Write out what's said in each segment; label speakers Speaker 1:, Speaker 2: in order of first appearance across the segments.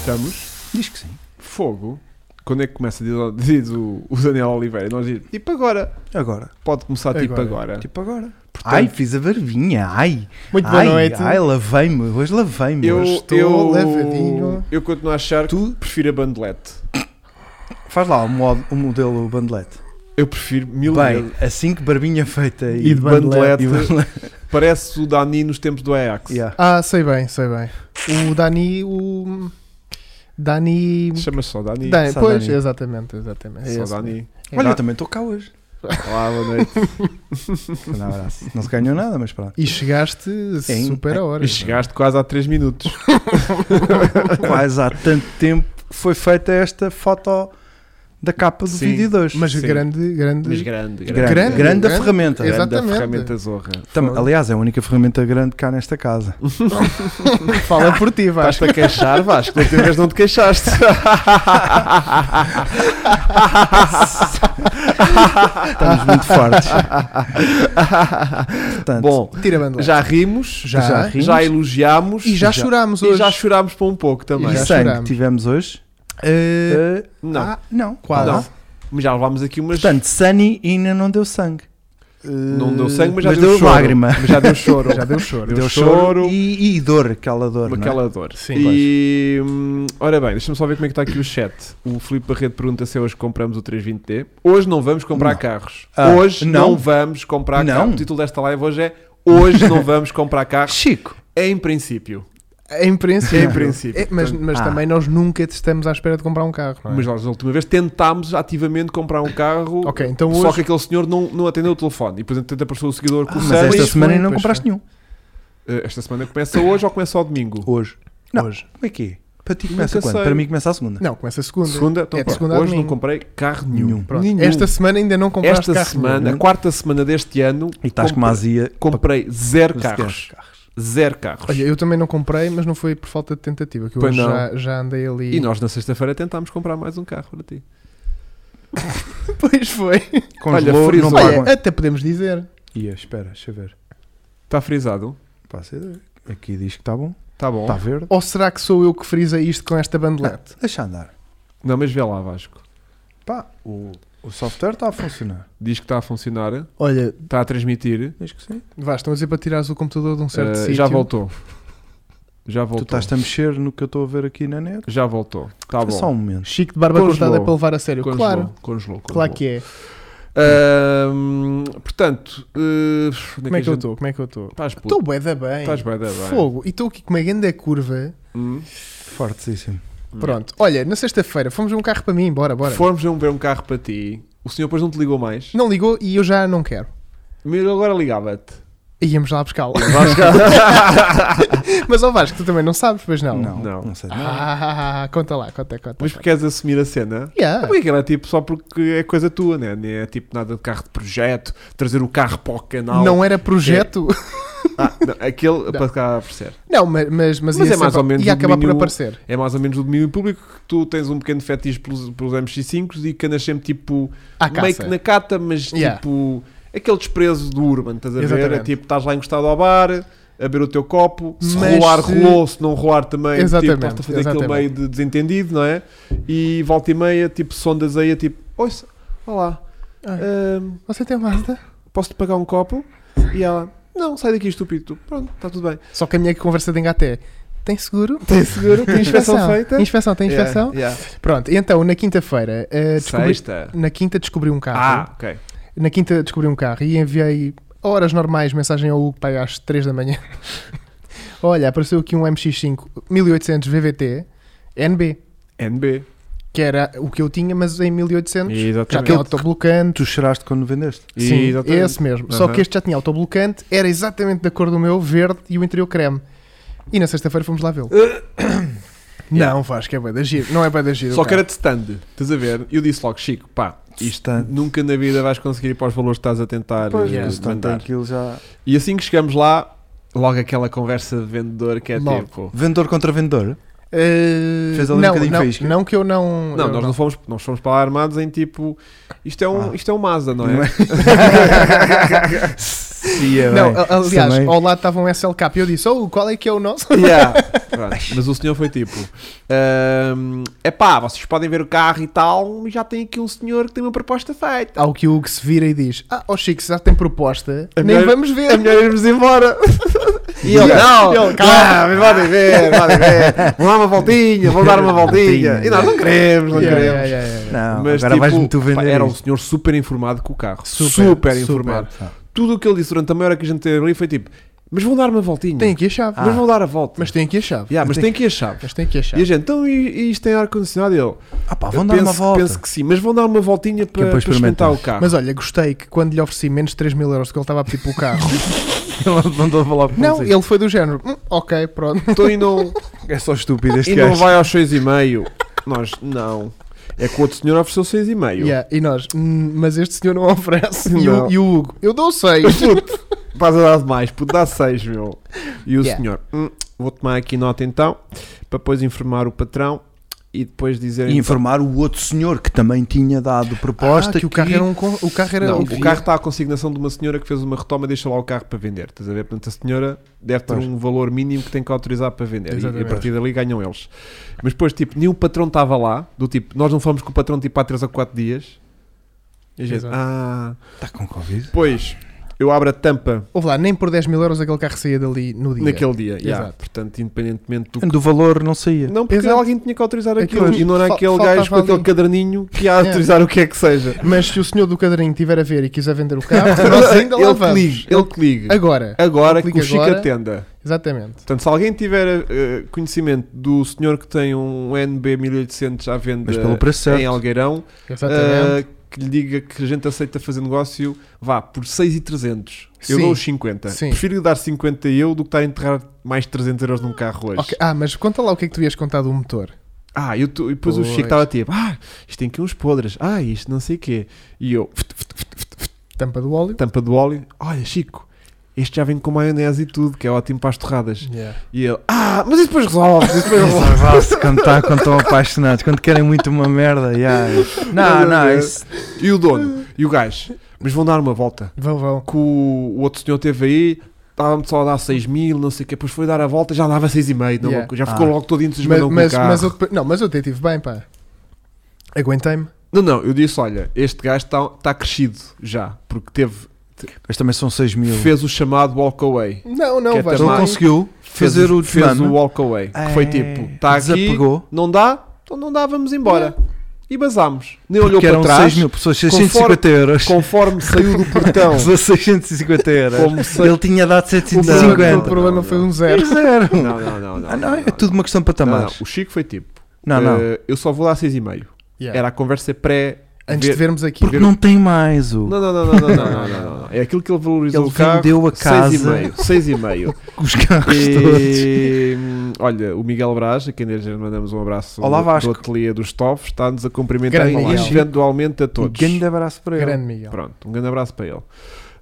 Speaker 1: estamos.
Speaker 2: Diz que sim.
Speaker 1: Fogo. Quando é que começa, diz, diz o, o Daniel Oliveira, nós dizemos, tipo agora.
Speaker 2: Agora.
Speaker 1: Pode começar tipo
Speaker 3: Agora.
Speaker 1: agora.
Speaker 2: Tipo agora. ai, fiz a barbinha. Ai.
Speaker 3: Muito boa
Speaker 2: ai,
Speaker 3: noite.
Speaker 2: Ai, lavei-me. Hoje lavei-me.
Speaker 1: eu,
Speaker 2: hoje.
Speaker 3: estou
Speaker 1: eu,
Speaker 3: levadinho.
Speaker 1: eu continuo a achar que prefiro a bandelete.
Speaker 2: Faz lá o, mod, o modelo bandelete.
Speaker 1: Eu prefiro mil
Speaker 2: Bem,
Speaker 1: vezes.
Speaker 2: assim que barbinha feita
Speaker 1: E
Speaker 2: e.
Speaker 1: de
Speaker 2: e
Speaker 1: bandelete.
Speaker 2: bandelete.
Speaker 1: Parece o Dani nos tempos do Ajax.
Speaker 2: Yeah.
Speaker 3: Ah, sei bem, sei bem. O Dani, o. Dani.
Speaker 1: Chama-se só Dani.
Speaker 3: Dani
Speaker 2: Só
Speaker 3: pois,
Speaker 2: Dani.
Speaker 3: exatamente, exatamente. É
Speaker 1: Só
Speaker 3: esse mesmo.
Speaker 1: Dani.
Speaker 3: É
Speaker 2: Olha, eu
Speaker 3: verdade.
Speaker 2: também estou cá hoje.
Speaker 1: Olá, boa noite.
Speaker 2: Um abraço. Não se ganhou nada, mas pronto.
Speaker 3: E chegaste
Speaker 2: Em-
Speaker 3: super a é? hora.
Speaker 1: E chegaste quase há 3 minutos.
Speaker 2: Quase há tanto tempo que foi feita esta foto da capa do
Speaker 1: Sim,
Speaker 2: vídeo de hoje.
Speaker 3: Mas
Speaker 1: Sim.
Speaker 3: grande, grande.
Speaker 1: grande,
Speaker 2: grande, grande,
Speaker 3: grande,
Speaker 2: a
Speaker 3: grande.
Speaker 2: ferramenta.
Speaker 3: Exato.
Speaker 1: Grande a
Speaker 3: Exatamente.
Speaker 1: ferramenta zorra.
Speaker 2: Tam- aliás, é a única ferramenta grande cá nesta casa.
Speaker 3: Fala por ti,
Speaker 1: Estás-te
Speaker 3: Vasco.
Speaker 1: a queixar, Vasco. Da última vez não te queixaste.
Speaker 2: Estamos muito fortes. Portanto,
Speaker 1: Bom,
Speaker 3: Tira a bandeira.
Speaker 1: já rimos,
Speaker 3: Já.
Speaker 1: já,
Speaker 2: rimos.
Speaker 1: elogiámos
Speaker 3: E já, chorámos hoje.
Speaker 1: e já chorámos por um pouco também.
Speaker 2: e
Speaker 3: já
Speaker 2: sangue que
Speaker 3: choramos.
Speaker 2: tivemos hoje?
Speaker 3: Eh,
Speaker 2: eh,
Speaker 1: Não,
Speaker 2: ah, não.
Speaker 3: Quase.
Speaker 2: Não.
Speaker 1: não. Mas já levámos aqui umas.
Speaker 2: Portanto, Sunny ainda não deu sangue. Eh,
Speaker 1: não deu sangue, mas já
Speaker 2: mas
Speaker 1: deu,
Speaker 2: deu
Speaker 1: choro.
Speaker 2: lágrima.
Speaker 1: Mas já deu choro.
Speaker 3: já deu choro.
Speaker 1: Deu choro.
Speaker 2: e, e dor, aquela dor. não é?
Speaker 1: Aquela dor.
Speaker 3: Sim.
Speaker 1: E hum, ora bem, deixa-me só ver como é que está aqui o chat. O Filipe Barreto pergunta se é hoje compramos o 320D. Hoje não vamos comprar
Speaker 2: Não.
Speaker 1: carros.
Speaker 2: Ah,
Speaker 1: hoje não.
Speaker 2: não.
Speaker 1: vamos comprar
Speaker 2: Não.
Speaker 1: carros. O título desta live hoje é Hoje não vamos comprar carros.
Speaker 2: Chico,
Speaker 1: Em princípio.
Speaker 3: Em princípio.
Speaker 1: Em princípio,
Speaker 3: É, mas
Speaker 1: portanto.
Speaker 3: mas
Speaker 2: Ah.
Speaker 3: também nós nunca estamos à espera de comprar um carro, não é?
Speaker 1: Mas nós, na última vez, tentámos ativamente comprar um carro.
Speaker 3: ok, então
Speaker 1: Só que
Speaker 3: hoje.
Speaker 1: aquele senhor não, não atendeu o telefone e, por exemplo, tenta apareceu o seguidor com o
Speaker 2: Ah, mas
Speaker 1: Sam.
Speaker 2: esta
Speaker 3: pois
Speaker 2: semana
Speaker 3: foi,
Speaker 2: ainda não
Speaker 3: pois
Speaker 2: compraste nenhum.
Speaker 1: Eh, Esta semana começa hoje ou começa ao domingo?
Speaker 2: Hoje. Não.
Speaker 3: Hoje.
Speaker 2: Como é que é? Para ti
Speaker 1: Nunca
Speaker 2: começa quando?
Speaker 1: sei.
Speaker 2: Para mim começa a segunda.
Speaker 3: Não, começa a segunda.
Speaker 1: Segunda? Então,
Speaker 3: É de
Speaker 1: pronto,
Speaker 3: segunda a
Speaker 1: hoje não
Speaker 3: domingo.
Speaker 1: comprei carro nenhum.
Speaker 2: Nenhum.
Speaker 3: Pronto.
Speaker 1: Nenhum.
Speaker 3: Esta semana ainda não compraste
Speaker 1: Esta
Speaker 3: carro.
Speaker 1: semana,
Speaker 3: nenhum.
Speaker 1: a quarta semana deste ano,
Speaker 2: E estás com uma azia.
Speaker 1: comprei zero
Speaker 2: Zero
Speaker 1: carros. Zero carros.
Speaker 3: Olha, eu também não comprei, mas não foi por falta de tentativa, que eu
Speaker 1: Pois
Speaker 3: hoje
Speaker 1: não.
Speaker 3: já, já andei ali.
Speaker 1: E nós na sexta-feira tentámos comprar mais um carro para ti.
Speaker 3: Pois foi.
Speaker 2: Congelou,
Speaker 1: Olha,
Speaker 2: não
Speaker 1: frisou.
Speaker 2: pagam.
Speaker 3: Olha, até podemos dizer.
Speaker 2: Ia, espera, deixa eu ver.
Speaker 1: Está frisado?
Speaker 2: Passa a ideia. Aqui diz que está bom.
Speaker 1: Está bom.
Speaker 2: Está verde.
Speaker 3: Ou será que sou eu que frisa isto com esta bandelete?
Speaker 2: Deixa andar.
Speaker 1: Não, mas vê lá, Vasco.
Speaker 2: Pá, o, o software está a funcionar.
Speaker 1: Diz que está a funcionar,
Speaker 3: Olha,
Speaker 1: está a transmitir.
Speaker 2: Diz que sim.
Speaker 3: vá, estão a dizer para tirares o computador de um certo
Speaker 1: Eh,
Speaker 3: sítio.
Speaker 1: já voltou. Já voltou.
Speaker 2: Tu estás a mexer no que eu estou a ver aqui na net.
Speaker 1: Já voltou. Está
Speaker 2: Foi só
Speaker 1: bom.
Speaker 2: um momento.
Speaker 3: Chico de barba
Speaker 1: Congelou.
Speaker 3: cortada é para levar a sério.
Speaker 1: Congelou,
Speaker 3: claro,
Speaker 1: Congelou, congelou.
Speaker 3: claro que é.
Speaker 1: Ahm, portanto, eh, onde
Speaker 3: Como é que
Speaker 1: a
Speaker 3: eu
Speaker 1: gente-
Speaker 3: estou? Como é que eu estou?
Speaker 1: Estás puto.
Speaker 3: Estou bué da bem.
Speaker 1: Estás bué da bem.
Speaker 3: Fogo. E estou aqui com uma grande curva.
Speaker 1: Hum.
Speaker 2: Fortíssimo.
Speaker 3: Pronto. Olha, na sexta-feira fomos ver um carro para mim. Bora, bora.
Speaker 1: Fomos a um- ver um carro para ti. O senhor depois não te ligou mais.
Speaker 3: Não ligou e eu já não quero.
Speaker 1: Mas agora ligava-te.
Speaker 3: Íamos lá buscá-lo.
Speaker 1: Vasco.
Speaker 3: Mas ó Vasco, tu também não sabes, pois não?
Speaker 2: Não,
Speaker 1: Não.
Speaker 2: não, sei.
Speaker 3: Ah, conta lá, conta, conta.
Speaker 1: Mas
Speaker 3: conta.
Speaker 1: porque queres assumir a cena? Ah,
Speaker 3: Yeah.
Speaker 1: porque aquilo é tipo só porque é coisa tua, né? Não é tipo nada de carro de projeto, trazer o carro para o canal.
Speaker 3: Não é. era projeto.
Speaker 1: Ah, não, aquele para cá aparecer.
Speaker 3: Não, mas, mas, mas,
Speaker 1: Mas
Speaker 3: ia,
Speaker 1: é mais
Speaker 3: sempre-
Speaker 1: ou menos
Speaker 3: ia
Speaker 1: o
Speaker 3: acabar por
Speaker 1: domínio-
Speaker 3: aparecer.
Speaker 1: É mais ou menos o domínio público que tu tens um pequeno fetiche pelos, pelos MX5 e que andas sempre tipo
Speaker 3: À
Speaker 1: meio
Speaker 3: caça.
Speaker 1: que na cata, mas
Speaker 3: Yeah.
Speaker 1: tipo aquele desprezo do Urban, estás a ver? É
Speaker 3: Exatamente.
Speaker 1: tipo, estás lá encostado ao bar. A beber o teu copo, se
Speaker 3: Mas
Speaker 1: rolar,
Speaker 3: se-
Speaker 1: rolou, se não rolar também,
Speaker 3: Exatamente,
Speaker 1: tipo, estás a fazer aquele
Speaker 3: exatamente.
Speaker 1: meio de desentendido, não é? E volta e meia, tipo, sondas aí, é tipo, ouça, olá,
Speaker 3: Ah,
Speaker 1: ahm,
Speaker 3: Você tem Mazda?
Speaker 1: posso-te pagar um copo? E ela, não, sai daqui estúpido. Pronto, está tudo bem.
Speaker 3: Só que a minha conversa de engaté tem seguro?
Speaker 1: Tem seguro, tem inspeção feita.
Speaker 3: Inspeção, tem inspeção?
Speaker 1: Yeah,
Speaker 3: Pronto, e então na quinta-feira eh,
Speaker 1: yeah.
Speaker 3: descobri-
Speaker 1: Sexta.
Speaker 3: na quinta descobri um carro.
Speaker 1: Ah, ok.
Speaker 3: Na quinta descobri um carro e enviei horas normais mensagem ao Hugo pai, às 3 da manhã. Olha, apareceu aqui um MX5 1800 VVT NB,
Speaker 1: NB.
Speaker 3: que era o que eu tinha, mas em 1800 já
Speaker 1: Exatamente.
Speaker 3: tinha autoblocante.
Speaker 2: Tu choraste quando vendeste?
Speaker 3: Sim,
Speaker 1: Exatamente.
Speaker 3: esse mesmo. Só
Speaker 1: Aham.
Speaker 3: que este já tinha autoblocante, era exatamente da cor do meu, verde e o interior creme. E na sexta-feira fomos lá vê-lo. Não, Vasco, é bué da giro. Não é bué da giro.
Speaker 1: Só
Speaker 3: o
Speaker 1: que era
Speaker 3: carro.
Speaker 1: de stand, estás a ver? E eu disse logo, Chico, pá, isto
Speaker 2: Stand.
Speaker 1: nunca na vida vais conseguir ir para os valores que estás a tentar
Speaker 2: é Pois, é.
Speaker 1: eh,
Speaker 3: yeah.
Speaker 2: portanto,
Speaker 1: mandar.
Speaker 2: aquilo já.
Speaker 1: E assim que chegamos lá, logo aquela conversa de vendedor que é
Speaker 3: Logo.
Speaker 1: tipo.
Speaker 2: Vendedor contra vendedor?
Speaker 3: Uh,
Speaker 2: Fez ali um
Speaker 3: não,
Speaker 2: bocadinho
Speaker 3: não,
Speaker 2: faísca.
Speaker 3: não que eu não.
Speaker 1: Não,
Speaker 3: eu
Speaker 1: nós não fomos, nós fomos para lá armados em tipo. Isto é um,
Speaker 2: Ah.
Speaker 1: isto é um Mazda, não é?
Speaker 2: Não é? Sim, é
Speaker 3: Não,
Speaker 2: bem.
Speaker 3: a- aliás,
Speaker 2: Também.
Speaker 3: ao lado estava um SLK e eu disse, oh, qual é que é o nosso?
Speaker 1: Yeah. Pronto, Mas o senhor foi tipo: é pá, vocês podem ver o carro e tal, mas já tem aqui um senhor que tem uma proposta feita.
Speaker 3: Ao que o Hugo se vira e diz, ah, ó Chico, se já tem proposta,
Speaker 1: É
Speaker 3: nem
Speaker 1: melhor-
Speaker 3: vamos ver.
Speaker 1: É melhor irmos embora. E
Speaker 2: ele,
Speaker 1: ele, não,
Speaker 3: E ele,
Speaker 1: calma, podem ver, podem ver. Vamos dar uma voltinha, vamos dar uma voltinha.
Speaker 2: Voltinha.
Speaker 1: E nós não queremos, não
Speaker 3: Yeah,
Speaker 1: queremos.
Speaker 3: yeah, yeah, yeah, yeah.
Speaker 2: Não,
Speaker 1: Mas
Speaker 2: agora
Speaker 1: tipo,
Speaker 2: vais-me tu
Speaker 1: pá,
Speaker 2: vender.
Speaker 1: era um
Speaker 2: isto.
Speaker 1: senhor super informado com o carro. Super,
Speaker 3: Super, super.
Speaker 1: informado. Tudo o que ele disse durante a meia hora que a gente teve ali foi tipo: Mas vão dar uma voltinha.
Speaker 3: Tem aqui a chave.
Speaker 1: Mas vão
Speaker 2: Ah.
Speaker 1: dar a volta.
Speaker 3: Mas tem aqui a chave.
Speaker 1: Ah. Yeah, mas tem aqui a chave.
Speaker 3: Mas tem aqui
Speaker 1: E
Speaker 3: a
Speaker 1: a
Speaker 3: chave.
Speaker 1: gente, então e, e isto tem ar-condicionado? E ele,
Speaker 2: Ah, pá,
Speaker 1: "Eu
Speaker 2: vão dar uma
Speaker 1: penso-
Speaker 2: volta.
Speaker 1: Penso que sim, mas vão dar uma voltinha para,
Speaker 2: para
Speaker 1: para experimentar
Speaker 2: experimentar.
Speaker 1: o carro.
Speaker 3: Mas olha, gostei que quando lhe ofereci menos 3 mil euros do que ele estava a pedir pelo carro.
Speaker 2: Ele mandou falar para
Speaker 3: não,
Speaker 2: vocês.
Speaker 3: ele foi do género, "Hum, ok, pronto.
Speaker 1: Então e não,
Speaker 2: É só estúpido este
Speaker 1: e não
Speaker 2: gajo.
Speaker 1: vai aos 6,5? Nós, não. É que o outro senhor ofereceu 6,5.
Speaker 3: Yeah, e nós, "Hum, mas este senhor não oferece. E,
Speaker 1: Não.
Speaker 3: O, e o Hugo, eu dou 6.
Speaker 1: Puto, estás a dar demais, puto, dá 6, meu. E o
Speaker 3: Yeah.
Speaker 1: senhor, "Hum, vou tomar aqui nota então, para depois informar o patrão e depois dizer.
Speaker 2: E informar o outro senhor que também tinha dado
Speaker 1: Ah,
Speaker 2: proposta.
Speaker 3: que o carro era um... con- O carro era...
Speaker 1: Não,
Speaker 3: havia-
Speaker 1: o carro está à consignação de uma senhora que fez uma retoma e deixa lá o carro para vender. Estás a ver? Portanto, a senhora deve ter
Speaker 2: Pois.
Speaker 1: um valor mínimo que tem que autorizar para vender. E a
Speaker 3: Exatamente.
Speaker 1: partir dali ganham eles. Mas depois, tipo, nenhum patrão estava lá. Do tipo, nós não fomos com o patrão tipo há 3 ou 4 dias. E a gente,
Speaker 3: Exato.
Speaker 1: ah,
Speaker 2: Está com Covid?
Speaker 1: depois eu abro a tampa
Speaker 3: Houve lá, nem por 10 mil euros aquele carro saía dali no dia.
Speaker 1: naquele dia. yeah.
Speaker 3: Exato.
Speaker 1: Portanto, independentemente do
Speaker 2: Do valor não saía.
Speaker 1: Não, porque
Speaker 3: Exato.
Speaker 1: alguém tinha que autorizar aquilo.
Speaker 3: Aquilo
Speaker 1: E não era
Speaker 3: fal-
Speaker 1: aquele
Speaker 3: faltava
Speaker 1: gajo com aquele
Speaker 3: ali.
Speaker 1: caderninho que ia autorizar o que é que seja.
Speaker 3: Mas se o senhor do cadrinho estiver a ver e quiser vender o carro, nós ainda lá
Speaker 1: ele que
Speaker 3: vamos.
Speaker 1: ligue, ele que ligue.
Speaker 3: Agora,
Speaker 1: Agora
Speaker 3: ele
Speaker 1: que
Speaker 3: que
Speaker 1: o
Speaker 3: ligue
Speaker 1: Chico
Speaker 3: agora.
Speaker 1: atenda.
Speaker 3: exatamente.
Speaker 1: Portanto, se alguém tiver eh, conhecimento do senhor que tem um NB 1800 à venda
Speaker 2: Mas pelo preço certo.
Speaker 1: em Algueirão,
Speaker 3: Exatamente.
Speaker 1: eh, que lhe diga que a gente aceita fazer negócio, vá, por 6,300. Eu
Speaker 3: Sim.
Speaker 1: dou os 50.
Speaker 3: Sim.
Speaker 1: Prefiro lhe dar 50 eu do que estar a enterrar mais 300 euros num carro hoje.
Speaker 3: Ok, Ah, mas conta lá o que é que tu ias contar do motor.
Speaker 1: Ah, eu tu- e depois o Chico
Speaker 3: Pois.
Speaker 1: estava tipo, ah, isto tem aqui uns podres, ah, isto não sei o quê. E eu,
Speaker 3: Tampa do óleo.
Speaker 1: tampa do óleo, olha Chico, este já vem com maionese e tudo, que é ótimo para as torradas. E ele, ah, mas isso depois resolve, isso depois resolve.
Speaker 2: Salvar-se quando, tá- quando estão apaixonados, quando querem muito uma merda. yeah. Não, não, isso.
Speaker 1: E o dono? E o gajo? Mas vão dar uma volta.
Speaker 3: Vão, vão.
Speaker 1: Que o, o outro senhor teve aí, estava-me só a dar 6 mil, não sei o quê. Depois foi dar a volta, já dava 6,5. não
Speaker 3: Yeah.
Speaker 1: louco, Já ficou
Speaker 2: Ah.
Speaker 1: logo todo
Speaker 3: Mas,
Speaker 1: entusiasmado com o
Speaker 3: mas,
Speaker 1: carro.
Speaker 3: mas eu, depois- não, mas eu até tive bem, pá. Aguentei-me.
Speaker 1: Não, não, eu disse, olha, este gajo está tá crescido já, porque teve,
Speaker 2: Mas também são 6 mil.
Speaker 1: fez o chamado walk away.
Speaker 3: Não,
Speaker 1: Que
Speaker 3: não,
Speaker 1: é
Speaker 3: vais
Speaker 2: Ele
Speaker 1: também-
Speaker 3: lá.
Speaker 2: conseguiu
Speaker 1: Fez,
Speaker 2: fazer o
Speaker 1: fez o
Speaker 2: desmame.
Speaker 1: walk away, que foi
Speaker 2: É,
Speaker 1: tipo, está aqui,
Speaker 2: Desapegou.
Speaker 1: não dá, então não dá, vamos embora. E basámos. Nem olhou
Speaker 2: que
Speaker 1: para
Speaker 2: eram
Speaker 1: trás,
Speaker 2: 6 mil pessoas, 650 euros.
Speaker 1: conforme saiu do portão.
Speaker 2: Pessoas, 650 euros.
Speaker 1: como saiu...
Speaker 2: Ele tinha dado
Speaker 3: O problema- O
Speaker 2: 750.
Speaker 3: problema
Speaker 1: Não,
Speaker 3: foi
Speaker 1: não.
Speaker 3: um zero.
Speaker 2: Eles eram.
Speaker 1: Não, não, não, não,
Speaker 2: Ah, não,
Speaker 1: não,
Speaker 2: é
Speaker 1: não.
Speaker 2: tudo uma questão para
Speaker 1: Não,
Speaker 2: tamar.
Speaker 1: não, O Chico foi tipo:
Speaker 2: Não, não.
Speaker 1: eh, Eu só vou dar 6,5.
Speaker 3: Yeah.
Speaker 1: Era a conversa pré.
Speaker 3: Antes de vermos aqui.
Speaker 2: Porque não tem mais o.
Speaker 1: Não, não, não, não, não, não, não, não, não, não. É aquilo que ele valorizou
Speaker 2: Ele
Speaker 1: o carro.
Speaker 2: vendeu a casa.
Speaker 1: 6,5. 6,5.
Speaker 2: Os carros todos.
Speaker 1: E, hum, olha, o Miguel Braz, a quem desde já mandamos um abraço
Speaker 2: Olá,
Speaker 1: do,
Speaker 2: Vasco.
Speaker 1: do ateliê dos Tovos, está-nos a cumprimentar
Speaker 3: Grande Miguel.
Speaker 1: individualmente a todos.
Speaker 2: Um Grande abraço para ele.
Speaker 3: Grande Miguel.
Speaker 1: Pronto, um grande abraço para ele.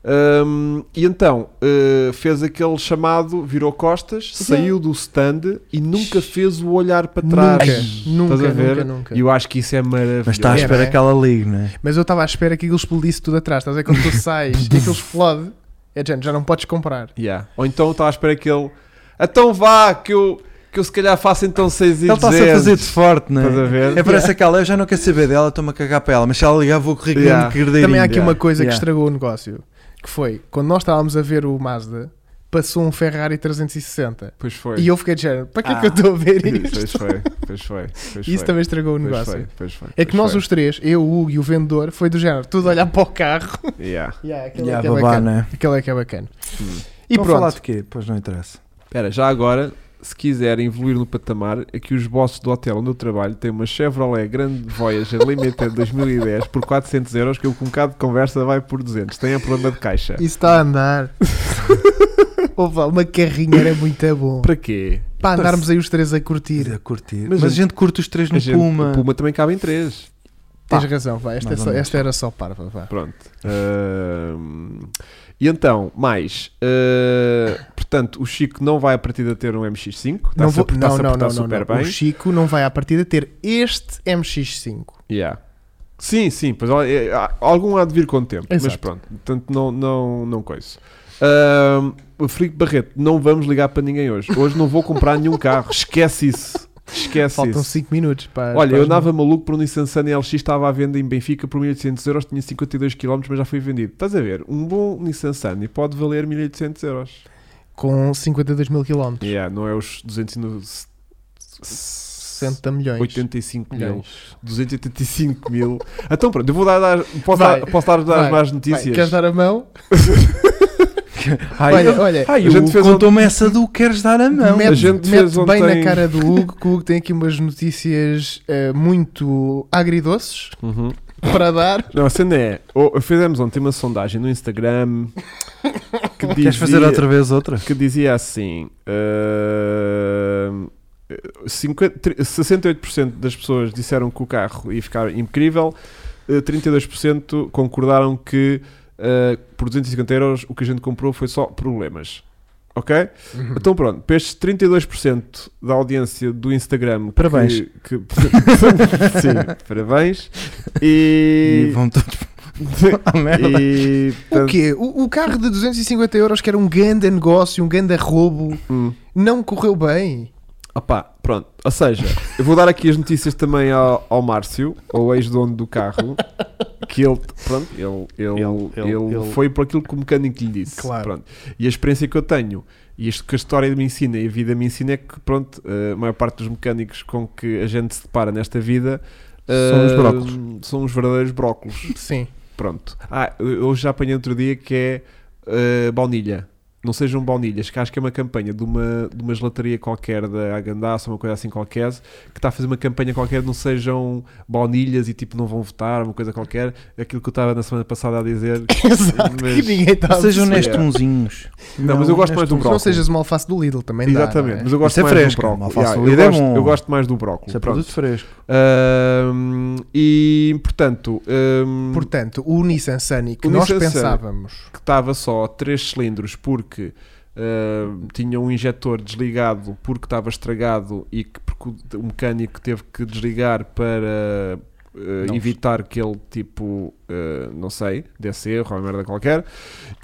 Speaker 1: Hum, e então eh, fez aquele chamado, virou costas, saiu do stand e nunca fez o olhar para trás.
Speaker 3: Nunca,
Speaker 1: Estás a
Speaker 3: nunca,
Speaker 1: ver?
Speaker 3: nunca, nunca.
Speaker 1: E eu acho que isso é maravilhoso.
Speaker 2: Mas está à
Speaker 3: É,
Speaker 2: espera
Speaker 3: né?
Speaker 2: que ela ligue, não é?
Speaker 3: Mas eu estava à espera que aquilo explodisse tudo atrás. Estás a ver? Quando tu sais e aquilo explode, é de género, já não podes comprar.
Speaker 1: Yeah. Ou então está à espera que ele. Então vá, que eu, que eu se calhar faço então 6 e
Speaker 2: Ele está-se a fazer de forte, não
Speaker 1: Estás a
Speaker 2: é?
Speaker 1: ver?
Speaker 2: É parece aquela, eu já não quero saber dela, estou-me a cagar para ela, mas se ela ligar vou correr um
Speaker 1: Yeah.
Speaker 2: grande cardeirinho.
Speaker 3: Também há aqui uma coisa
Speaker 2: Yeah.
Speaker 3: que estragou o negócio. Que foi, quando nós estávamos a ver o Mazda, passou um Ferrari 360.
Speaker 1: Pois foi.
Speaker 3: E eu fiquei de género, para que é
Speaker 2: Ah.
Speaker 3: que eu estou a ver isto?
Speaker 1: Pois foi, pois foi. Pois
Speaker 3: Isso
Speaker 1: foi,
Speaker 3: também estragou o
Speaker 1: pois
Speaker 3: negócio.
Speaker 1: foi, pois foi,
Speaker 3: É que
Speaker 1: pois
Speaker 3: nós
Speaker 1: foi.
Speaker 3: os três, eu, o Hugo e o vendedor, foi do género, tudo a olhar para o carro.
Speaker 1: Yeah.
Speaker 3: Yeah, aquele,
Speaker 2: Yeah,
Speaker 3: é que é
Speaker 2: babá,
Speaker 3: bacana.
Speaker 2: né?
Speaker 3: Aquele é que é bacana.
Speaker 1: Hum.
Speaker 3: E
Speaker 2: Estão a falar
Speaker 3: pronto,
Speaker 2: de quê? Pois não interessa.
Speaker 1: Espera, já agora, se quiserem evoluir no patamar, é que os bosses do hotel onde eu trabalho têm uma Chevrolet Grande Voyager Limited 2010 por 400 euros, que eu com um bocado de conversa vai por 200. Tem a problema de caixa.
Speaker 3: isso está a andar. Ouve lá, uma carrinha era muito bom.
Speaker 1: Para quê?
Speaker 3: Para andarmos aí os três a curtir.
Speaker 2: Tira, curtir.
Speaker 1: Mas
Speaker 2: Mas, a gente curte os três
Speaker 1: A
Speaker 2: no
Speaker 1: gente-
Speaker 2: Puma.
Speaker 1: O Puma também cabe em 3.
Speaker 3: Tens
Speaker 2: Pá.
Speaker 3: razão, vá. Esta, é
Speaker 2: Mais ou
Speaker 3: só-
Speaker 2: menos.
Speaker 3: esta era só parva, vá.
Speaker 1: Pronto. Ahm, E então, mais, eh, portanto, o Chico não vai a partida ter um MX5,
Speaker 3: Não,
Speaker 1: está-se a
Speaker 3: vou,
Speaker 1: portar,
Speaker 3: não,
Speaker 1: está-se a
Speaker 3: não,
Speaker 1: portar
Speaker 3: não, não,
Speaker 1: super
Speaker 3: não. O
Speaker 1: bem.
Speaker 3: Chico não vai à partida ter este MX5.
Speaker 1: Yeah. Sim, sim, pois há- é, há- algum há de vir com o tempo, mas
Speaker 3: Exato.
Speaker 1: pronto, portanto não, não, não coiso. Ahm, o Filipe Barreto, não vamos ligar para ninguém hoje. Hoje não vou comprar nenhum carro, esquece isso. Esquece
Speaker 3: Faltam
Speaker 1: isso.
Speaker 3: 5 minutos para.
Speaker 1: Olha,
Speaker 3: para
Speaker 1: eu
Speaker 3: as
Speaker 1: andava maluco por um Nissan Sunny LX, estava à venda em Benfica por 1800 euros, tinha 52 km, mas já foi vendido. Estás a ver, um bom Nissan Sunny pode valer 1800 euros.
Speaker 3: Com 52 mil km.
Speaker 1: Yeah, não é os 285
Speaker 3: 60 milhões.
Speaker 1: mil.
Speaker 3: milhões.
Speaker 1: 285 mil. Então pronto, eu vou dar, dar- posso,
Speaker 3: Vai,
Speaker 1: dar, posso dar, dar as
Speaker 3: vai,
Speaker 1: más
Speaker 3: Vai,
Speaker 1: notícias.
Speaker 3: queres dar a mão?
Speaker 2: Ai,
Speaker 3: olha, olha.
Speaker 2: ai,
Speaker 1: a gente
Speaker 2: o-
Speaker 1: fez um-
Speaker 2: contou-me essa do queres dar a mão.
Speaker 3: mete
Speaker 1: a gente
Speaker 3: mete
Speaker 1: fez
Speaker 3: bem
Speaker 1: ontem-
Speaker 3: na cara do Hugo, que o Hugo tem aqui umas notícias eh, muito agridoces
Speaker 1: Uhum.
Speaker 3: para dar.
Speaker 1: Não, a cena é, o- fizemos ontem uma sondagem no Instagram que dizia,
Speaker 2: Queres fazer outra vez outra?
Speaker 1: que dizia assim: ahm, 50 tri- 68% das pessoas disseram que o carro ia ficar incrível, eh, 32% concordaram que eh, por 250 euros o que a gente comprou foi só problemas. Ok? Então pronto, para estes 32% da audiência do Instagram. que-
Speaker 2: Parabéns.
Speaker 1: que- sim, parabéns. E.
Speaker 2: E vão todos à merda.
Speaker 1: e
Speaker 3: O quê? O, o carro de 250 euros, que era um grande negócio, um grande roubo,
Speaker 1: Hum.
Speaker 3: não correu bem.
Speaker 1: Opá, pronto. Ou seja, eu vou dar aqui as notícias também ao, ao Márcio, ao ex-dono do carro, que ele, pronto, ele, ele,
Speaker 2: Ele-
Speaker 1: ele,
Speaker 2: ele- ele-
Speaker 1: foi por aquilo que o mecânico lhe disse.
Speaker 3: Claro.
Speaker 1: Pronto. E a experiência que eu tenho, e isto que a história me ensina e a vida me ensina é que, pronto, eh, a maior parte dos mecânicos com que a gente se depara nesta vida
Speaker 2: São
Speaker 1: eh,
Speaker 2: os brócolos.
Speaker 1: São os verdadeiros brócolos.
Speaker 3: Sim.
Speaker 1: Pronto. Ah, eu já apanhei outro dia que é eh, baunilha. Não sejam baunilhas, que acho que é uma campanha de uma, de uma gelataria qualquer da Agandaça, uma coisa assim qualquer, que está a fazer uma campanha qualquer, não sejam baunilhas e tipo não vão votar, uma coisa qualquer. Aquilo que eu estava na semana passada a dizer.
Speaker 3: Exato,
Speaker 1: Mas-
Speaker 3: que ninguém está a
Speaker 2: Sejam
Speaker 3: perceber.
Speaker 1: honesto.
Speaker 2: nestunzinhos.
Speaker 1: Não, mas eu gosto mais do
Speaker 3: Se não
Speaker 1: brócolis.
Speaker 3: sejas uma alface do Lidl também dá,
Speaker 1: Exatamente,
Speaker 3: não é?
Speaker 1: mas eu gosto
Speaker 2: Isso é
Speaker 1: mais
Speaker 2: fresco,
Speaker 1: do brócolis.
Speaker 2: uma alface
Speaker 1: eu,
Speaker 2: ali é
Speaker 1: gosto,
Speaker 2: bom.
Speaker 1: eu gosto mais do brócolis.
Speaker 2: Isso é
Speaker 1: Pronto.
Speaker 2: produto fresco.
Speaker 1: Ahm, e portanto, ahm,
Speaker 3: Portanto, o Nissan Sunny que
Speaker 1: O
Speaker 3: nós
Speaker 1: Nissan Sunny.
Speaker 3: pensávamos
Speaker 1: que estava só 3 cilindros porque ah, tinha um injetor desligado porque estava estragado e que porque o- o mecânico teve que desligar para ah,
Speaker 2: Não.
Speaker 1: evitar que ele tipo ah, não sei, desse erro ou uma merda qualquer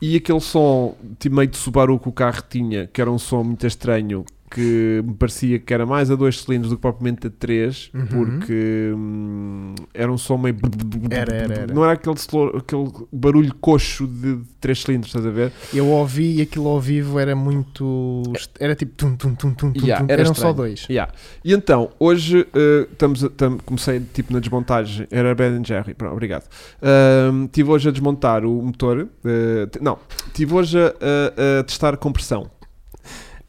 Speaker 1: e aquele som tipo, meio de Subaru que o carro tinha que era um som muito estranho que me parecia que era mais a 2 cilindros do que propriamente a 3
Speaker 3: Uhum.
Speaker 1: porque hum, era um som meio
Speaker 3: Era, era, era.
Speaker 1: não era aquele, slow- aquele barulho coxo de 3 cilindros, estás a ver?
Speaker 3: eu ouvi e aquilo ao vivo era muito. Era tipo tum tum tum tum, tum,
Speaker 1: Yeah,
Speaker 3: tum.
Speaker 1: era
Speaker 3: eram
Speaker 1: estranho.
Speaker 3: só dois.
Speaker 1: Yeah. E então, hoje eh, estamos a- tam- comecei tipo na desmontagem, era Ben Jerry, pronto, obrigado. Ahm, Estive hoje a desmontar o motor, eh, t- não, estive hoje a, a- a testar compressão.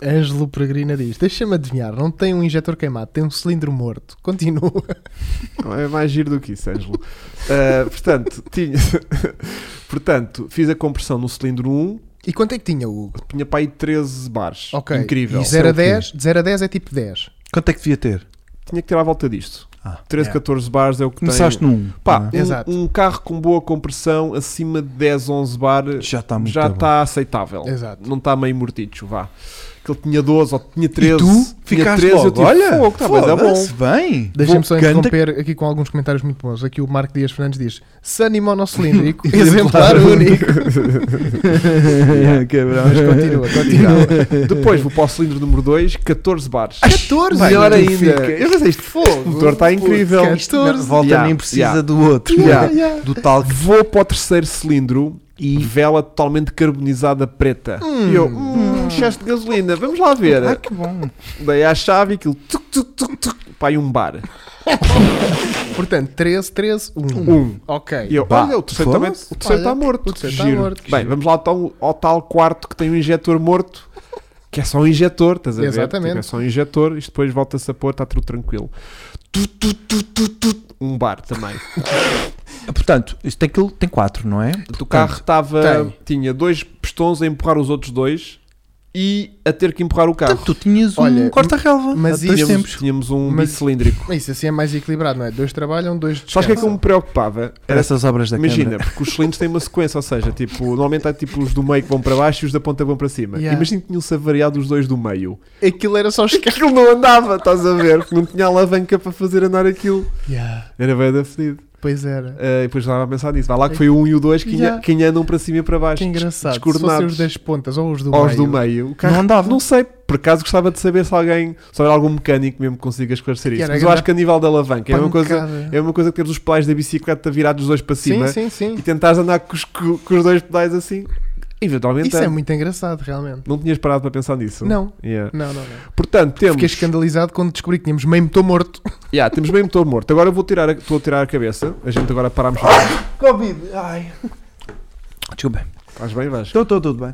Speaker 3: Ângelo Peregrina diz: Deixa-me adivinhar, não tem um injetor queimado, tem um cilindro morto. Continua.
Speaker 1: Não, É mais giro do que isso, Ângelo. Ah, portanto, tinha, portanto, fiz a compressão no cilindro 1,
Speaker 3: E quanto é que tinha, Hugo?
Speaker 1: tinha para aí 13 bares.
Speaker 3: Ok.
Speaker 1: Incrível.
Speaker 3: E 0
Speaker 2: Isso é
Speaker 3: a
Speaker 2: o
Speaker 3: 10, de 0 a 10 é tipo 10.
Speaker 2: Quanto é que devia ter?
Speaker 1: Tinha que ter à volta disto.
Speaker 2: Ah.
Speaker 1: 13,
Speaker 3: Yeah.
Speaker 1: 14 bares é o que tem.
Speaker 2: Começaste num.
Speaker 1: Pá,
Speaker 2: não é?
Speaker 1: um-
Speaker 3: Exato.
Speaker 1: um, carro com boa compressão acima de 10, 11 bar
Speaker 2: já está muito
Speaker 1: já tá
Speaker 2: bom.
Speaker 1: está aceitável.
Speaker 3: Exato.
Speaker 1: Não está meio morticho, vá. Que ele tinha 12 ou tinha 13.
Speaker 2: E tu
Speaker 1: tinha
Speaker 2: ficaste
Speaker 1: 13, eu
Speaker 2: logo,
Speaker 1: tive
Speaker 2: olha,
Speaker 1: fogo, tá, mas é bom.
Speaker 2: foda-se, bem.
Speaker 3: Deixa-me só
Speaker 2: Vou- canta-
Speaker 3: interromper aqui com alguns comentários muito bons. Aqui o Marco Dias Fernandes diz: Sunny monocilíndrico,
Speaker 2: Exemplar
Speaker 3: exemplar único.
Speaker 2: Cabrão.
Speaker 3: Mas continua, continua.
Speaker 1: Não. Depois vou para o cilindro número 2, 14 bares.
Speaker 2: é
Speaker 3: 14
Speaker 1: Melhor
Speaker 3: tu
Speaker 1: ainda.
Speaker 3: ficas.
Speaker 1: Eu pensei, isto
Speaker 3: fogo.
Speaker 1: o motor está incrível.
Speaker 3: Putz,
Speaker 2: Isto não-
Speaker 3: 14.
Speaker 2: Volta
Speaker 1: é Yeah,
Speaker 2: nem precisa
Speaker 1: yeah.
Speaker 2: do outro.
Speaker 1: Yeah.
Speaker 2: yeah. Do tal que
Speaker 1: Vou para o terceiro cilindro e vela totalmente carbonizada preta. E eu, hum, excesso de gasolina, vamos lá ver.
Speaker 2: Ah, que bom.
Speaker 1: Dei à chave e aquilo, tuc, tuc, tuc, tuc, pá, e um bar.
Speaker 3: Portanto, 13, 13, 1.
Speaker 1: Um.
Speaker 3: Ok.
Speaker 1: E eu,
Speaker 2: Bah,
Speaker 1: olha, o terceiro também-
Speaker 2: foda-se.
Speaker 1: o terceiro está
Speaker 3: Hum. Olha,
Speaker 1: morto.
Speaker 3: o terceiro está
Speaker 1: Giro.
Speaker 3: morto, que
Speaker 1: Bem,
Speaker 3: giro.
Speaker 1: vamos lá ao tal, ao tal quarto que tem um injetor morto, que é só um injetor, estás a ver?
Speaker 3: Exatamente.
Speaker 1: Tipo, é só um injetor, isto depois volta-se a pôr, está tudo tranquilo. Tu, tu, tu, tu, tu, um bar também.
Speaker 2: Ah, Portanto, isto tem, aquilo,
Speaker 1: Tá.
Speaker 2: tem quatro, não é?
Speaker 1: Portanto, o carro estava.
Speaker 3: tem.
Speaker 1: Tinha dois pistões a empurrar os outros dois e a ter que empurrar o carro.
Speaker 3: Então,
Speaker 2: Portanto, tu tinhas
Speaker 3: Olha,
Speaker 2: um corta-relva
Speaker 3: mas
Speaker 2: há dois
Speaker 3: isso-
Speaker 1: tínhamos,
Speaker 2: tempos.
Speaker 1: tínhamos um
Speaker 3: Mas-
Speaker 1: bicilíndrico.
Speaker 3: Isso assim é mais equilibrado, não é? Dois trabalham, dois
Speaker 1: Sabes o que é que eu
Speaker 3: descansam.
Speaker 1: me preocupava? Era
Speaker 2: Parece as obras da
Speaker 1: Imagina,
Speaker 2: Câmara.
Speaker 1: porque os cilindros têm uma sequência, ou seja, tipo, normalmente há tipo os do meio que vão para baixo e os da ponta vão para cima.
Speaker 3: Yeah.
Speaker 1: Imagina que tinham-se avariado os dois do meio.
Speaker 3: Aquilo era só os carros.
Speaker 1: Aquilo não andava, estás a ver? Porque não tinha alavanca para fazer andar aquilo.
Speaker 3: Yeah,
Speaker 1: Era bem da fedido.
Speaker 3: Pois era.
Speaker 1: Ah, e depois estava a pensar nisso. Vá lá que foi o 1 e o 2 que, inha-
Speaker 3: Yeah.
Speaker 1: que inha andam para cima e para baixo.
Speaker 3: Que engraçado. Se fossem
Speaker 1: Descoordenados.
Speaker 3: os das pontas ou os do
Speaker 1: Aos
Speaker 3: meio.
Speaker 1: do meio. O carro-
Speaker 2: Não andava.
Speaker 1: Não sei, por acaso gostava de saber se alguém, se houver algum mecânico mesmo que consiga esclarecer
Speaker 3: Que
Speaker 1: isso.
Speaker 3: era
Speaker 1: Mas eu
Speaker 3: grande
Speaker 1: acho que a nível da alavanca é uma coisa,
Speaker 3: Pancada.
Speaker 1: é uma coisa que teres os pedais da bicicleta virados os dois para cima
Speaker 3: Sim, sim, sim.
Speaker 1: e tentares andar com os, com- com os dois pedais assim. Eventualmente
Speaker 3: Isso é
Speaker 1: anda.
Speaker 3: muito engraçado, realmente.
Speaker 1: não tinhas parado para pensar nisso.
Speaker 3: Não,
Speaker 1: Yeah.
Speaker 3: não, não. não.
Speaker 1: Portanto, temos,
Speaker 3: Fiquei escandalizado quando descobri que tínhamos meio motor morto.
Speaker 1: yeah, temos bem motor morto. Agora eu vou tirar a, estou a tirar a cabeça. A gente agora parámos.
Speaker 2: Covid. Ai. Desculpa.
Speaker 1: Estás bem, Vasco?
Speaker 2: Estou, estou tudo bem.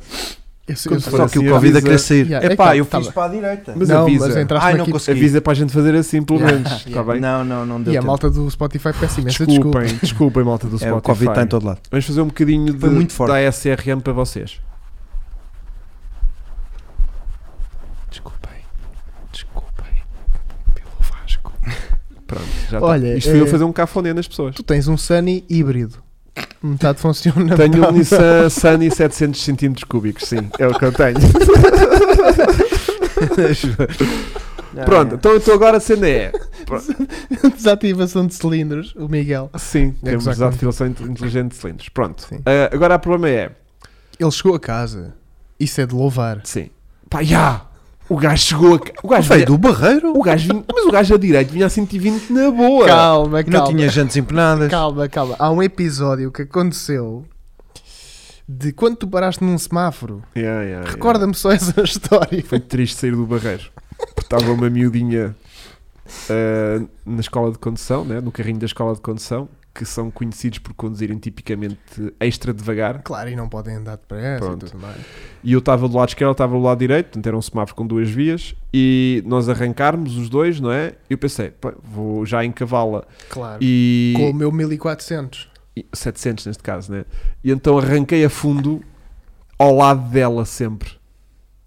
Speaker 3: Eu, eu-
Speaker 1: Quando for
Speaker 3: eu-
Speaker 2: Só que
Speaker 1: assim,
Speaker 2: o Covid a
Speaker 1: avisa-
Speaker 2: querer sair.
Speaker 3: Yeah, é
Speaker 2: Epá,
Speaker 3: que
Speaker 2: eu
Speaker 3: tava.
Speaker 2: fiz para a direita.
Speaker 1: Mas
Speaker 3: não,
Speaker 1: avisa.
Speaker 3: mas entraste
Speaker 2: Ai, não
Speaker 3: aqui.
Speaker 2: consegui.
Speaker 1: Avisa para a gente fazer assim, pelo
Speaker 3: Yeah.
Speaker 1: menos. Está
Speaker 3: Yeah.
Speaker 1: bem?
Speaker 2: Não, não, não deu
Speaker 3: E a
Speaker 2: tempo.
Speaker 3: malta do Spotify peço imensa desculpa.
Speaker 1: Desculpem, desculpem, malta do
Speaker 2: É,
Speaker 1: Spotify.
Speaker 2: o Covid está em todo lado.
Speaker 1: Vamos fazer um bocadinho de,
Speaker 2: Foi muito forte.
Speaker 1: da SRM para vocês.
Speaker 3: Desculpem. Desculpem. Pelo Vasco.
Speaker 1: Pronto, já
Speaker 3: Olha,
Speaker 1: tá. Isto foi
Speaker 3: eh,
Speaker 1: eu fazer um cafoné nas pessoas.
Speaker 3: Tu tens um Sunny híbrido. Metade funciona.
Speaker 1: Tenho um
Speaker 3: metade-
Speaker 1: Nissan Sunny 700 cm cúbicos, sim, é o que eu tenho. Pronto, então, então agora a cena é.
Speaker 2: um.
Speaker 3: Desativação de cilindros, o Miguel.
Speaker 1: Sim,
Speaker 3: É
Speaker 1: temos
Speaker 3: exatamente.
Speaker 1: desativação inte- inteligente de cilindros. Pronto.
Speaker 3: Sim.
Speaker 1: Ah, agora o problema é.
Speaker 3: Ele chegou a casa. Isso é de louvar.
Speaker 1: Sim. Pá, já! O gajo chegou a. ca- O gajo,
Speaker 2: Veio
Speaker 1: vinha,
Speaker 2: do barreiro.
Speaker 1: o gajo vinha- Mas o gajo a direito vinha a 120 na boa.
Speaker 3: Calma,
Speaker 2: E Não
Speaker 3: calma.
Speaker 2: tinha jantes empenadas.
Speaker 3: Calma, calma. Há um episódio que aconteceu de quando tu paraste num semáforo.
Speaker 1: Yeah, yeah,
Speaker 2: É.
Speaker 1: yeah.
Speaker 3: Recorda-me só essa história.
Speaker 1: Foi triste sair do barreiro. Porque estava uma miudinha ah, na escola de condução, né? no carrinho da escola de condução, que são conhecidos por conduzirem tipicamente extra devagar.
Speaker 3: Claro, e não podem andar depressa
Speaker 1: Pronto.
Speaker 3: e tudo mais.
Speaker 1: E eu estava do lado esquerdo, ela estava do lado direito, portanto era um semáforo com duas vias. E nós arrancarmos os dois, não é? Eu pensei, pá, vou já em cavala.
Speaker 3: Claro.
Speaker 1: E.
Speaker 3: Com o meu 1400.
Speaker 1: e- 700 neste caso, né? E então arranquei a fundo ao lado dela sempre.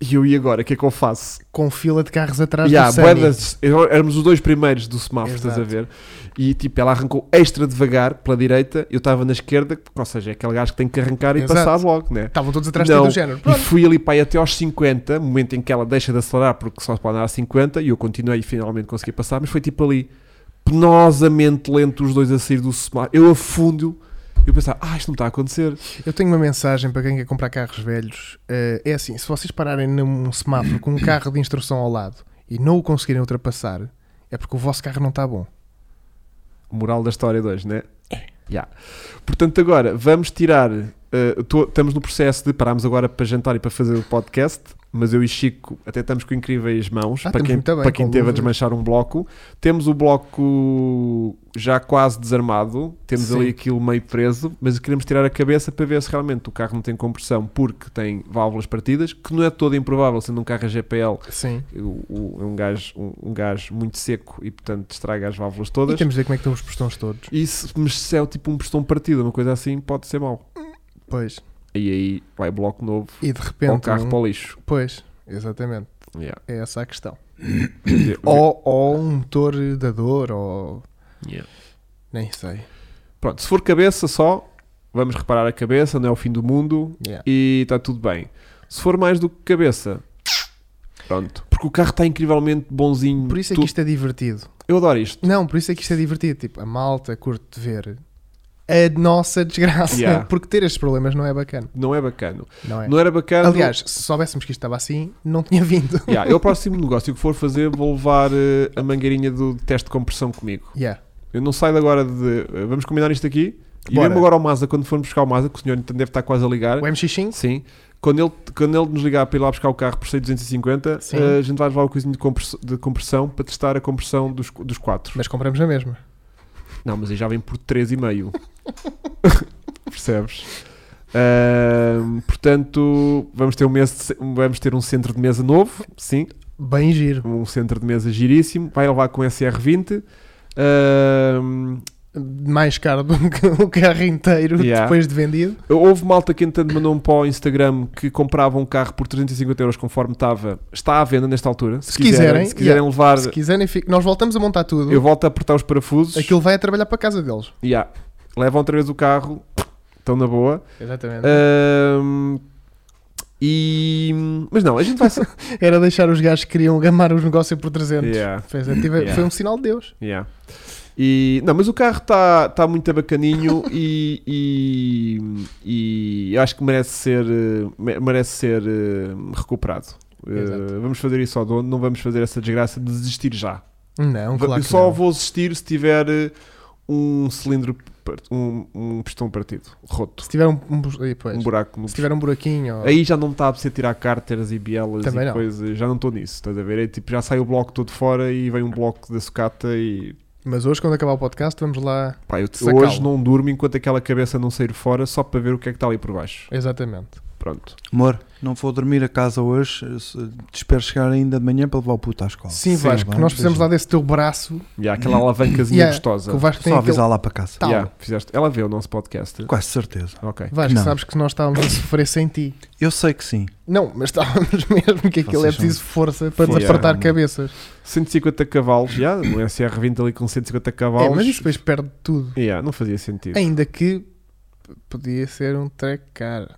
Speaker 1: E eu, e agora? O que é que eu faço?
Speaker 3: Com fila de carros atrás
Speaker 1: Yeah,
Speaker 3: do Sunny.
Speaker 1: bué das- eu- éramos os dois primeiros do semáforo, estás a
Speaker 3: Exato.
Speaker 1: ver? E tipo, ela arrancou extra devagar pela direita, eu estava na esquerda, ou seja, é aquele gajo que tem que arrancar e
Speaker 3: Exato.
Speaker 1: passar logo, né?
Speaker 3: Estavam todos atrás
Speaker 1: Não.
Speaker 3: de ti do género.
Speaker 1: E
Speaker 3: Pronto.
Speaker 1: fui ali para aí até aos 50, momento em que ela deixa de acelerar porque só pode andar a 50, e eu continuei e finalmente consegui passar, mas foi tipo ali, penosamente lento os dois a sair do semáforo. Eu afundo, eu pensava, ah, isto não está a acontecer.
Speaker 3: Eu tenho uma mensagem para quem quer comprar carros velhos. Eh, é assim: se vocês pararem num semáforo com um carro de instrução ao lado e não o conseguirem ultrapassar, é porque o vosso carro não está bom.
Speaker 1: Moral da história 2, né? É. Portanto, agora vamos tirar. eh, tô- estamos no processo de parámos agora para jantar e para fazer o podcast. Mas eu e Chico até estamos com incríveis mãos
Speaker 3: Ah,
Speaker 1: para
Speaker 3: estamos
Speaker 1: quem,
Speaker 3: muito bem,
Speaker 1: para quem
Speaker 3: com
Speaker 1: teve a
Speaker 3: luvas.
Speaker 1: desmanchar um bloco. Temos o bloco já quase desarmado, temos
Speaker 3: Sim.
Speaker 1: ali aquilo meio preso, mas queremos tirar a cabeça para ver se realmente o carro não tem compressão porque tem válvulas partidas, que não é todo improvável sendo um carro a GPL,
Speaker 3: Sim.
Speaker 1: o- o- é um gás, um, um gás muito seco e portanto estraga as válvulas
Speaker 3: E
Speaker 1: todas.
Speaker 3: temos de ver como é que estão os postões todos.
Speaker 1: E se, mas se é tipo um pressão partido, uma coisa assim, pode ser mau.
Speaker 3: Pois.
Speaker 1: E aí vai bloco novo
Speaker 3: E de
Speaker 1: para
Speaker 3: repente.
Speaker 1: o carro
Speaker 3: um-
Speaker 1: para o lixo.
Speaker 3: Pois, exatamente.
Speaker 1: Yeah.
Speaker 3: É essa a questão.
Speaker 1: Ou-
Speaker 3: Ou, ou um motor da dor, ou.
Speaker 1: Yeah.
Speaker 3: Nem sei.
Speaker 1: Pronto, se for cabeça só, vamos reparar a cabeça, não é o fim do mundo
Speaker 3: Yeah.
Speaker 1: e está tudo bem. Se for mais do que cabeça, pronto. Porque o carro está incrivelmente bonzinho.
Speaker 3: Por isso é
Speaker 1: Tu-
Speaker 3: que isto é divertido.
Speaker 1: Eu adoro isto.
Speaker 3: Não, por isso é que isto é divertido. Tipo, a malta curte de ver a nossa desgraça.
Speaker 1: Yeah.
Speaker 3: Porque ter estes problemas não é bacana.
Speaker 1: Não é bacana.
Speaker 3: Não é?
Speaker 1: Não era bacana.
Speaker 3: Aliás, se soubéssemos que isto estava assim, não tinha vindo.
Speaker 1: Yeah, eu o próximo negócio que for fazer, vou levar eh, a mangueirinha do teste de compressão comigo.
Speaker 3: Yeah.
Speaker 1: Eu não saio de agora de. eh, Vamos combinar isto aqui. E
Speaker 3: Bora.
Speaker 1: mesmo agora ao Mazda, quando formos buscar o Mazda, que o senhor então deve estar quase a ligar.
Speaker 3: O MX5?
Speaker 1: Sim. Quando ele, quando ele nos ligar para ir lá buscar o carro por 650,
Speaker 3: Sim.
Speaker 1: eh, a gente vai levar o coisinho de, compress- de compressão para testar a compressão dos, dos quatro.
Speaker 3: Mas compramos na mesma.
Speaker 1: Não, mas aí já vem por 3,5. Percebes? Ahm, portanto, vamos ter, um mês de ce- vamos ter um centro de mesa novo, sim,
Speaker 3: Bem giro.
Speaker 1: um centro de mesa giríssimo, vai levar com SR20. ahm,
Speaker 3: mais caro do que o carro inteiro
Speaker 1: Yeah.
Speaker 3: depois de vendido.
Speaker 1: Houve malta que entanto mandou-me para o Instagram que comprava um carro por 350 euros conforme estava. Está à venda nesta altura. Se,
Speaker 3: Se quiserem,
Speaker 1: se quiserem levar,
Speaker 3: Se quiserem, fi- nós voltamos a montar tudo.
Speaker 1: eu volto a apertar os parafusos.
Speaker 3: Aquilo vai a trabalhar para a casa deles.
Speaker 1: Yeah. Levam outra vez o carro. Estão na boa.
Speaker 3: Exatamente.
Speaker 1: Uh, Ahm,
Speaker 3: Uhum.
Speaker 1: e... Mas não, a gente vai... sa-
Speaker 3: Era deixar os gajos que queriam gamar os negócios por 300.
Speaker 1: yeah.
Speaker 3: Fez- tive-
Speaker 1: Yeah.
Speaker 3: Foi um sinal de Deus.
Speaker 1: Yeah. E, não, mas o carro está tá muito bacaninho e, e, e eu acho que merece ser, eh, me- merece ser eh, recuperado. Eh,
Speaker 3: Exato.
Speaker 1: vamos fazer isso ao dono, não vamos fazer essa desgraça de desistir já.
Speaker 3: Não,
Speaker 1: Va-
Speaker 3: claro
Speaker 1: eu
Speaker 3: que
Speaker 1: só
Speaker 3: não.
Speaker 1: vou desistir se tiver eh, um cilindro, par- um, um pistão partido, roto,
Speaker 3: Se tiver um, um bu- aí, pois.
Speaker 1: um buraco no
Speaker 3: se tiver um buraquinho. ou-
Speaker 1: Aí já não me está a apetecer tirar cárteras e bielas
Speaker 3: Também
Speaker 1: e
Speaker 3: não.
Speaker 1: coisas, já não estou nisso, estás a ver? É tipo, já sai o bloco todo fora e vem um bloco da sucata e
Speaker 3: Mas hoje, quando acabar o podcast, vamos lá.
Speaker 1: Pá, eu
Speaker 3: Sacá-lo.
Speaker 1: hoje não durmo enquanto aquela cabeça não sair fora só para ver o que é que está ali por baixo.
Speaker 3: Exatamente.
Speaker 1: Pronto.
Speaker 2: Amor, não vou dormir a casa hoje. eu se- Te espero chegar ainda de manhã para levar o puto à escola.
Speaker 3: Sim, Vasco,
Speaker 2: vá,
Speaker 3: porque nós precisamos lá
Speaker 2: beijinho.
Speaker 3: desse teu braço
Speaker 1: E há aquela alavancazinha
Speaker 3: Yeah,
Speaker 1: gostosa.
Speaker 3: que o Vasco tem.
Speaker 2: Só
Speaker 3: Aquele...
Speaker 2: avisar lá para casa.
Speaker 3: Tá.
Speaker 1: Yeah, fizeste. Ela vê o nosso podcast.
Speaker 2: Quase certeza.
Speaker 1: Ok.
Speaker 3: Vasco,
Speaker 2: Não.
Speaker 3: sabes que nós estávamos a sofrer sem ti.
Speaker 2: Eu sei que sim.
Speaker 3: Não, mas estávamos mesmo que aquilo é
Speaker 2: Vocês são-
Speaker 3: preciso força para nos
Speaker 1: Yeah.
Speaker 3: apertar cabeças. É,
Speaker 1: 150 cavalos. Yeah, um SR20 ali com 150 cavalos.
Speaker 3: É, mas isso depois perde tudo.
Speaker 1: Yeah, não fazia sentido.
Speaker 3: Ainda que p- podia ser um track car.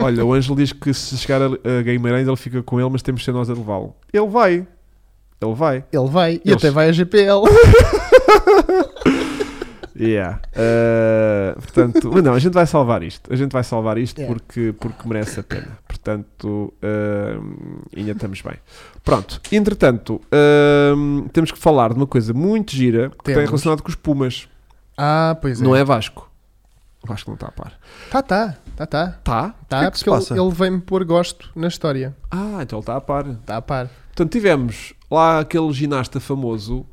Speaker 1: Olha, o Ângelo diz que se chegar a, a Guimarães ele fica com ele, mas temos de ser nós a levá-lo. Ele vai. Ele vai.
Speaker 3: Ele vai e
Speaker 1: Eles-
Speaker 3: até vai a GPL.
Speaker 1: Yeah. Uh, portanto, mas não, a gente vai salvar isto. A gente vai salvar isto
Speaker 3: Yeah.
Speaker 1: porque, porque merece a pena. Portanto, uh, ainda estamos bem. Pronto, entretanto, uh, temos que falar de uma coisa muito gira que tem
Speaker 3: Temos.
Speaker 1: relacionado com os Pumas.
Speaker 3: Ah, pois é.
Speaker 1: Não é Vasco. O Vasco não está a par.
Speaker 3: Tá, tá, tá, tá.
Speaker 1: Tá?
Speaker 3: Tá,
Speaker 2: que é que se
Speaker 3: porque
Speaker 2: passa?
Speaker 3: ele, ele vem-me pôr gosto na história.
Speaker 1: Ah, então ele está a par.
Speaker 3: Tá a par.
Speaker 1: Portanto, tivemos lá aquele ginasta famoso,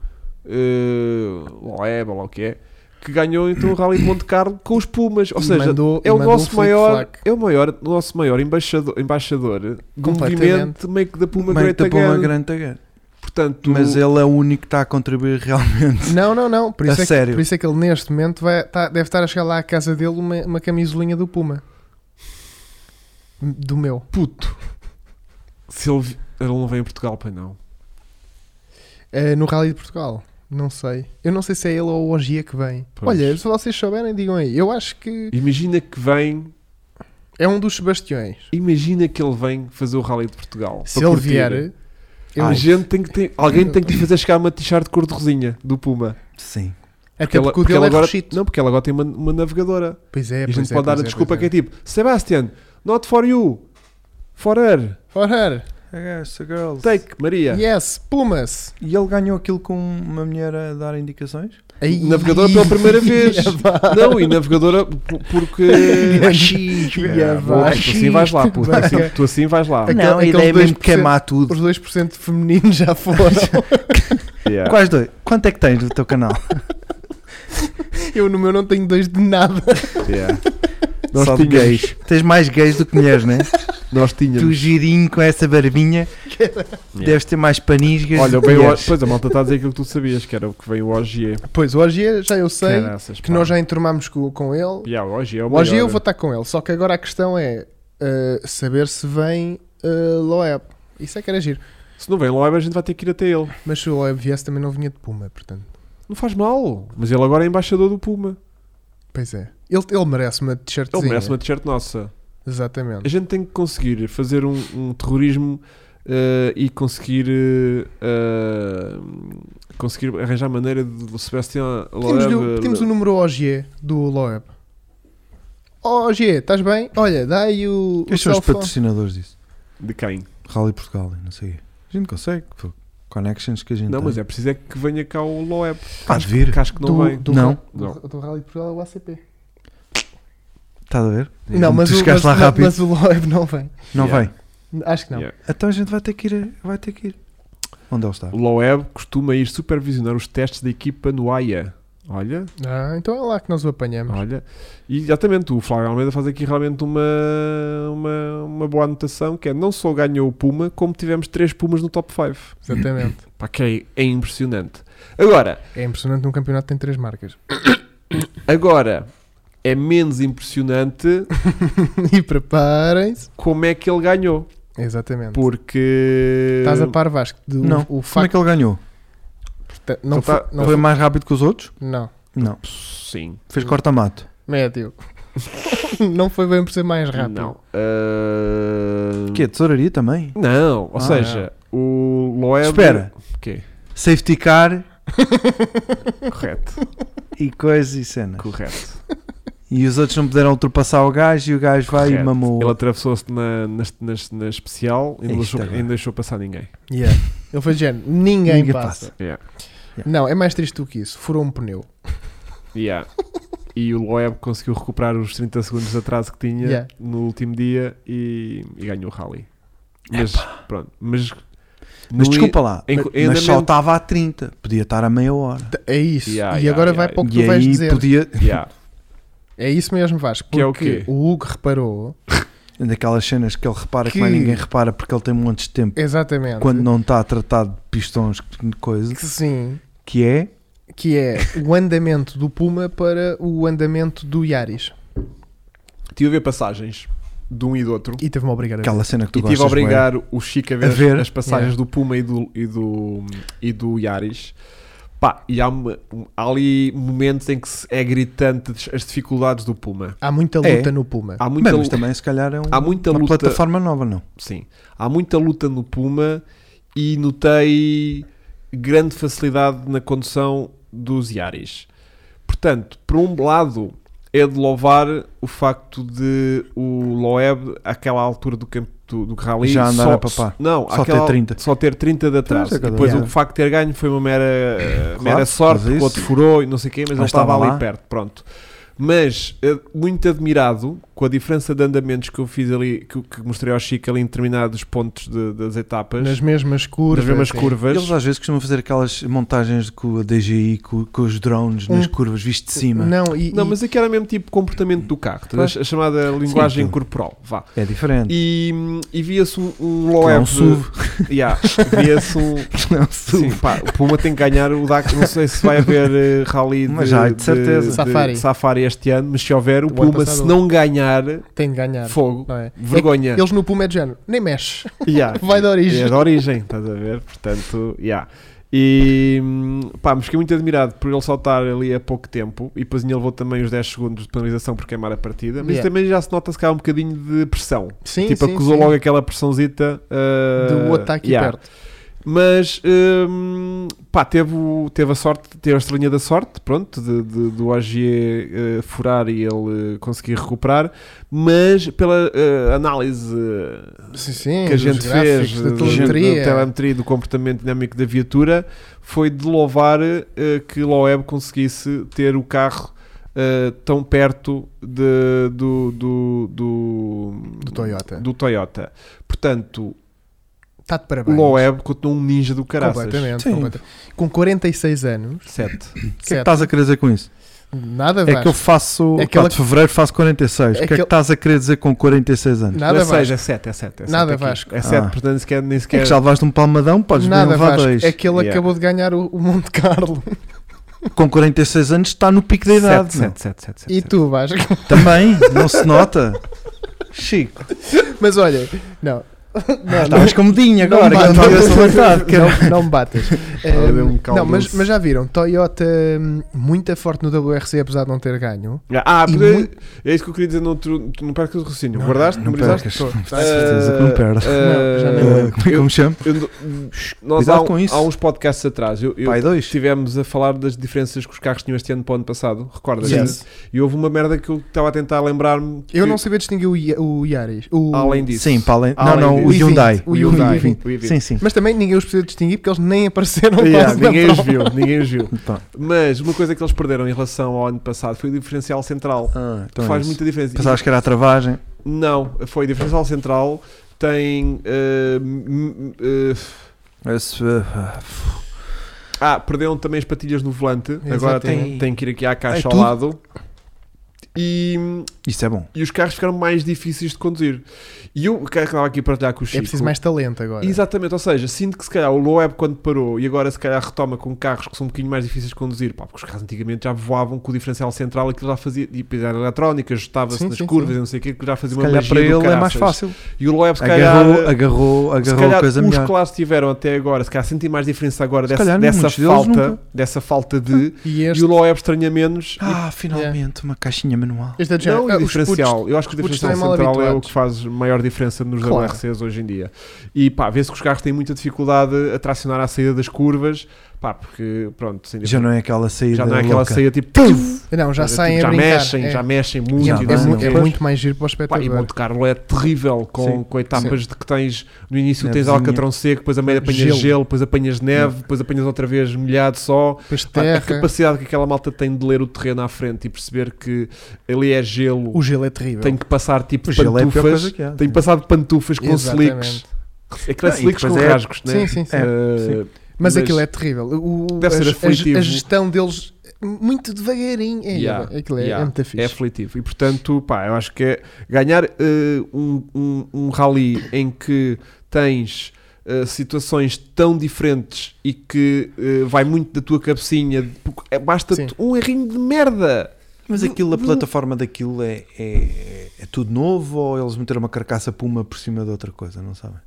Speaker 1: uh, Loeba, lá o que é, que ganhou então o Rally de Monte Carlo com os Pumas. Ou
Speaker 3: E
Speaker 1: seja,
Speaker 3: mandou-
Speaker 1: é
Speaker 3: e
Speaker 1: o
Speaker 3: mandou um
Speaker 1: nosso maior,
Speaker 3: flick-flack.
Speaker 1: é o maior, o nosso maior embaixador, embaixador do
Speaker 3: Completamente.
Speaker 1: movimento meio que da Puma
Speaker 2: Mãe
Speaker 1: Great
Speaker 2: da Puma
Speaker 1: Again.
Speaker 2: Grande Again.
Speaker 1: Portanto,
Speaker 2: Mas ele é o único que está a contribuir realmente.
Speaker 3: Não, não, não. Por
Speaker 2: A
Speaker 3: isso, é,
Speaker 2: sério?
Speaker 3: Que, por isso é que ele neste momento vai, tá- deve estar a chegar lá à casa dele uma, uma camisolinha do Puma. Do meu.
Speaker 1: puto, se ele, vi- ele não vem em Portugal, pai não.
Speaker 3: É, no Rally de Portugal. Não sei. Eu não sei se é ele ou o Ogia que vem.
Speaker 1: Pois.
Speaker 3: Olha, se vocês souberem, digam aí. Eu acho que
Speaker 1: Imagina que vem,
Speaker 3: é um dos Sebastiões.
Speaker 1: imagina que ele vem fazer o Rally de Portugal.
Speaker 3: Se
Speaker 1: para
Speaker 3: ele
Speaker 1: curtir.
Speaker 3: vier, eu-
Speaker 1: a gente tem que ter- alguém tem que lhe fazer chegar uma t-shirt de cor de rosinha do Puma.
Speaker 2: Sim.
Speaker 3: até porque,
Speaker 1: ela-
Speaker 3: o dele
Speaker 1: ela
Speaker 3: é
Speaker 1: agora,
Speaker 3: rochito.
Speaker 1: Não, porque ela agora tem uma, uma navegadora.
Speaker 3: Pois é,
Speaker 1: e a
Speaker 3: pois
Speaker 1: gente
Speaker 3: é,
Speaker 1: pode dar
Speaker 3: pois
Speaker 1: a
Speaker 3: é,
Speaker 1: desculpa que
Speaker 3: pois
Speaker 1: é tipo: Sebastian, not for you, for her,
Speaker 3: é. For her.
Speaker 2: é,
Speaker 1: take Maria.
Speaker 3: Yes, Pumas.
Speaker 2: E ele ganhou aquilo com uma mulher a dar indicações?
Speaker 3: Ai,
Speaker 1: Navegadora pela primeira vez.
Speaker 3: Epá.
Speaker 1: Não, e navegadora p- porque.
Speaker 2: Machismo.
Speaker 1: É,
Speaker 3: Yeah,
Speaker 1: boa, tu assim vais lá, puto. Tu assim, tu assim vais lá.
Speaker 3: Aquele-
Speaker 2: Não, a
Speaker 3: aqueles
Speaker 2: ideia é mesmo
Speaker 3: 2%.
Speaker 2: queimar tudo.
Speaker 3: Os 2% femininos já foram.
Speaker 1: Yeah.
Speaker 2: Quais dois? Quanto é que tens do teu canal?
Speaker 3: eu no meu não tenho dois de nada.
Speaker 1: Yeah. Nós,
Speaker 2: Só de
Speaker 1: tínhamos,
Speaker 2: gays. Tens mais gays do que mulheres, né?
Speaker 1: nós
Speaker 2: tu
Speaker 1: tínhamos.
Speaker 2: girinho com essa barbinha. Deves ter mais panisgas.
Speaker 1: Olha,
Speaker 2: do que
Speaker 1: bem, o-
Speaker 2: mulheres.
Speaker 1: pois a malta está a dizer aquilo que tu sabias, que era o que veio o OGE.
Speaker 3: Pois, o OG já eu sei
Speaker 1: Caraças,
Speaker 3: que
Speaker 1: pá.
Speaker 3: nós já enturmámos co- com, ele.
Speaker 1: Yeah, o OGE é o
Speaker 3: O OG eu
Speaker 1: maior.
Speaker 3: vou estar com ele. Só que agora a questão é uh, saber se vem uh, Loeb. Isso é que era giro.
Speaker 1: Se não vem Loeb, a gente vai ter que ir até ele.
Speaker 3: Mas se o Loeb viesse também não vinha de Puma, portanto.
Speaker 1: Não faz mal. Mas ele agora é embaixador do Puma.
Speaker 3: Pois é. Ele, ele merece uma t-shirtzinha.
Speaker 1: Ele merece uma t-shirt nossa. A
Speaker 3: Exatamente.
Speaker 1: gente tem que conseguir fazer um, um terrorismo eh, e conseguir eh, eh, conseguir arranjar maneira de Sebastião
Speaker 3: Pedimos-lhe o- Pedimos
Speaker 1: eh,
Speaker 3: o número OG do Loeb. Oh, OG, estás bem? Olha, dá aí o, o
Speaker 2: Quem são os
Speaker 3: cell phone.
Speaker 2: patrocinadores disso?
Speaker 1: de quem?
Speaker 2: Rally Portugal, não sei. A gente consegue. pô. Connections que a gente
Speaker 1: Não,
Speaker 2: tem.
Speaker 1: mas é preciso é que venha cá o Loeb.
Speaker 2: Faz
Speaker 1: Que
Speaker 2: vir.
Speaker 1: acho que não
Speaker 3: do,
Speaker 1: vem.
Speaker 3: do-
Speaker 2: Não.
Speaker 1: Não.
Speaker 3: do- do Rally de Portugal é o ACP.
Speaker 2: Estás a ver?
Speaker 3: Não, mas
Speaker 2: tu
Speaker 3: o,
Speaker 2: chegaste
Speaker 3: mas,
Speaker 2: lá
Speaker 3: não,
Speaker 2: rápido.
Speaker 3: mas o Loeb não vem.
Speaker 2: Não
Speaker 1: Yeah.
Speaker 2: vem.
Speaker 3: Acho que não.
Speaker 1: Yeah.
Speaker 2: Então a gente vai ter que ir. Vai ter que ir. Onde ele está?
Speaker 1: O Loeb costuma ir supervisionar os testes da equipa no AIA. Olha,
Speaker 3: Ah, então é lá que nós o apanhamos.
Speaker 1: olha. E exatamente, o Flávio Almeida faz aqui realmente uma, uma, uma boa anotação, que é não só ganhou o Puma, como tivemos três Pumas no top 5.
Speaker 3: Exatamente.
Speaker 1: Pá, que é é impressionante. Agora,
Speaker 3: É impressionante num campeonato tem três marcas.
Speaker 1: Agora, é menos impressionante
Speaker 3: e preparem-se.
Speaker 1: como é que ele ganhou.
Speaker 3: Exatamente.
Speaker 1: Porque.
Speaker 3: Estás a par, Vasco, do
Speaker 2: Não.
Speaker 3: o
Speaker 2: Como é
Speaker 3: facto.
Speaker 2: que ele ganhou?
Speaker 3: não,
Speaker 1: Ele tá-
Speaker 3: foi, não,
Speaker 2: Foi
Speaker 3: foi,
Speaker 2: mais rápido que os outros?
Speaker 3: não,
Speaker 2: Não.
Speaker 1: Sim.
Speaker 2: Fez corta-mato.
Speaker 3: médio. não foi bem por ser mais É rápido.
Speaker 1: Não. Ah,
Speaker 2: Que é tesouraria também?
Speaker 1: Não, ou
Speaker 2: Ah,
Speaker 3: é.
Speaker 1: seja, o Loeb.
Speaker 2: Espera.
Speaker 1: Ok,
Speaker 2: Safety car
Speaker 1: correto,
Speaker 2: e coisa e cena.
Speaker 1: correto.
Speaker 2: E os outros não puderam ultrapassar o gajo e o gajo vai e
Speaker 1: Correto.
Speaker 2: mamou.
Speaker 1: Ele atravessou-se na, na, na, na especial e não
Speaker 2: Isto
Speaker 1: deixou,
Speaker 2: é
Speaker 1: e
Speaker 2: bem.
Speaker 1: não deixou passar ninguém.
Speaker 3: Yeah. Ele foi de género, ninguém,
Speaker 2: Ninguém
Speaker 3: passa.
Speaker 2: passa.
Speaker 1: Yeah.
Speaker 2: Yeah.
Speaker 3: Não, é mais triste do que isso. Furou um pneu.
Speaker 1: Yeah. E o Loeb conseguiu recuperar os 30 segundos de atraso que tinha
Speaker 3: Yeah.
Speaker 1: no último dia e, e ganhou o rally. Mas pronto, mas.
Speaker 2: Mas
Speaker 1: no-
Speaker 2: desculpa lá,
Speaker 1: em-
Speaker 2: ma-
Speaker 1: em
Speaker 2: mas só
Speaker 1: andamento-
Speaker 2: estava a 30, podia estar a meia hora.
Speaker 3: D- É isso.
Speaker 1: Yeah,
Speaker 3: e
Speaker 1: yeah,
Speaker 3: agora
Speaker 1: yeah,
Speaker 3: vai para o que
Speaker 2: E
Speaker 3: tu vais
Speaker 2: aí
Speaker 3: dizer.
Speaker 2: podia.
Speaker 1: Yeah.
Speaker 3: É isso mesmo, Vasco.
Speaker 1: Que é o
Speaker 3: Porque
Speaker 1: quê?
Speaker 3: o Hugo reparou.
Speaker 2: Daquelas cenas que ele repara que,
Speaker 3: Que-
Speaker 2: mais ninguém repara porque ele tem um monte de tempo
Speaker 3: Exatamente.
Speaker 2: quando não está a tratar de pistões, que- coisa,
Speaker 3: Que sim.
Speaker 2: que é.
Speaker 3: Que é o andamento do Puma para o andamento do Yaris.
Speaker 1: Tive a ver passagens de um e do outro.
Speaker 3: E teve-me a obrigar a ver.
Speaker 2: Aquela cena que tu
Speaker 1: E
Speaker 2: gostas
Speaker 1: tive a
Speaker 2: bué.
Speaker 1: obrigar o Chico a ver,
Speaker 2: A ver.
Speaker 1: as passagens do Puma e do, e do, e do Yaris. Pá, e há, uma- há ali momentos em que se- é gritante as dificuldades do Puma.
Speaker 3: Há muita
Speaker 2: É.
Speaker 3: luta no Puma.
Speaker 1: Há muita,
Speaker 2: Bem, mas
Speaker 1: lu-
Speaker 2: também se calhar é um-
Speaker 1: há muita
Speaker 2: uma
Speaker 1: luta.
Speaker 2: plataforma nova, não.
Speaker 1: Sim, há muita luta no Puma e notei grande facilidade na condução dos Yaris. Portanto, por um lado, é de louvar o facto de o Loeb, àquela altura do campo do, do rally,
Speaker 2: Já andar
Speaker 1: só,
Speaker 2: a papar.
Speaker 1: Não,
Speaker 2: Só
Speaker 1: àquela-
Speaker 2: ter 30.
Speaker 1: Só ter 30 de atraso.
Speaker 2: 30
Speaker 1: E
Speaker 2: cada
Speaker 1: depois
Speaker 2: vez.
Speaker 1: o facto de ter ganho foi uma mera, eh,
Speaker 2: Claro,
Speaker 1: mera sorte,
Speaker 2: mas
Speaker 1: o
Speaker 2: isso-
Speaker 1: outro furou e não sei o quê, mas
Speaker 2: Mas
Speaker 1: ele estava
Speaker 2: estava
Speaker 1: ali
Speaker 2: lá.
Speaker 1: perto, pronto. Mas eh, muito admirado com a diferença de andamentos que eu fiz ali, que, que mostrei ao Chico ali em determinados pontos de- das etapas,
Speaker 3: Nas
Speaker 1: nas,
Speaker 3: mesmas curvas.
Speaker 1: mesmas
Speaker 3: sim.
Speaker 1: curvas.
Speaker 2: Eles às vezes costumam fazer aquelas montagens com a DGI, com, com os drones nas
Speaker 3: Um-
Speaker 2: curvas, visto de cima.
Speaker 3: Não, e,
Speaker 1: Não,
Speaker 3: e-
Speaker 1: mas aqui era mesmo tipo comportamento do carro, a,
Speaker 2: Pois.
Speaker 1: a chamada linguagem
Speaker 2: aquilo.
Speaker 1: corporal, vá.
Speaker 2: É diferente.
Speaker 1: E, e via-se um, um
Speaker 2: Não é
Speaker 1: Loeb.
Speaker 2: um SUV.
Speaker 1: Yeah, via-se um,
Speaker 2: Não é um
Speaker 1: Sim,
Speaker 2: SUV.
Speaker 1: pá, o Puma tem que ganhar o Dakar. Não sei se vai haver eh, rally de,
Speaker 2: Mas já há de certeza.
Speaker 3: Safari.
Speaker 1: Safari este ano, mas se houver, o
Speaker 3: O ano
Speaker 1: Puma, se
Speaker 3: passado.
Speaker 1: não ganhar,
Speaker 3: tem de ganhar.
Speaker 1: fogo,
Speaker 3: Não é?
Speaker 1: vergonha.
Speaker 3: É que Eles no Puma é de género. Nem mexe.
Speaker 1: Yeah.
Speaker 3: Vai da origem.
Speaker 1: É da origem, estás a ver? Portanto, yeah. E hum, pá, mas fiquei muito admirado por ele saltar ali a pouco tempo e depois ele levou também os 10 segundos de penalização por queimar a partida. Mas
Speaker 3: Yeah.
Speaker 1: também já se nota se calhar um bocadinho de pressão.
Speaker 3: Sim,
Speaker 1: tipo,
Speaker 3: sim,
Speaker 1: acusou
Speaker 3: sim.
Speaker 1: logo aquela pressãozita eh,
Speaker 3: Do outro está aqui
Speaker 1: yeah.
Speaker 3: perto.
Speaker 1: Mas hum, pá, teve, o- teve a sorte, teve a estrelinha da sorte, pronto, de, de- do Ogier eh, furar e ele eh, conseguir recuperar, mas pela eh, análise eh,
Speaker 3: Sim, sim.
Speaker 1: que a
Speaker 3: dos
Speaker 1: gente fez
Speaker 3: gráficos,
Speaker 1: eh,
Speaker 3: Da
Speaker 1: da
Speaker 3: telemetria.
Speaker 1: telemetria e do comportamento dinâmico da viatura foi de louvar eh, que Loeb conseguisse ter o carro eh, tão perto de- do, do, do,
Speaker 3: Do Toyota.
Speaker 1: do Toyota. Portanto,
Speaker 3: Está Tá de
Speaker 1: o
Speaker 3: parabéns.
Speaker 1: Loeb continua um ninja do caraças.
Speaker 3: É Completamente,
Speaker 2: Sim.
Speaker 3: completamente. Com 46 anos,
Speaker 1: Sete.
Speaker 2: O que é que estás a querer dizer com isso?
Speaker 3: nada
Speaker 2: É
Speaker 3: vai.
Speaker 2: que eu faço.
Speaker 3: É
Speaker 2: É
Speaker 3: aquela-
Speaker 2: de fevereiro faço 46. o que é que
Speaker 3: aquele-
Speaker 2: estás a querer dizer com 46 anos?
Speaker 1: Nada
Speaker 3: Nada
Speaker 1: é
Speaker 3: vai.
Speaker 1: 6, é 7, é 7. É
Speaker 3: Nada
Speaker 1: sete aqui.
Speaker 3: Vasco.
Speaker 1: É 7,
Speaker 2: Ah.
Speaker 1: portanto nem sequer. Nem
Speaker 2: É
Speaker 1: sequer...
Speaker 2: que já levaste um palmadão, podes bem
Speaker 3: Nada
Speaker 2: levar
Speaker 3: Vasco.
Speaker 2: dois.
Speaker 3: É que ele
Speaker 1: Yeah.
Speaker 3: acabou de ganhar o, o Monte Carlo.
Speaker 2: Com 46 anos está no pico da idade.
Speaker 3: é?
Speaker 2: meu.
Speaker 1: 7, 7, 7,
Speaker 3: E tu, Vasco.
Speaker 2: Também, não se nota. Chico,
Speaker 3: Mas olha, não.
Speaker 1: Ah,
Speaker 3: Não, não,
Speaker 2: estavas comedinho agora, que
Speaker 3: não
Speaker 2: não tinha essa vontade. que era-
Speaker 3: batas. Não, não me batas.
Speaker 1: Ela deu um
Speaker 3: Ahm,
Speaker 1: caldo
Speaker 3: não, mas,
Speaker 1: doce.
Speaker 3: mas já viram, Toyota hum, muito forte no WRC, apesar de não ter ganho.
Speaker 1: Ah,
Speaker 3: E
Speaker 1: porque-
Speaker 3: muito-
Speaker 1: é isso que eu queria dizer. Não, tu, tu não percas o raciocínio. Guardaste?
Speaker 2: Não
Speaker 1: memorizaste?
Speaker 2: percas,
Speaker 3: Tô.
Speaker 2: com certeza que não perdes.
Speaker 1: Ah,
Speaker 3: já
Speaker 2: Eh,
Speaker 3: não
Speaker 1: ah,
Speaker 2: Como é que eu me chamo?
Speaker 1: eu- eu- Nós
Speaker 2: cuidado
Speaker 1: há, um-
Speaker 2: com isso.
Speaker 1: há uns podcasts atrás. Eu, eu,
Speaker 2: Pai 2.
Speaker 1: Estivemos a falar das diferenças que os carros tinham este ano para o ano passado, recordas?
Speaker 2: Yes.
Speaker 1: E houve uma merda que eu estava a tentar lembrar-me.
Speaker 3: Eu
Speaker 1: que-
Speaker 3: não sabia distinguir o, Ia- o Yaris. O,
Speaker 1: Além disso,
Speaker 2: Sim, para além. Não,
Speaker 1: Além
Speaker 2: não, o
Speaker 1: disso.
Speaker 2: Hyundai.
Speaker 3: O Hyundai.
Speaker 1: o i20.
Speaker 2: Sim, sim.
Speaker 3: Mas também ninguém os precisa distinguir porque eles nem apareceram
Speaker 1: Yeah,
Speaker 3: quase na
Speaker 1: ninguém os
Speaker 3: prova. É
Speaker 1: viu, ninguém os viu.
Speaker 2: Pá.
Speaker 1: Mas uma coisa que eles perderam em relação ao ano passado foi o diferencial central.
Speaker 2: Ah,
Speaker 1: que
Speaker 2: então é
Speaker 1: faz
Speaker 2: isso.
Speaker 1: muita diferença.
Speaker 2: Pensavas que era a travagem.
Speaker 1: Não, foi diferencial central. Tem. eh, m- m- eh,
Speaker 2: Esse, ah,
Speaker 1: ah, perderam também as patilhas no volante. Agora tem,
Speaker 3: Exatamente.
Speaker 1: tem que ir aqui à caixa
Speaker 2: É
Speaker 1: ao
Speaker 2: tudo?
Speaker 1: lado. E,
Speaker 2: Isso é bom.
Speaker 1: e os carros ficaram mais difíceis de conduzir. E eu que estava aqui a partilhar com o Chico.
Speaker 3: É preciso mais talento agora.
Speaker 1: Exatamente, ou seja, sinto que se calhar o Loeb quando parou e agora se calhar retoma com carros que são um bocadinho mais difíceis de conduzir, pá, porque os carros antigamente já voavam com o diferencial central, aquilo já fazia, e depois era eletrónica, ajustava-se
Speaker 3: Sim,
Speaker 1: nas
Speaker 3: sim,
Speaker 1: curvas
Speaker 3: sim.
Speaker 1: e não sei o que, que já fazia
Speaker 2: Se
Speaker 1: uma
Speaker 2: calhar
Speaker 1: magia
Speaker 2: para
Speaker 1: do
Speaker 2: ele é mais
Speaker 1: caraças.
Speaker 2: fácil.
Speaker 1: E o Loeb se calhar...
Speaker 2: Agarrou, agarrou,
Speaker 1: se
Speaker 2: agarrou
Speaker 1: calhar
Speaker 2: coisa
Speaker 1: os
Speaker 2: melhor.
Speaker 1: claros tiveram até agora, se calhar sentem mais diferença agora dessa,
Speaker 2: calhar
Speaker 1: dessa
Speaker 2: muitos deles
Speaker 1: falta,
Speaker 2: nunca.
Speaker 1: dessa falta de...
Speaker 3: E Ah, este,
Speaker 1: E o Loeb estranha menos... e-
Speaker 2: Ah, finalmente, uma caixinha manual.
Speaker 3: este é de
Speaker 1: não,
Speaker 3: género.
Speaker 1: e
Speaker 3: Ah,
Speaker 1: o
Speaker 3: os
Speaker 1: diferencial. Eu acho que o
Speaker 3: os putos
Speaker 1: diferencial
Speaker 3: estão mal
Speaker 1: central é o
Speaker 3: habituados.
Speaker 1: que faz maior diferença nos
Speaker 3: Claro.
Speaker 1: WRCs hoje em dia. E pá, vê-se que os carros têm muita dificuldade a tracionar à saída das curvas, pá, porque pronto, sem
Speaker 2: Já não é aquela saída
Speaker 1: já não é aquela
Speaker 2: louca.
Speaker 1: saída tipo.
Speaker 3: putos- Não, já
Speaker 1: tipo,
Speaker 3: saem
Speaker 1: já
Speaker 3: a brincar.
Speaker 1: mexem,
Speaker 3: é.
Speaker 1: já mexem
Speaker 3: E
Speaker 1: muito.
Speaker 2: Já
Speaker 1: e
Speaker 3: é,
Speaker 1: não
Speaker 3: é
Speaker 1: sei
Speaker 3: mu-
Speaker 1: o quê.
Speaker 3: é muito mais giro para
Speaker 1: Pá,
Speaker 3: o
Speaker 1: e
Speaker 3: espectador.
Speaker 1: Monte Carlo é terrível com,
Speaker 2: Sim.
Speaker 1: com etapas de que tens no início tens
Speaker 2: Nevezinha.
Speaker 1: alcatrão seco, depois a meio apanhas gelo.
Speaker 3: Gelo.
Speaker 1: depois apanhas neve, depois apanhas outra vez molhado só.
Speaker 3: Depois
Speaker 1: Pá, a
Speaker 3: terra.
Speaker 1: capacidade que aquela malta tem de ler o terreno à frente e perceber que ali é gelo,
Speaker 3: O gelo é terrível.
Speaker 1: tem que passar tipo
Speaker 2: O
Speaker 1: de
Speaker 2: gelo é a pior
Speaker 1: pantufas,
Speaker 2: coisa que há.
Speaker 1: tem que passar de pantufas com
Speaker 3: Exatamente.
Speaker 1: slicks. Aquelas
Speaker 2: Não, e
Speaker 1: slicks com
Speaker 2: depois é-
Speaker 1: rasgos, né?
Speaker 3: Sim, sim, sim.
Speaker 1: Eh,
Speaker 2: sim.
Speaker 3: Mas
Speaker 1: Mas-
Speaker 3: aquilo é terrível. O, o-
Speaker 1: Deve ser
Speaker 3: a- a,
Speaker 1: aflitivo.
Speaker 3: a gestão deles, muito devagarinho. É,
Speaker 1: Yeah,
Speaker 3: Aquilo é,
Speaker 1: yeah.
Speaker 3: é muito
Speaker 1: É
Speaker 3: fixe.
Speaker 1: aflitivo. E portanto, pá, eu acho que é ganhar eh, um, um, um rally em que tens eh, situações tão diferentes e que eh, vai muito da tua cabecinha, de- porque é- basta-te
Speaker 3: Sim.
Speaker 1: um errinho de merda.
Speaker 2: Mas
Speaker 1: Não-
Speaker 2: aquilo, a
Speaker 1: não-
Speaker 2: plataforma daquilo é, é, é tudo novo ou eles meteram uma carcaça puma por cima de outra coisa, não sabem?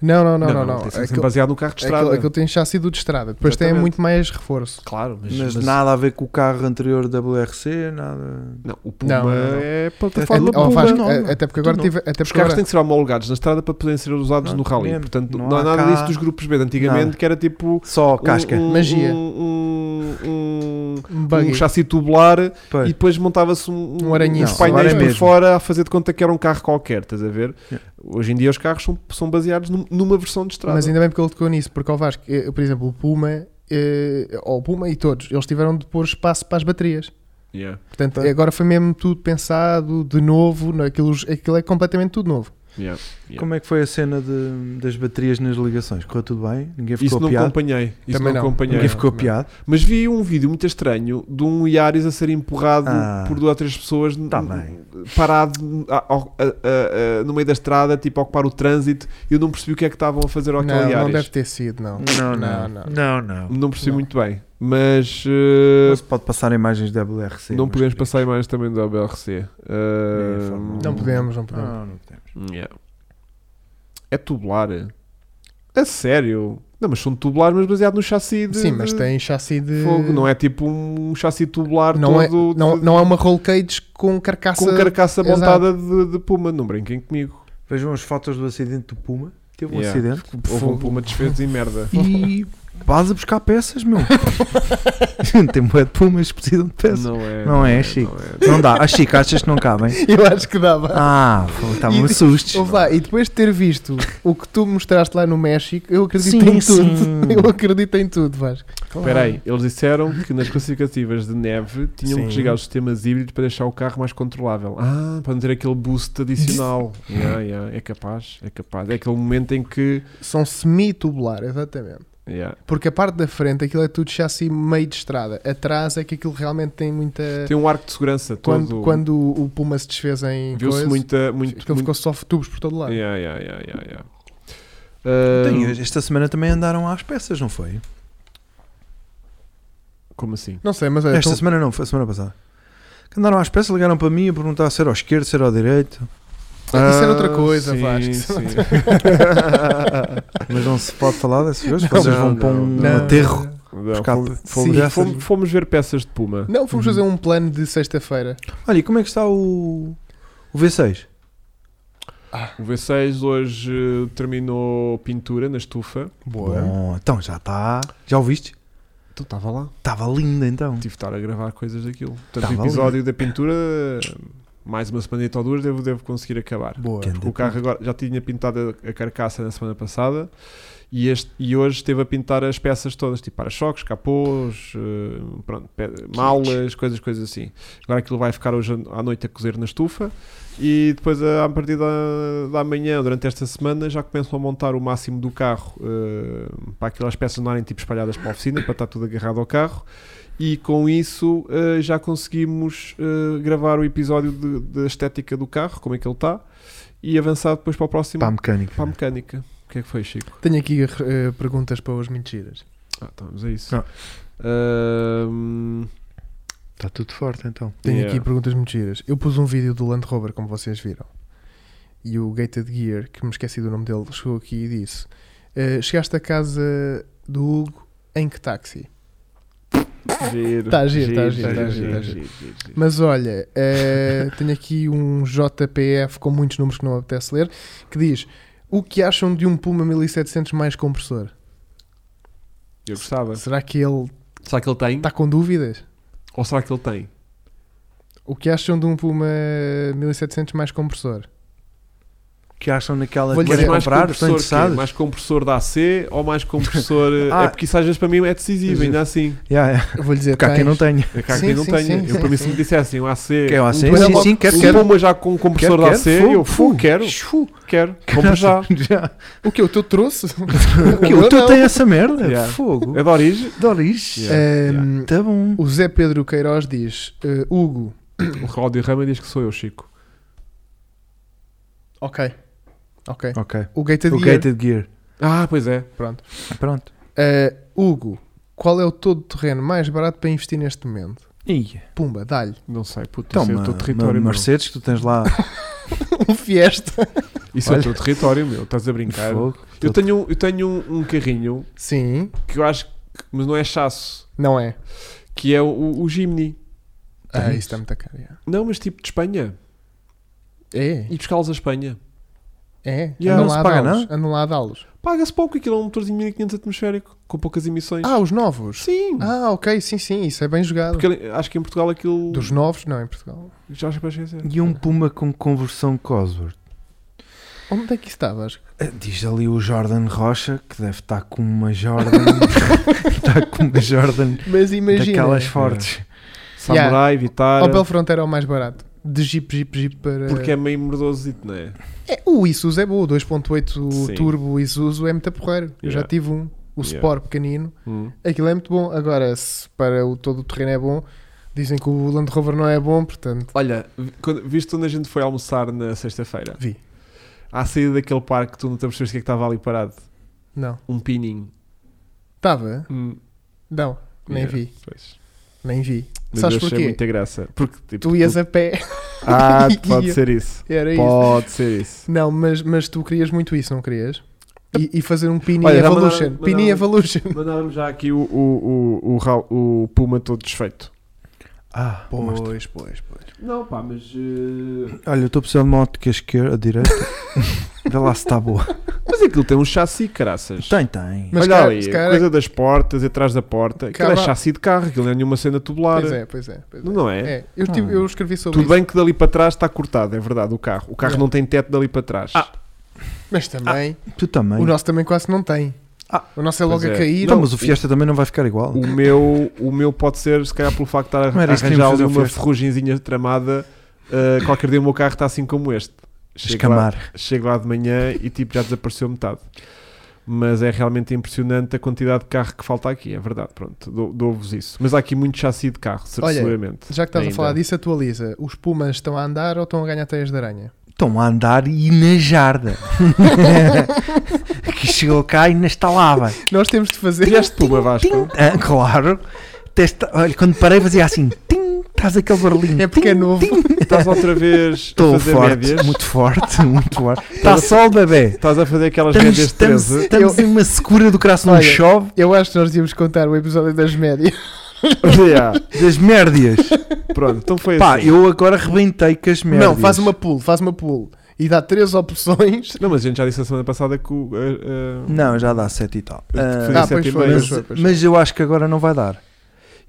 Speaker 3: Não, não, não, não. não,
Speaker 1: É tem que ser sempre
Speaker 3: Aquilo,
Speaker 1: baseado no carro de estrada.
Speaker 3: aquilo, aquilo tem chassi do de estrada. Depois tem
Speaker 1: Exatamente.
Speaker 3: muito mais reforço.
Speaker 1: Claro, mas,
Speaker 2: Mas,
Speaker 1: mas-
Speaker 2: nada a ver com o carro anterior WRC, nada.
Speaker 1: não, o Puma
Speaker 3: Não, não, não.
Speaker 1: é
Speaker 2: Fala
Speaker 1: plataforma
Speaker 3: Até-
Speaker 2: pelo
Speaker 3: oh,
Speaker 1: Puma.
Speaker 3: Vasco,
Speaker 2: nome.
Speaker 3: a- até porque agora
Speaker 2: Do
Speaker 3: tive. Até
Speaker 1: Os
Speaker 3: porque
Speaker 1: carros
Speaker 3: agora,
Speaker 1: têm que ser homologados na estrada para poderem ser usados
Speaker 2: Não,
Speaker 1: no rally.
Speaker 2: mesmo.
Speaker 1: Portanto,
Speaker 2: Não
Speaker 1: não, há
Speaker 2: há
Speaker 1: nada
Speaker 2: cá-
Speaker 1: disso dos grupos B de antigamente,
Speaker 2: nada.
Speaker 1: que era tipo.
Speaker 2: Só
Speaker 1: um-
Speaker 2: casca.
Speaker 1: um-
Speaker 3: Magia.
Speaker 1: um- um-
Speaker 3: um
Speaker 1: um
Speaker 3: buggy.
Speaker 1: chassi tubular
Speaker 2: Pois.
Speaker 1: e depois montava-se um,
Speaker 3: Um aranhice.
Speaker 1: uns
Speaker 3: Não,
Speaker 2: agora
Speaker 1: painéis
Speaker 2: é
Speaker 1: por
Speaker 2: mesmo.
Speaker 1: fora a fazer de conta que era um carro qualquer, estás a ver?
Speaker 2: Yeah.
Speaker 1: Hoje em dia os carros são, são baseados num- numa versão de estrada.
Speaker 3: Mas ainda bem porque ele tocou nisso, porque ao Vasco, eh, por exemplo, o Puma, eh, ou o Puma e todos, eles tiveram de pôr espaço para as baterias.
Speaker 1: Yeah.
Speaker 3: Portanto,
Speaker 2: Tá.
Speaker 3: agora foi mesmo tudo pensado de novo, não, aquilo, aquilo é completamente tudo novo.
Speaker 1: Yeah. Yeah.
Speaker 2: Como é que foi a cena de- das baterias nas ligações? Correu tudo bem? Ninguém ficou
Speaker 1: Isso não
Speaker 2: piado?
Speaker 1: acompanhei. Isso
Speaker 3: Também
Speaker 1: não
Speaker 3: não.
Speaker 1: acompanhei.
Speaker 2: Ninguém ficou
Speaker 3: Não.
Speaker 2: piado?
Speaker 1: Mas vi um vídeo muito estranho de um Iaris a ser empurrado
Speaker 2: Ah.
Speaker 1: por duas ou três pessoas
Speaker 2: Tá
Speaker 1: n-
Speaker 2: bem.
Speaker 1: parado a- ao- a- a- a- no meio da estrada, tipo a ocupar o trânsito. e Eu não percebi o que é que estavam a fazer ao
Speaker 3: não,
Speaker 1: aquele
Speaker 3: não
Speaker 1: Iaris.
Speaker 3: deve ter sido, não. Não, não.
Speaker 2: Não, não.
Speaker 1: Não percebi
Speaker 3: Não.
Speaker 1: muito bem. Mas eh,
Speaker 2: Não se pode passar imagens de WRC.
Speaker 1: não
Speaker 2: mas-
Speaker 1: podemos passar imagens também do ABRC. Eh,
Speaker 2: Nem a Fórmula um.
Speaker 3: Não podemos, não podemos.
Speaker 2: Não, não podemos.
Speaker 1: Yeah. É tubular. é? A sério. Não, mas são tubular, mas baseado no chassi de,
Speaker 3: Sim, mas
Speaker 1: de
Speaker 3: tem chassi de.
Speaker 1: fogo. Não é tipo um chassi tubular
Speaker 3: Não é,
Speaker 1: todo
Speaker 3: não,
Speaker 1: de-
Speaker 3: não é uma roll cage com carcaça.
Speaker 1: com carcaça
Speaker 3: Exato.
Speaker 1: montada de, de puma. Não brinquem comigo.
Speaker 2: Vejam as fotos do acidente do Puma. Teve um
Speaker 1: Yeah.
Speaker 2: acidente.
Speaker 1: Houve um puma desfeito e merda.
Speaker 2: E vas a buscar peças, meu. Gente, tem moeda de Pumas, precisam de peças.
Speaker 1: Não é.
Speaker 2: Não é, Chico.
Speaker 1: não é.
Speaker 2: Não, dá. Ah, Chico, achas que não cabem?
Speaker 3: Eu acho que dava.
Speaker 2: Ah, está-me
Speaker 3: E-
Speaker 2: assustos.
Speaker 3: Ouve lá, e depois de ter visto o que tu mostraste lá no México, eu acredito
Speaker 2: Sim,
Speaker 3: em tudo.
Speaker 2: sim.
Speaker 3: Eu acredito em tudo, Vasco.
Speaker 1: Espera aí, eles disseram que nas classificativas de neve tinham
Speaker 2: Sim.
Speaker 1: que chegar os sistemas híbridos para deixar o carro mais controlável. Ah, para não ter aquele boost adicional. yeah, yeah, é capaz, é capaz. É aquele momento em que.
Speaker 3: São semi-tubular, exatamente.
Speaker 1: yeah.
Speaker 3: Porque a parte da frente, aquilo é tudo chassi meio de estrada. Atrás é que aquilo realmente tem muita.
Speaker 1: Tem um arco de segurança
Speaker 3: quando,
Speaker 1: todo.
Speaker 3: quando o Puma se desfez em.
Speaker 1: Viu-se
Speaker 3: coisa,
Speaker 1: muita. Muito,
Speaker 3: Aquilo
Speaker 1: muito-
Speaker 3: ficou só tubos por todo lado.
Speaker 1: Yeah, yeah, yeah, yeah, yeah.
Speaker 2: Tem,
Speaker 1: Ah,
Speaker 2: Esta semana também andaram às peças, não foi?
Speaker 1: como assim?
Speaker 3: Não sei, mas olha,
Speaker 2: Esta
Speaker 3: tão-
Speaker 2: semana não, foi a semana passada. Que andaram às peças, ligaram para mim a perguntar se era ao esquerdo, se era ao direito.
Speaker 3: isso era outra
Speaker 1: Ah,
Speaker 3: coisa,
Speaker 1: sim,
Speaker 3: Vasco.
Speaker 1: sim.
Speaker 2: Mas não se pode falar dessas coisas,
Speaker 1: Não,
Speaker 2: vocês vão
Speaker 1: não,
Speaker 2: para um
Speaker 1: não.
Speaker 2: aterro.
Speaker 1: Não,
Speaker 2: Buscar-
Speaker 1: fomos-
Speaker 3: Sim,
Speaker 1: fomos,
Speaker 3: essas-
Speaker 1: fomos- fomos ver peças de puma.
Speaker 3: Não, fomos
Speaker 2: Uhum.
Speaker 3: fazer um plano de sexta-feira.
Speaker 2: Olha, e como é que está o, o V6?
Speaker 1: O V6 hoje eh, terminou pintura na estufa.
Speaker 2: Bom, então já está. Já o viste?
Speaker 1: Então estava lá.
Speaker 2: Estava linda então.
Speaker 1: Tive de estar a gravar coisas daquilo. Portanto,
Speaker 2: Tava
Speaker 1: o
Speaker 2: ali.
Speaker 1: episódio da pintura, mais uma semanita ou duas, devo, devo conseguir acabar.
Speaker 3: Boa.
Speaker 2: Ganda.
Speaker 1: O carro agora já tinha pintado a a carcaça na semana passada e, este, e hoje esteve a pintar as peças todas, tipo para-choques, capôs, eh, pronto, pe- malas, coisas, coisas assim. Agora aquilo vai ficar hoje à noite a cozer na estufa e depois a, a partir da, da manhã, durante esta semana, já começam a montar o máximo do carro eh, para aquelas peças não andarem tipo espalhadas para a oficina, para estar tudo agarrado ao carro. E com isso eh, já conseguimos eh, gravar o episódio de- da estética do carro, como é que ele está, e avançar depois para o próximo,
Speaker 2: Para a
Speaker 3: Tá.
Speaker 2: mecânica.
Speaker 1: para a mecânica. O que é que foi, Chico?
Speaker 3: Tenho aqui eh, perguntas para os mentiras.
Speaker 1: Ah, então, mas é isso.
Speaker 3: Tá.
Speaker 2: Ah.
Speaker 1: Ahm,
Speaker 2: Está tudo forte então.
Speaker 3: Tenho
Speaker 1: Yeah.
Speaker 3: aqui perguntas mentiras. Eu pus um vídeo do Land Rover, como vocês viram. E o Gated Gear, que me esqueci do nome dele, chegou aqui e disse: eh, Chegaste à casa do Hugo em que táxi?
Speaker 1: giro.
Speaker 3: Tá giro, tá giro, tá giro, tá Mas olha, eh, tenho aqui um JPF com muitos números que não apetece ler, que diz: O que acham de um Puma 1700 mais compressor?
Speaker 1: Eu gostava.
Speaker 3: Será que ele
Speaker 1: Será que ele tem?
Speaker 3: está com dúvidas?
Speaker 1: Ou será que ele tem?
Speaker 3: O que acham de um Puma 1700 mais compressor?
Speaker 4: que acham naquela
Speaker 3: Vou-lhe
Speaker 4: que
Speaker 3: dizer-
Speaker 4: querem
Speaker 1: é mais
Speaker 4: comprar, estão
Speaker 1: compressor, quê?
Speaker 4: interessados?
Speaker 1: mais compressor da AC ou mais compressor. eh,
Speaker 4: Ah.
Speaker 1: É porque isso às vezes para mim é decisivo, ainda assim.
Speaker 4: Yeah, yeah.
Speaker 3: Eu vou lhe dizer:
Speaker 2: Porque há quem
Speaker 3: tens-
Speaker 2: não tenha.
Speaker 1: É que há
Speaker 3: Sim,
Speaker 1: quem não
Speaker 3: sim,
Speaker 1: tenha.
Speaker 3: sim,
Speaker 1: eu
Speaker 3: sim,
Speaker 1: para mim,
Speaker 3: sim.
Speaker 1: se me dissessem um AC.
Speaker 4: Quer um AC?
Speaker 1: Puma-
Speaker 4: Sim, sim, quero,
Speaker 1: um
Speaker 4: quero.
Speaker 1: Puma já com compressor
Speaker 4: Quero,
Speaker 1: da AC,
Speaker 4: quero,
Speaker 1: eu
Speaker 4: fogo,
Speaker 1: fu, quero, quero, compro já.
Speaker 3: O que? O teu trouxe?
Speaker 2: O que? O
Speaker 3: Eu
Speaker 2: teu
Speaker 3: não.
Speaker 2: tem essa merda?
Speaker 1: Yeah.
Speaker 2: Fogo.
Speaker 1: É da origem.
Speaker 2: Doris.
Speaker 1: Yeah.
Speaker 3: Ahm,
Speaker 2: Tá bom.
Speaker 3: O Zé Pedro Queiroz diz: eh, Hugo,
Speaker 1: O Cláudio Rama diz que sou eu, Chico.
Speaker 3: ok, ok.
Speaker 2: Ok.
Speaker 3: O Gated
Speaker 4: O
Speaker 3: Gear,
Speaker 4: Gated Gear.
Speaker 1: Ah, pois é.
Speaker 3: pronto.
Speaker 2: Pronto.
Speaker 3: Eh, Hugo, qual é o todo terreno mais barato para investir neste momento?
Speaker 2: Ih,
Speaker 3: Pumba, dá-lhe
Speaker 1: Não sei, puto,
Speaker 4: Então,
Speaker 1: isso é o
Speaker 4: uma-
Speaker 1: teu
Speaker 4: uma
Speaker 1: território meu.
Speaker 4: Mercedes que tu tens lá.
Speaker 3: um Fiesta.
Speaker 1: Isso é o
Speaker 2: Olha.
Speaker 1: teu território meu, estás a brincar.
Speaker 4: Fogo.
Speaker 1: Eu tenho, eu tenho um, um carrinho
Speaker 3: Sim,
Speaker 1: que eu acho que mas não é chasso,
Speaker 3: não é?
Speaker 1: que é o, o Jimny.
Speaker 3: Ah,
Speaker 2: Tens?
Speaker 3: isso está muito caro. yeah.
Speaker 1: Não, mas tipo de Espanha.
Speaker 3: É,
Speaker 1: E buscá-los a Espanha.
Speaker 3: é.
Speaker 1: Yeah.
Speaker 3: Andam
Speaker 4: Não
Speaker 3: lá
Speaker 4: se
Speaker 3: a
Speaker 4: paga,
Speaker 3: dá-los. Andam lá a dá-los.
Speaker 1: Paga-se pouco, aquilo é um motorzinho 1500 atmosférico, com poucas emissões.
Speaker 3: Ah, os novos?
Speaker 1: sim!
Speaker 3: Ah, ok, sim, sim, isso é bem jogado.
Speaker 1: Porque ele- acho que em Portugal aquilo.
Speaker 3: Dos novos, não, em Portugal.
Speaker 1: Já acho que vai esquecer.
Speaker 2: E um Puma com conversão Cosworth.
Speaker 3: Onde é que isso está, Vasco?
Speaker 2: Eh, Diz ali o Jordan Rocha que deve estar com uma Jordan. está com uma Jordan
Speaker 3: Mas imagina.
Speaker 2: daquelas fortes.
Speaker 1: Samurai, Vitara.
Speaker 3: Opel Frontera é o mais barato. De Jeep, Jeep, Jeep para.
Speaker 1: Porque é meio merdosito, não é?
Speaker 3: É, o Isuzu é bom, o 2.8
Speaker 1: Sim.
Speaker 3: turbo Isuzu é muito porreiro. Eu já
Speaker 1: Yeah.
Speaker 3: tive um, o
Speaker 1: Yeah.
Speaker 3: Sport pequenino,
Speaker 1: Hum.
Speaker 3: aquilo é muito bom. Agora, se para o todo o terreno é bom, dizem que o Land Rover não é bom, portanto,
Speaker 1: Olha, vi- quando, viste onde a gente foi almoçar na sexta-feira?
Speaker 3: vi.
Speaker 1: À saída daquele parque, tu não te percebes o que é que estava ali parado?
Speaker 3: Não.
Speaker 1: Um pininho.
Speaker 3: Estava?
Speaker 1: Hum.
Speaker 3: Não, nem
Speaker 1: Yeah,
Speaker 3: vi,
Speaker 1: Pois.
Speaker 3: nem vi.
Speaker 1: Mas
Speaker 3: Sabes
Speaker 1: eu achei
Speaker 3: porquê?
Speaker 1: muita graça. Porque tipo,
Speaker 3: Tu ias a pé,
Speaker 1: Ah, pode
Speaker 3: Ia.
Speaker 1: ser isso.
Speaker 3: era isso.
Speaker 1: Pode ser isso.
Speaker 3: Não, mas, mas tu querias muito isso, não querias? E, e fazer um Pini
Speaker 1: Olha, já
Speaker 3: Evolution.
Speaker 1: mandaram-
Speaker 3: Pini
Speaker 1: mandaram-
Speaker 3: Evolution.
Speaker 1: Mandávamos já aqui o, o, o, o, Ra- o Puma todo desfeito.
Speaker 2: Ah, mas-
Speaker 3: Pois, pois, pois.
Speaker 1: Não, pá, mas. eh,
Speaker 2: Olha, eu estou precisando de uma ótica esquerda, a direita. Vê lá se está boa.
Speaker 1: Mas aquilo tem um chassi, caraças.
Speaker 2: Tem, tem.
Speaker 3: Mas
Speaker 1: Olha
Speaker 3: cara-
Speaker 1: ali,
Speaker 3: se
Speaker 1: a
Speaker 3: cara-
Speaker 1: coisa das portas e atrás da porta. Aquilo é
Speaker 3: Cara-
Speaker 1: chassi de carro, aquilo não é nenhuma cena tubular.
Speaker 3: Pois é, pois é. Pois é.
Speaker 1: Não é?
Speaker 3: É, eu, tive-
Speaker 2: Ah.
Speaker 3: eu escrevi sobre
Speaker 1: Tudo
Speaker 3: isso.
Speaker 1: bem que dali para trás está cortado, é verdade, o carro. O carro
Speaker 3: Yeah.
Speaker 1: não tem teto dali para trás.
Speaker 2: Ah,
Speaker 3: Mas também.
Speaker 2: Tu também.
Speaker 3: O nosso também quase não tem.
Speaker 2: Ah,
Speaker 3: o nosso é
Speaker 1: pois
Speaker 3: logo a
Speaker 1: é.
Speaker 3: cair.
Speaker 2: Não, mas o Fiesta também não vai ficar igual.
Speaker 1: O meu, o meu pode ser, se calhar, pelo facto de estar
Speaker 2: Não
Speaker 1: a
Speaker 2: era isso que íamos
Speaker 1: arranjar ali
Speaker 2: fazer,
Speaker 1: uma
Speaker 2: Fiesta.
Speaker 1: ferrugenzinha tramada, uh, qualquer dia o meu carro está assim como este. Chego lá,
Speaker 2: Escamar.
Speaker 1: chego lá de manhã e tipo já desapareceu metade. Mas é realmente impressionante a quantidade de carro que falta aqui, é verdade. Pronto, dou- dou-vos isso. Mas há aqui muito chassi de carro, cer-
Speaker 3: Olha,
Speaker 1: seguramente.
Speaker 3: Já que estás
Speaker 1: Ainda.
Speaker 3: a falar disso, atualiza. Os Pumas estão a andar ou estão a ganhar teias de aranha?
Speaker 2: Estão a andar e na jarda. que chegou cá e na estalava.
Speaker 3: Nós temos de fazer.
Speaker 1: Criaste Puma, Vasco?
Speaker 2: Ah, claro. Testa- Olha, quando parei fazia assim. Tim, estás aquele barulhinho.
Speaker 3: É porque é
Speaker 2: Tim,
Speaker 3: novo.
Speaker 2: tim.
Speaker 1: Estás outra vez a
Speaker 2: Estou
Speaker 1: fazer
Speaker 2: forte,
Speaker 1: médias?
Speaker 2: muito forte, muito forte. Está sol, bebê.
Speaker 1: Estás a fazer aquelas
Speaker 2: Estamos,
Speaker 1: médias de
Speaker 2: estamos,
Speaker 1: 13?
Speaker 2: estamos em uma segura do crasso, não
Speaker 3: Olha.
Speaker 2: chove,
Speaker 3: Eu acho que nós íamos contar o episódio das médias.
Speaker 1: Yeah,
Speaker 2: das merdias.
Speaker 1: Pronto, então foi
Speaker 2: Pá,
Speaker 1: assim.
Speaker 2: eu agora rebentei com as merdas.
Speaker 3: Não, faz uma pull, faz uma pull. E dá três opções.
Speaker 1: Não, mas a gente já disse a semana passada que o. ah, ah,
Speaker 2: Não, já dá sete e tal.
Speaker 1: Eu te
Speaker 2: Ah,
Speaker 1: fiz
Speaker 3: Ah,
Speaker 1: sete
Speaker 3: pois
Speaker 1: e
Speaker 3: foi,
Speaker 1: meio.
Speaker 3: pois
Speaker 2: mas,
Speaker 3: foi, pois foi.
Speaker 2: mas eu acho que agora não vai dar.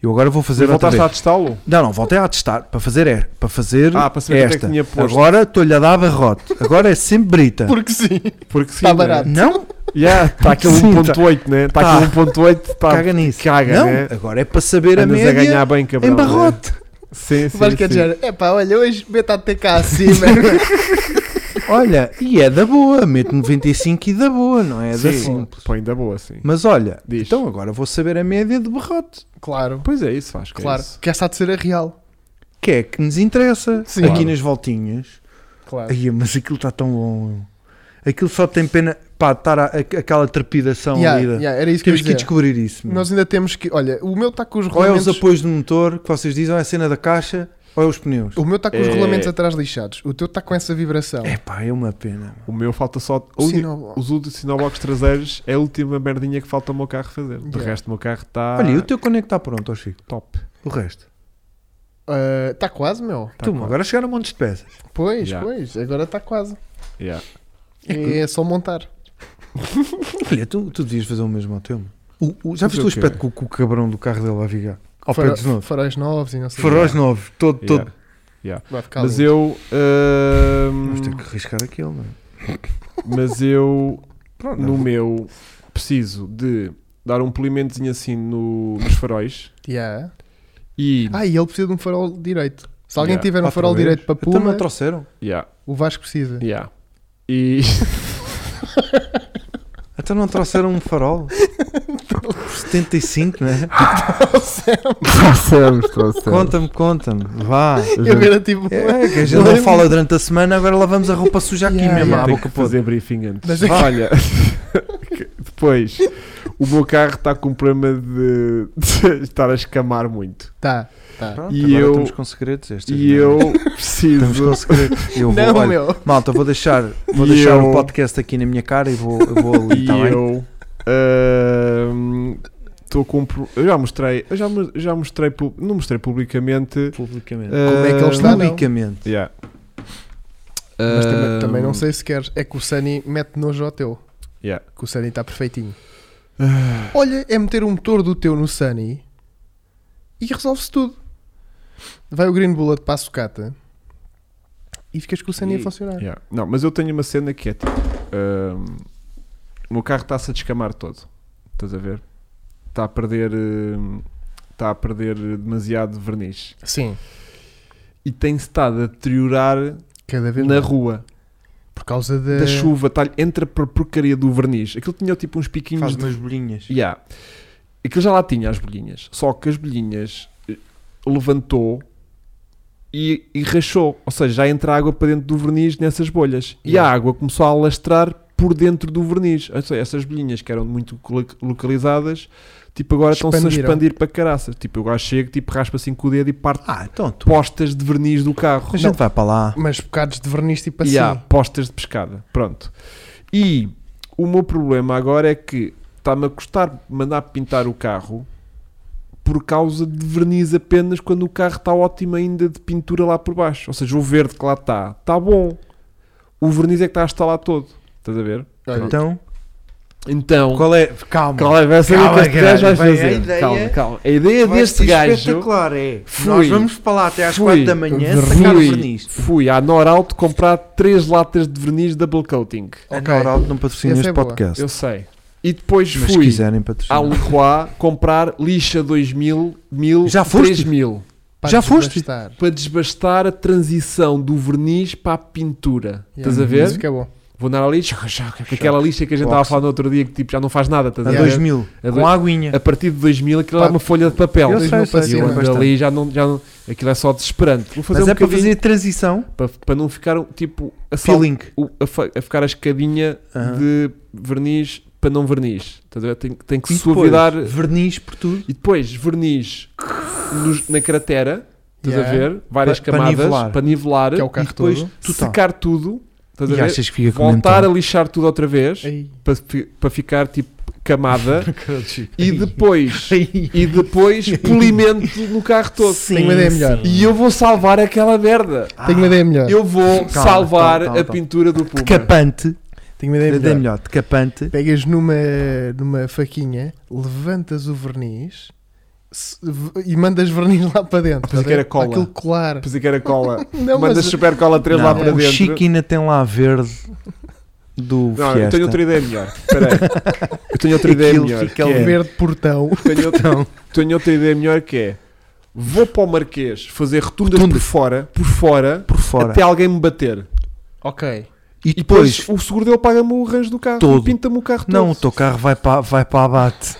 Speaker 2: Eu agora vou fazer
Speaker 1: Mas
Speaker 2: outra
Speaker 1: voltaste
Speaker 2: vez.
Speaker 1: a testá-lo?
Speaker 3: Tá
Speaker 2: Não, não, voltei a testar. Para fazer é. Para fazer
Speaker 1: Ah, para saber quanto é
Speaker 2: esta.
Speaker 1: que tinha posto.
Speaker 2: Agora estou-lhe a dar barrote. Agora é sempre brita.
Speaker 3: Porque sim.
Speaker 1: Porque sim,
Speaker 3: Tá
Speaker 1: né?
Speaker 3: barato.
Speaker 2: Não?
Speaker 1: Yeah, Está aquele
Speaker 2: Sim,
Speaker 1: 1.8, né? Está
Speaker 2: Tá.
Speaker 1: aquele 1.8, tá.
Speaker 2: caga nisso.
Speaker 1: caga,
Speaker 2: não,
Speaker 1: né?
Speaker 2: agora é para saber a
Speaker 1: Andas
Speaker 2: média
Speaker 1: a ganhar bem, cabrão.
Speaker 2: em barrote.
Speaker 1: Né? Sim,
Speaker 3: O
Speaker 1: sim,
Speaker 3: Vasco é de
Speaker 1: sim.
Speaker 3: género. Epá, olha, hoje beta até cá acima.
Speaker 2: Olha, e é da boa, mete 95 e da boa, não é da
Speaker 1: Sim,
Speaker 2: simples.
Speaker 1: Põe da boa, sim.
Speaker 2: Mas olha,
Speaker 1: Diz.
Speaker 2: então agora vou saber a média de barrote,
Speaker 3: Claro,
Speaker 1: Pois é, isso faz. que é
Speaker 3: claro.
Speaker 1: isso.
Speaker 3: Que essa há de ser a real.
Speaker 2: que é que nos interessa.
Speaker 3: Sim.
Speaker 2: Aqui
Speaker 1: Claro.
Speaker 2: nas voltinhas.
Speaker 3: Claro.
Speaker 2: Ai, mas aquilo está tão bom. meu. Aquilo só tem pena, pá, estar a- a- aquela trepidação
Speaker 3: Yeah,
Speaker 2: ali. da-
Speaker 3: yeah, era isso que eu
Speaker 2: Temos
Speaker 3: ia
Speaker 2: que
Speaker 3: dizer.
Speaker 2: descobrir isso. meu.
Speaker 3: Nós ainda temos que. Olha, o meu está com os
Speaker 2: Ou é os
Speaker 3: rolamentos.
Speaker 2: apoios do motor que vocês dizem, ou é a cena da caixa, ou é os pneus.
Speaker 3: O meu está com os
Speaker 1: É.
Speaker 3: rolamentos atrás lixados. O teu está com essa vibração.
Speaker 2: É pá, é uma pena.
Speaker 1: O meu falta só. o
Speaker 3: O
Speaker 1: único-
Speaker 3: sinal-
Speaker 1: Os últimos sinalbox traseiros é a última merdinha que falta o meu carro fazer. Do
Speaker 3: Yeah.
Speaker 1: resto, o meu carro está.
Speaker 2: Olha, e o teu quando é que está pronto, ó Chico?
Speaker 1: top.
Speaker 2: O resto.
Speaker 3: Ah, Está quase, meu.
Speaker 1: Tá
Speaker 2: tu,
Speaker 1: quase.
Speaker 2: agora chegaram montes de peças.
Speaker 3: Pois,
Speaker 1: Já.
Speaker 3: pois. Agora está quase.
Speaker 1: Yeah.
Speaker 3: É, é só montar.
Speaker 2: Olha, tu, tu devias fazer o mesmo ao teu. mano. O- o- já
Speaker 1: Fazer
Speaker 2: viste o
Speaker 1: o quê?
Speaker 2: aspecto que o, que o cabrão do carro dele vai ficar? Ao pé
Speaker 3: Faro-
Speaker 2: dos novos.
Speaker 3: Faróis novos e não sei. o quê.
Speaker 2: Faróis novos, todo, todo.
Speaker 1: Yeah.
Speaker 3: Vai ficar
Speaker 1: Mas
Speaker 3: lindo.
Speaker 1: eu. ahm,
Speaker 2: Vamos ter que arriscar aquilo, mano.
Speaker 1: mas eu.
Speaker 2: Pronto,
Speaker 1: No meu. Preciso de dar um polimentozinho assim no- nos faróis.
Speaker 3: Yeah.
Speaker 1: E.
Speaker 3: Ah, e ele precisa de um farol direito. Se alguém
Speaker 1: Yeah.
Speaker 3: tiver um farol direito para
Speaker 2: Também
Speaker 3: Puma,
Speaker 2: Então trouxeram.
Speaker 1: Yeah,
Speaker 3: o Vasco precisa.
Speaker 1: yeah. E.
Speaker 2: Até não trouxeram um farol. 75, né?
Speaker 1: Trouxemos, trouxemos.
Speaker 2: Conta-me, conta-me. Vá.
Speaker 3: Eu era tipo.
Speaker 2: É, que a gente não fala durante a semana, agora lavamos a roupa suja aqui
Speaker 3: Yeah,
Speaker 2: mesmo,
Speaker 3: yeah.
Speaker 1: Ah,
Speaker 2: à
Speaker 1: Tem
Speaker 2: boca
Speaker 1: que
Speaker 2: podre.
Speaker 1: fazer briefing antes.
Speaker 3: Mas-
Speaker 1: Olha, depois, o meu carro está com um problema de, de estar a escamar muito.
Speaker 3: Tá, tá.
Speaker 2: Pronto,
Speaker 1: E
Speaker 2: agora
Speaker 1: eu-
Speaker 2: estamos com segredos.
Speaker 1: E
Speaker 2: Estas merdas.
Speaker 1: eu
Speaker 2: Estamos
Speaker 1: preciso.
Speaker 2: com segredos. Eu vou,
Speaker 3: Não,
Speaker 2: olha,
Speaker 3: meu.
Speaker 2: Malta, vou deixar, vou
Speaker 1: E
Speaker 2: deixar o
Speaker 1: eu-
Speaker 2: podcast aqui na minha cara e vou, eu vou ali.
Speaker 1: E
Speaker 2: tá bem?
Speaker 1: eu. ahm, Estou com. um pro- Eu já mostrei. Eu já, mo- já mostrei. pu- Não mostrei publicamente.
Speaker 2: Publicamente.
Speaker 1: Como
Speaker 3: é que ele está? não.
Speaker 2: Publicamente.
Speaker 1: Yeah.
Speaker 3: Mas também,
Speaker 1: Ahm,
Speaker 3: também não sei se queres. É que o Sunny mete nojo ao teu.
Speaker 1: Yeah. Ah.
Speaker 3: Que o Sunny está perfeitinho. Olha, é meter um motor do teu no Sunny e resolve-se tudo. Vai o Green Bullet para a sucata e ficas com o Sunny a
Speaker 1: E-
Speaker 3: funcionar.
Speaker 1: yeah. Não, mas eu tenho uma cena que é tipo. ahm, o meu carro está-se a descamar todo. Estás a ver? Está a perder. ahm, Está a perder demasiado verniz.
Speaker 3: Sim,
Speaker 1: E tem-se estado a deteriorar
Speaker 3: cada vez
Speaker 1: na
Speaker 3: mais.
Speaker 1: rua.
Speaker 3: Por causa da,
Speaker 1: Da chuva, tá entra para a porcaria do verniz. Aquilo tinha tipo uns piquinhos
Speaker 2: Faz
Speaker 1: de
Speaker 2: umas bolinhas.
Speaker 1: Yeah. Aquilo já lá tinha as bolhinhas, só que as bolhinhas eh, levantou e, e rachou, ou seja, já entra água para dentro do verniz nessas bolhas. E
Speaker 3: Yeah.
Speaker 1: a água começou a alastrar por dentro do verniz. Ou seja, essas bolhinhas que eram muito colo- localizadas, tipo agora estão-se a
Speaker 3: Expandiram.
Speaker 1: expandir para caraças. Tipo, eu agora chego, tipo, raspa assim com o dedo e parte
Speaker 2: Ah, então tu.
Speaker 1: postas de verniz do carro.
Speaker 2: A gente vai para lá.
Speaker 3: Mas bocados de verniz tipo assim.
Speaker 1: E há postas de pescada. Pronto. E o meu problema agora é que está-me a custar mandar pintar o carro por causa de verniz apenas quando o carro está ótimo ainda de pintura lá por baixo. Ou seja, o verde que lá está, está bom. O verniz é que está a estalar todo. Estás a ver?
Speaker 3: Olha,
Speaker 2: Então,
Speaker 1: Então...
Speaker 2: qual é é? Calma.
Speaker 1: Qual é a
Speaker 2: Calma,
Speaker 1: que este gajo vai é
Speaker 2: caralho. Bem, a
Speaker 1: fazer?
Speaker 2: ideia-
Speaker 1: calma, calma. A ideia
Speaker 2: Vai
Speaker 1: deste
Speaker 2: ser
Speaker 1: gajo
Speaker 2: espetacular, é.
Speaker 1: Fui.
Speaker 2: Nós vamos para lá até às
Speaker 1: Fui.
Speaker 2: 4 da manhã
Speaker 1: Verniz.
Speaker 2: sacar o verniz.
Speaker 1: fui à Norauto comprar 3 latas de verniz double coating.
Speaker 2: A
Speaker 3: Ok.
Speaker 2: Norauto não patrocina
Speaker 3: Essa
Speaker 2: este
Speaker 3: é boa.
Speaker 2: podcast.
Speaker 1: Eu sei. E depois
Speaker 2: Mas se é?
Speaker 1: fui
Speaker 2: quiserem
Speaker 1: à
Speaker 2: patrocinar.
Speaker 1: Leroy comprar lixa 2000, 1000,
Speaker 2: Já foste?
Speaker 1: 3000
Speaker 3: para
Speaker 2: Já foste?
Speaker 3: desbastar.
Speaker 1: para desbastar a transição do verniz para a pintura.
Speaker 3: Yeah,
Speaker 1: Estás a
Speaker 3: Isso
Speaker 1: ver?
Speaker 3: que é bom.
Speaker 1: Vou andar ali, choc, choc, aquela lixa que a gente estava a falar no outro dia que tipo já não faz nada, estás
Speaker 2: A
Speaker 1: a
Speaker 3: Yeah.
Speaker 1: ver?
Speaker 2: 2000.
Speaker 1: A
Speaker 2: Com
Speaker 1: dois-
Speaker 2: aguinha.
Speaker 1: A partir de 2000 aquilo é uma folha de papel.
Speaker 2: Eu
Speaker 3: dois
Speaker 2: sei,
Speaker 3: mil
Speaker 2: sei,
Speaker 3: para
Speaker 1: E
Speaker 2: sei,
Speaker 1: eu
Speaker 3: cima.
Speaker 2: mas
Speaker 1: ando ali já não, já não. Aquilo é só desesperante. Vou fazer
Speaker 2: Mas
Speaker 1: um
Speaker 2: é para
Speaker 1: bocadinho
Speaker 2: fazer transição,
Speaker 1: para, para não ficar tipo a sal-
Speaker 2: peeling.
Speaker 1: o- a, fa- a ficar a escadinha
Speaker 2: Aham.
Speaker 1: de verniz para não verniz. Estás a ver? Tem, tem que
Speaker 2: E
Speaker 1: suavidar
Speaker 2: depois, verniz por tudo.
Speaker 1: E depois verniz nos- na cratera, estás
Speaker 3: Yeah.
Speaker 1: a ver? Várias
Speaker 2: Pa- pa
Speaker 1: camadas
Speaker 2: nivelar.
Speaker 1: para nivelar,
Speaker 3: Que é o
Speaker 2: E
Speaker 3: carro
Speaker 2: depois
Speaker 3: todo.
Speaker 2: tu tá.
Speaker 1: secar tudo, estás
Speaker 2: E
Speaker 1: a ver?
Speaker 2: achas que é fica com
Speaker 1: Voltar a lixar tudo outra vez
Speaker 3: Ei.
Speaker 1: para, fi- para ficar tipo camada
Speaker 2: a...
Speaker 1: e depois e depois polimento no carro todo.
Speaker 2: Sim,
Speaker 3: Tenho uma ideia melhor.
Speaker 2: sim.
Speaker 1: E eu vou salvar aquela merda.
Speaker 3: Tenho uma ideia melhor.
Speaker 1: Ah. Eu vou salvar a
Speaker 2: calma, calma. é
Speaker 1: pintura do Puma.
Speaker 2: Decapante.
Speaker 3: Tenho uma ideia
Speaker 2: Ideia melhor.
Speaker 3: melhor.
Speaker 2: Decapante.
Speaker 3: Pegas numa, numa faquinha, levantas o verniz se- v- e mandas verniz lá para dentro.
Speaker 1: Ah, pensei que era cola.
Speaker 3: Aquilo colar.
Speaker 1: Pensei que era cola.
Speaker 3: Não,
Speaker 1: Mandas
Speaker 3: mas é
Speaker 1: super cola 3 lá
Speaker 2: Não,
Speaker 1: para
Speaker 2: o
Speaker 1: dentro.
Speaker 2: Chico ainda tem lá a verde do
Speaker 1: Não, eu
Speaker 2: Fiesta.
Speaker 1: tenho outra ideia melhor. Espera aí. Eu tenho outra ideia
Speaker 2: Aquilo
Speaker 1: melhor.
Speaker 2: fica
Speaker 1: que
Speaker 2: é.
Speaker 3: um verde portão.
Speaker 1: Tenho, outra- tenho outra ideia melhor que é vou para o Marquês fazer rotundas
Speaker 2: Rotunda.
Speaker 1: por fora, por fora,
Speaker 2: por fora.
Speaker 1: até alguém me bater.
Speaker 3: ok.
Speaker 2: E
Speaker 1: E
Speaker 2: depois,
Speaker 1: depois o seguro dele paga-me o arranjo do carro
Speaker 2: Todo.
Speaker 1: e pinta-me o carro todo.
Speaker 2: não, o teu carro vai para, vai para abate.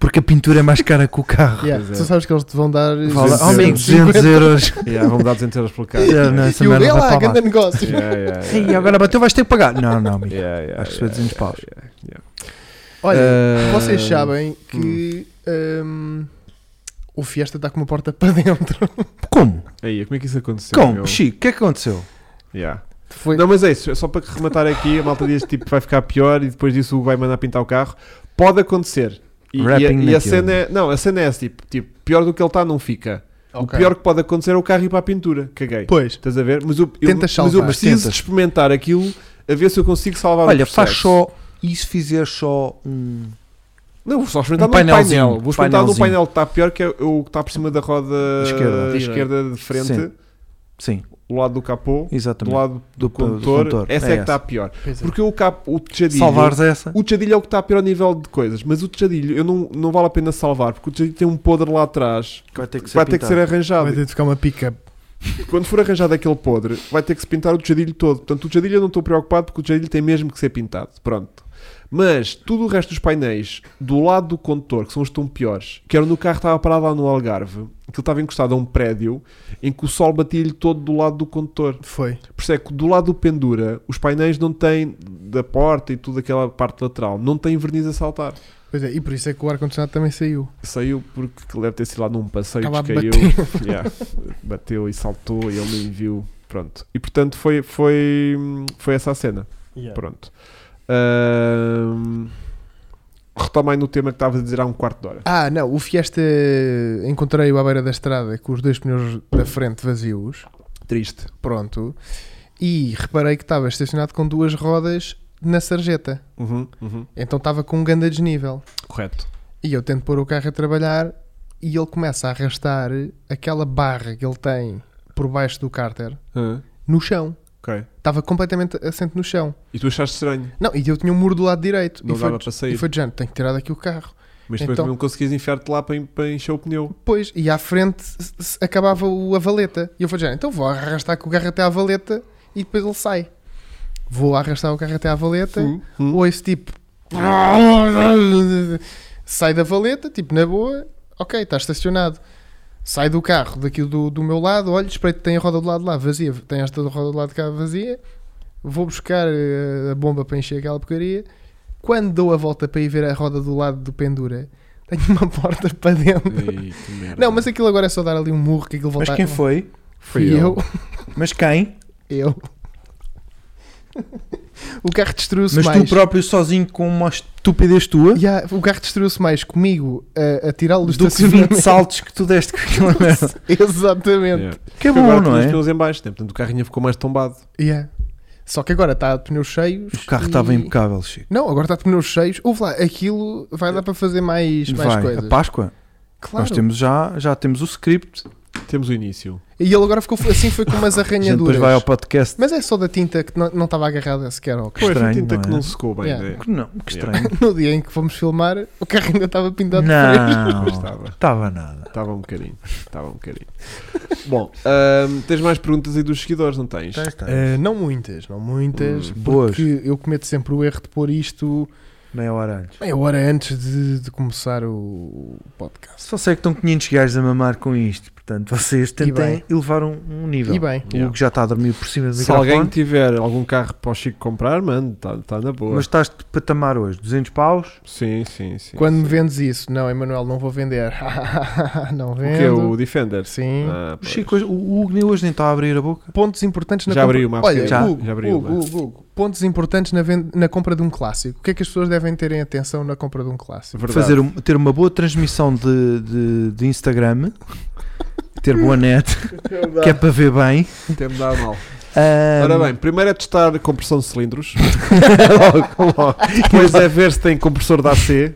Speaker 2: Porque a pintura é mais cara que o carro.
Speaker 3: Yeah,
Speaker 1: Pois é.
Speaker 3: Tu sabes que eles te vão dar eh,
Speaker 2: Fala,
Speaker 1: Duzentos
Speaker 2: homem,
Speaker 3: 250.
Speaker 2: 200 euros.
Speaker 1: Yeah, vão me dar 200 euros pelo carro.
Speaker 2: Yeah, não, essa
Speaker 3: E o
Speaker 2: merda
Speaker 3: dele
Speaker 2: vai
Speaker 3: lá,
Speaker 2: para
Speaker 3: grande
Speaker 2: baixo.
Speaker 3: negócio.
Speaker 1: Yeah, yeah, yeah,
Speaker 2: Ei, agora bateu, vais ter que pagar. Não, não, amigo.
Speaker 1: yeah, yeah,
Speaker 2: Acho que foi
Speaker 1: yeah,
Speaker 2: 200 paus.
Speaker 1: yeah, yeah.
Speaker 3: Olha,
Speaker 1: Ah,
Speaker 3: vocês sabem que hum, o Fiesta está com uma porta para dentro.
Speaker 2: Como?
Speaker 1: Aí, como é que isso aconteceu?
Speaker 2: Como?
Speaker 1: meu?
Speaker 2: Chico, o que é que aconteceu?
Speaker 1: Yeah.
Speaker 3: Foi,
Speaker 1: Não, mas é isso. Só para rematar aqui, a malta diz tipo vai ficar pior e depois disso o Hugo vai mandar pintar o carro. Pode acontecer. E, e a-
Speaker 2: Rapping
Speaker 1: e a
Speaker 2: naquilo.
Speaker 1: cena é, não, a cena é essa, tipo, tipo, pior do que ele está não fica. O
Speaker 3: Ok.
Speaker 1: pior que pode acontecer é o carro ir para a pintura. Caguei.
Speaker 3: Pois,
Speaker 1: Estás a ver? Mas eu, eu-
Speaker 3: Tenta
Speaker 1: mas eu
Speaker 3: salvar.
Speaker 1: preciso
Speaker 2: Tentas.
Speaker 1: de experimentar aquilo a ver se eu consigo salvar
Speaker 2: Olha,
Speaker 1: o
Speaker 2: faz
Speaker 1: processo.
Speaker 2: só. E se fizer só um.
Speaker 1: Não, vou só experimentar
Speaker 2: Um
Speaker 1: no painel.
Speaker 2: painelzinho,
Speaker 1: Vou experimentar no
Speaker 2: painelzinho.
Speaker 1: painel que está pior, que é o que está por cima da roda
Speaker 2: Esquerda.
Speaker 1: esquerda, de frente,
Speaker 2: Sim. Sim,
Speaker 1: do lado do capô, do
Speaker 2: exatamente.
Speaker 1: lado
Speaker 2: do,
Speaker 1: do condutor. Essa é, que está pior.
Speaker 3: pois é.
Speaker 1: Porque o, capo, o tejadilho-
Speaker 2: Salvares essa?
Speaker 1: O tejadilho é o que está pior a nível de coisas, mas o tejadilho eu não, não vale a pena salvar, porque o tejadilho tem um podre lá atrás.
Speaker 5: Vai ter que
Speaker 1: vai ter que ser
Speaker 3: vai
Speaker 1: arranjado.
Speaker 3: ter de ficar uma pick-up.
Speaker 1: Quando for arranjado aquele podre, vai ter que se pintar o tejadilho todo. Portanto, o tejadilho eu não estou preocupado porque o tejadilho tem mesmo que ser pintado. Pronto. Mas tudo o resto dos painéis do lado do condutor, que são os que estão piores, que era no carro que estava parado lá no Algarve, que ele estava encostado a um prédio em que o sol batia-lhe todo do lado do condutor.
Speaker 3: Foi.
Speaker 1: Por isso é que do lado do pendura, os painéis não têm, da porta e tudo aquela parte lateral, não têm verniz a saltar.
Speaker 3: Pois é, e por isso é que o ar-condicionado também saiu.
Speaker 1: Saiu porque aquilo deve ter sido lá num passeio
Speaker 3: Estava a
Speaker 1: que caiu.
Speaker 3: bater.
Speaker 1: Yeah. Bateu e saltou e ele nem viu. Pronto. E portanto foi, foi, foi essa a cena. Pronto. Ahm, retomei no tema que estava a dizer há um quarto de hora.
Speaker 3: Ah, não, o Fiesta encontrei-o à beira da estrada com os dois pneus da frente vazios.
Speaker 1: Triste.
Speaker 3: Pronto. E reparei que estava estacionado com duas rodas na sarjeta.
Speaker 1: Uhum, uhum.
Speaker 3: Então estava com um grande desnível.
Speaker 1: Correto.
Speaker 3: E eu tento pôr o carro a trabalhar e ele começa a arrastar aquela barra que ele tem por baixo do cárter
Speaker 1: Ah,
Speaker 3: no chão.
Speaker 1: ok.
Speaker 3: Estava completamente assente no chão.
Speaker 1: E tu achaste estranho?
Speaker 3: Não, e eu tinha um muro do lado direito.
Speaker 1: Não
Speaker 3: e,
Speaker 1: dava
Speaker 3: foi,
Speaker 1: para sair.
Speaker 3: e foi de género, tenho que tirar daqui o carro.
Speaker 1: Mas depois
Speaker 3: Então-
Speaker 1: também não conseguias enfiar-te lá para, en- para encher o pneu.
Speaker 3: Pois, e à frente se- se acabava o, a valeta. E eu falei, já, então vou arrastar com o carro até à valeta e depois ele sai. Vou arrastar o carro até à valeta,
Speaker 1: Hum.
Speaker 3: ou esse tipo sai da valeta, tipo na boa, ok, está estacionado. Sai do carro daqui do, do meu lado, olho, espreito, tem a roda do lado de lá vazia, tem esta roda do lado de cá vazia. Vou buscar eh, a bomba para encher aquela porcaria. Quando dou a volta para ir ver a roda do lado do pendura, tenho uma porta para dentro.
Speaker 1: Ei, que merda.
Speaker 3: Não, mas aquilo agora é só dar ali um murro que aquilo volta
Speaker 2: Mas quem foi?
Speaker 1: Fui
Speaker 3: Fui eu.
Speaker 2: Mas quem?
Speaker 3: Eu. o carro destruiu-se
Speaker 2: Mas
Speaker 3: mais.
Speaker 2: tu próprio sozinho com uma estupidez tua
Speaker 3: Yeah, o carro destruiu-se mais comigo eh, a, a tirá-lo do
Speaker 2: do que 20
Speaker 3: estacionamento.
Speaker 2: saltos que tu deste com aquela merda.
Speaker 3: Exatamente.
Speaker 1: Yeah.
Speaker 2: Que é
Speaker 1: Porque agora
Speaker 2: bom, não
Speaker 1: tinha os
Speaker 2: é?
Speaker 1: pneus em baixo, né? portanto o carrinho ficou mais tombado.
Speaker 3: Yeah. Só que agora está de pneus cheios.
Speaker 2: é? O carro
Speaker 3: e-
Speaker 2: estava impecável, Chico.
Speaker 3: Não, agora está de pneus cheios. Ouve lá, aquilo vai dar para fazer mais, mais
Speaker 2: Vai,
Speaker 3: coisas.
Speaker 2: a Páscoa,
Speaker 3: Claro.
Speaker 2: nós temos já, já temos o script,
Speaker 1: Temos o início.
Speaker 3: E ele agora ficou assim, foi com umas
Speaker 2: a gente depois vai ao
Speaker 3: arranhaduras.
Speaker 2: podcast.
Speaker 3: Mas é só da tinta que não, não estava agarrada sequer ao carro.
Speaker 1: Pois,
Speaker 2: estranho,
Speaker 1: a tinta
Speaker 2: não
Speaker 1: que
Speaker 2: é?
Speaker 1: não secou bem.
Speaker 3: Yeah.
Speaker 1: né?
Speaker 2: Que Não, que estranho.
Speaker 3: No dia em que fomos filmar, o carro ainda estava pintado de
Speaker 1: Mas
Speaker 2: Não,
Speaker 1: estava.
Speaker 2: estava nada.
Speaker 1: Estava um bocadinho, estava um bocadinho. Bom, ahm, tens mais perguntas aí dos seguidores, não tens?
Speaker 2: Então, eh,
Speaker 3: Uh, não muitas, não muitas,
Speaker 1: Hum,
Speaker 2: boas.
Speaker 3: porque eu cometo sempre o erro de pôr isto
Speaker 2: Meia hora antes.
Speaker 3: meia hora antes de, de começar o podcast.
Speaker 2: Só sei que estão 500 gajos a mamar com isto, portanto vocês tentem
Speaker 3: bem.
Speaker 2: elevar um, um
Speaker 1: Então.
Speaker 2: nível.
Speaker 3: E bem,
Speaker 2: O que já está a dormir por cima do
Speaker 1: Se
Speaker 2: microfone.
Speaker 1: alguém tiver algum carro para o Chico comprar, mano, está na boa.
Speaker 2: Mas estás de patamar hoje, 200 paus.
Speaker 1: Sim, sim, sim.
Speaker 3: quando me
Speaker 1: sim.
Speaker 3: vendes isso, não, Emanuel, não vou vender. não
Speaker 1: O que é
Speaker 3: vendo.
Speaker 1: o Defender?
Speaker 3: Sim.
Speaker 1: Ah,
Speaker 2: O
Speaker 1: pois.
Speaker 2: Chico, hoje- o Hugo nem hoje nem está a abrir a boca.
Speaker 3: Pontos importantes na
Speaker 1: Já
Speaker 3: compra.
Speaker 1: abriu uma
Speaker 3: Olha,
Speaker 1: pequena- já-
Speaker 3: Hugo,
Speaker 1: já abriu
Speaker 3: Hugo,
Speaker 1: uma.
Speaker 3: Hugo, Hugo, pontos importantes na, ven- na compra de um clássico. O que é que as pessoas devem ter em atenção na compra de um clássico?
Speaker 1: Verdade.
Speaker 2: Fazer um- ter uma boa transmissão de, de, de Instagram, ter boa net, que é para ver bem.
Speaker 1: Até me dá mal.
Speaker 2: Ahm,
Speaker 1: Ora bem, primeiro é testar compressão de cilindros. logo, logo. Depois é ver se tem compressor da AC,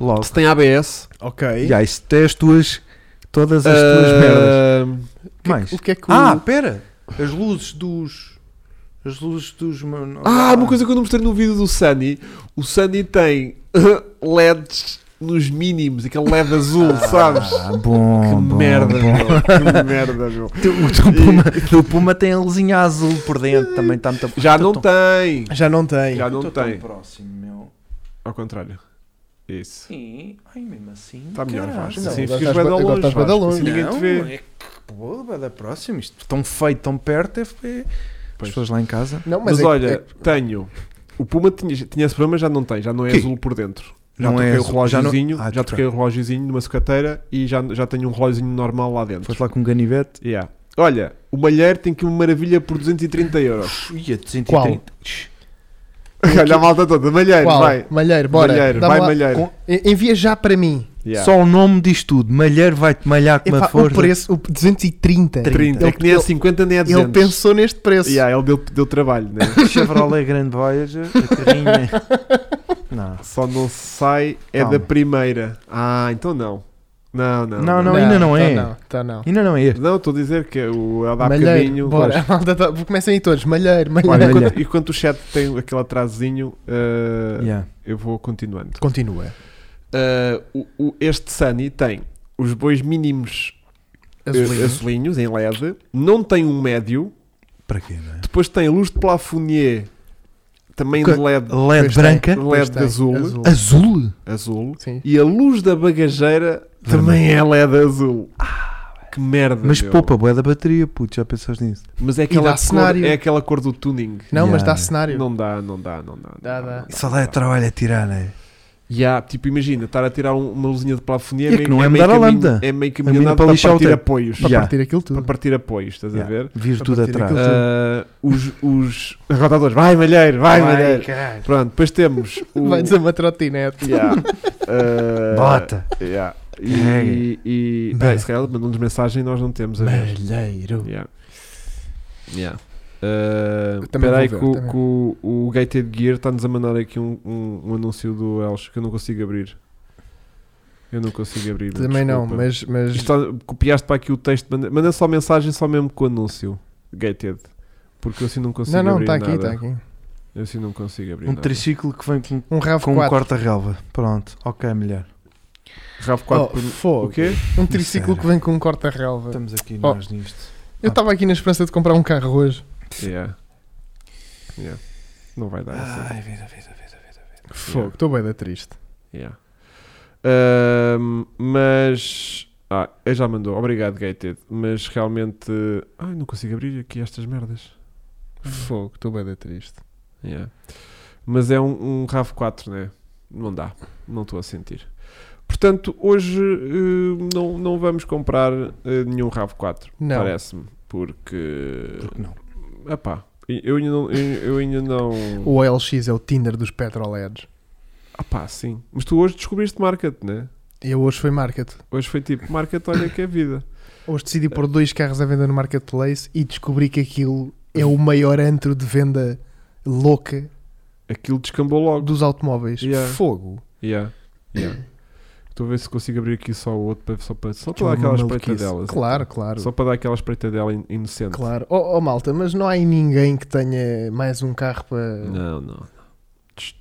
Speaker 2: Logo.
Speaker 1: se tem ABS.
Speaker 3: Ok.
Speaker 2: E aí, se tem as tuas. Todas as
Speaker 1: Ah,
Speaker 2: tuas merdas.
Speaker 1: merdas.
Speaker 2: Mais.
Speaker 3: O que é que o-
Speaker 2: Ah, pera! As luzes dos. As luzes dos. Ah,
Speaker 1: Ah, uma coisa que eu não mostrei no vídeo do Sunny. O Sunny tem LEDs nos mínimos, aquele LED azul, sabes?
Speaker 2: Ah, bom,
Speaker 1: que
Speaker 2: bom,
Speaker 1: merda,
Speaker 2: bom.
Speaker 1: meu. Que merda, meu.
Speaker 2: O teu Puma, o teu Puma tem a luzinha azul por dentro, também está muito
Speaker 1: Já não tem.
Speaker 3: Já não tem.
Speaker 1: Já não
Speaker 2: Estou tão
Speaker 1: tem.
Speaker 2: próximo, meu.
Speaker 1: Ao contrário. Isso.
Speaker 2: Sim, ai, mesmo assim.
Speaker 1: Está melhor, Vasco.
Speaker 3: não,
Speaker 1: Assim
Speaker 3: agora
Speaker 1: ficas
Speaker 3: estás
Speaker 1: bem
Speaker 3: bué- agora
Speaker 1: longe.
Speaker 3: estás bué de
Speaker 1: Vasco,
Speaker 3: longe.
Speaker 1: assim ninguém te vê.
Speaker 2: É que pô, vai dar próximo. Isto tão feio, tão perto. É, é... As
Speaker 1: Pois.
Speaker 2: pessoas lá em casa.
Speaker 3: Não, mas,
Speaker 1: Mas
Speaker 3: é-
Speaker 1: olha,
Speaker 3: é-
Speaker 1: tenho. O Puma tinha, tinha esse problema, já não tem, já não é
Speaker 2: Que?
Speaker 1: azul por dentro. Já
Speaker 2: Não
Speaker 1: toquei
Speaker 2: é
Speaker 1: o
Speaker 2: azul, já não-
Speaker 1: relógiozinho, já,
Speaker 2: Ah, tu
Speaker 1: toquei o relógiozinho numa sucateira e já, já tenho um relógiozinho normal lá dentro.
Speaker 2: Foste lá com um ganivete.
Speaker 1: Yeah. Olha, o Malheiro tem que uma maravilha por 230 euros.
Speaker 2: Ia, 230.
Speaker 1: Olha a malta toda, Malheiro,
Speaker 3: é qual?
Speaker 1: vai.
Speaker 3: Malheiro, bora.
Speaker 1: Malheiro,
Speaker 3: Dá-me
Speaker 1: vai
Speaker 3: lá-
Speaker 1: Malheiro.
Speaker 2: Com-
Speaker 3: En- Envia já para mim.
Speaker 1: Yeah.
Speaker 2: Só o nome diz tudo. Malheiro vai-te malhar com uma
Speaker 3: Epá, o
Speaker 2: força.
Speaker 3: preço, o 230.
Speaker 1: 30,
Speaker 3: Ele-
Speaker 1: é que nem é
Speaker 3: ele-
Speaker 1: 50 nem é 200.
Speaker 3: Ele pensou neste preço.
Speaker 1: Yeah, ele deu, deu trabalho, né?
Speaker 2: Chevrolet Grand Voyager. A carrinha. não.
Speaker 1: Só não sai, é da
Speaker 2: Calma.
Speaker 1: primeira. Ah, então não. Não, não.
Speaker 2: Não, não. ainda não
Speaker 3: tá
Speaker 2: é.
Speaker 3: Não, tá não.
Speaker 2: Ainda não é este.
Speaker 1: Não, estou a dizer que o é da
Speaker 3: Malheiro,
Speaker 1: bocadinho.
Speaker 3: bora.
Speaker 1: Vasco.
Speaker 3: A malta tá- Comecem aí todos. Malheiro,
Speaker 1: Olha,
Speaker 3: malheiro.
Speaker 2: Malheiro.
Speaker 1: enquanto, enquanto o chat tem aquele atrasozinho, eh,
Speaker 2: Yeah.
Speaker 1: eu vou continuando.
Speaker 3: Continua.
Speaker 1: Eh, o- o- este Sunny tem os bois mínimos
Speaker 3: Azulinho.
Speaker 1: eh, azulinhos em LED, não tem um médio,
Speaker 2: Para quê, não é?
Speaker 1: depois tem luz de plafonier também
Speaker 2: Co-
Speaker 1: de LED,
Speaker 2: LED
Speaker 3: Pois tem.
Speaker 2: branca.
Speaker 1: LED
Speaker 3: Pois tem,
Speaker 1: azul.
Speaker 2: é Azul?
Speaker 1: azul
Speaker 3: Sim.
Speaker 1: e a luz da bagageira também é LED azul. que merda!
Speaker 2: Ah, Mas
Speaker 1: meu.
Speaker 2: poupa, boé da bateria, puto, já pensaste nisso?
Speaker 1: Mas é
Speaker 3: dá
Speaker 1: aquela, cor,
Speaker 3: cenário.
Speaker 1: é aquela cor do tuning.
Speaker 3: Não, mas
Speaker 2: Yeah.
Speaker 3: dá cenário.
Speaker 1: Não dá, não dá, não dá.
Speaker 3: Dá, dá.
Speaker 2: Só dá trabalho a tirar, né?
Speaker 1: E há, tipo, imagina, estar a tirar um- uma luzinha de plafonia
Speaker 2: E é que não é mudar a
Speaker 1: caminho-
Speaker 2: lâmpada.
Speaker 1: É meio que
Speaker 2: A mina
Speaker 1: para,
Speaker 2: para
Speaker 1: para
Speaker 2: lixar o
Speaker 1: partir
Speaker 2: tempo.
Speaker 1: apoios.
Speaker 3: Para
Speaker 2: Já.
Speaker 3: partir aquilo
Speaker 1: Para
Speaker 3: tudo.
Speaker 1: partir apoios, estás a ver?
Speaker 2: Vires
Speaker 3: Para
Speaker 2: tudo
Speaker 3: partir
Speaker 2: atrás.
Speaker 3: aquilo.
Speaker 1: Ah, os, os arrotadores, vai Malheiro, vai, Malheiro.
Speaker 2: caralho.
Speaker 1: Pronto, depois temos o.
Speaker 3: Vai dizer uma trotinete.
Speaker 1: Yeah. Ah,
Speaker 2: Bota.
Speaker 1: yeah.
Speaker 2: Carrega.
Speaker 1: E, e, e
Speaker 3: Malheiro.
Speaker 1: peraí, se calhar ele mandou-nos mensagem e nós não temos a ver.
Speaker 2: Um
Speaker 3: Malheiro.
Speaker 1: Yeah. Yeah. Uh,
Speaker 3: Também
Speaker 1: Espera aí que,
Speaker 3: vou ver,
Speaker 1: o-
Speaker 3: também.
Speaker 1: que o, o Gated Gear está-nos a mandar aqui um, um- um anúncio do Elsh que eu não consigo abrir. Eu não consigo abrir.
Speaker 3: Também não,
Speaker 1: desculpa.
Speaker 3: mas. mas...
Speaker 1: Isto está- copiaste para aqui o texto, manda, manda só mensagem só mesmo com o anúncio Gated. Porque eu assim não consigo
Speaker 3: Não, não,
Speaker 1: abrir
Speaker 3: está aqui,
Speaker 1: nada.
Speaker 3: está aqui.
Speaker 1: Eu assim não consigo abrir
Speaker 2: Um
Speaker 1: nada.
Speaker 2: triciclo que vem com,
Speaker 3: Um RAV4.
Speaker 2: com um corta-relva. Pronto, ok, melhor.
Speaker 1: Rave 4
Speaker 3: Oh,
Speaker 1: por-
Speaker 3: fogo.
Speaker 1: O quê? é
Speaker 3: Um triciclo que vem com um corta-relva.
Speaker 2: Estamos aqui
Speaker 3: Oh.
Speaker 2: nós nisto.
Speaker 3: Eu estava aqui na esperança de comprar um carro hoje.
Speaker 1: Yeah. Yeah. Não vai dar
Speaker 3: Ah.
Speaker 1: assim.
Speaker 2: Ai, vida, vida, vida, vida.
Speaker 3: Fogo, estou bem da triste.
Speaker 1: Yeah. Ahm, mas. Ah, ele já mandou. Obrigado, Gated. Mas realmente. Ai, não consigo abrir aqui estas merdas.
Speaker 3: Fogo, estou bem da triste.
Speaker 1: Yeah. Mas é um, um RAV4, né? Não dá. Não estou a sentir. Portanto, hoje eh, não, não vamos comprar eh, nenhum RAV4.
Speaker 3: Não.
Speaker 1: Parece-me. Porque.
Speaker 2: Porque não.
Speaker 1: Epá, eu ainda não. Eu, eu ainda não...
Speaker 3: O OLX é o Tinder dos Petrolheads.
Speaker 1: Ah, pá, sim. Mas tu hoje descobriste market, né?
Speaker 3: Eu hoje fui market.
Speaker 1: Hoje foi tipo: market, olha que é vida.
Speaker 3: Hoje decidi pôr dois carros à venda no marketplace e descobri que aquilo é o maior antro de venda louca
Speaker 1: Aquilo descambou logo.
Speaker 3: dos automóveis.
Speaker 1: Yeah.
Speaker 3: Fogo.
Speaker 1: Yeah. Yeah. Estou a ver se consigo abrir aqui só o outro para, só para, só para
Speaker 2: Uma
Speaker 1: dar aquela espreita
Speaker 2: maluquice.
Speaker 1: dela. assim.
Speaker 3: Claro, claro.
Speaker 1: então. Só para dar aquela espreita dela in- inocente.
Speaker 3: Claro. Oh, oh, malta, mas não há aí ninguém que tenha mais um carro para.
Speaker 1: Não, não, não. Tst.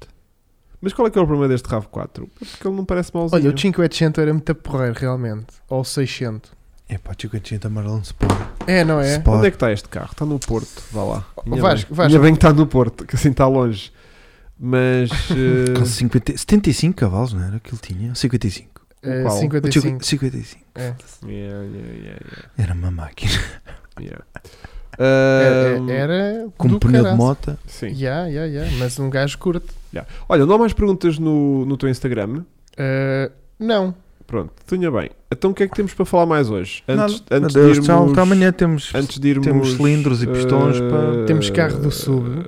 Speaker 1: Mas qual é que é o problema deste RAV4? É Porque ele não parece mauzinho.
Speaker 3: Olha, o 500 era muito a porreiro, realmente. Ou o 600.
Speaker 2: É pá, tio Cantinho amarelo não se pode.
Speaker 3: É, não é?
Speaker 1: Onde é que está este carro? Está no Porto. Vá lá. Ainda
Speaker 3: Vasco,
Speaker 1: bem.
Speaker 3: Vasco.
Speaker 1: Ainda bem que está no Porto, que assim está longe. Mas. eh,
Speaker 2: Com 50, 75 cavalos, não era? Que ele tinha? 55.
Speaker 3: É,
Speaker 1: qual?
Speaker 2: O tio Can-
Speaker 3: 55.
Speaker 2: 55.
Speaker 3: É.
Speaker 1: yeah, yeah, yeah, yeah,
Speaker 2: Era uma máquina.
Speaker 1: yeah. Ahm,
Speaker 3: Era, É, era
Speaker 2: Com
Speaker 3: do
Speaker 2: um pneu de
Speaker 3: caraças.
Speaker 2: mota.
Speaker 1: Sim.
Speaker 3: Yeah, yeah, yeah. Mas um gajo curto.
Speaker 1: Olha, não há mais perguntas no, no teu Instagram?
Speaker 3: Ah, não.
Speaker 1: Pronto, tinha bem. Então o que é que temos para falar mais hoje? Antes, antes
Speaker 2: Adeus,
Speaker 1: de
Speaker 2: tchau.
Speaker 1: irmos,
Speaker 2: Até amanhã temos.
Speaker 1: antes de irmos
Speaker 2: Temos cilindros e pistões
Speaker 1: eh,
Speaker 2: para-
Speaker 3: Temos carro do sub.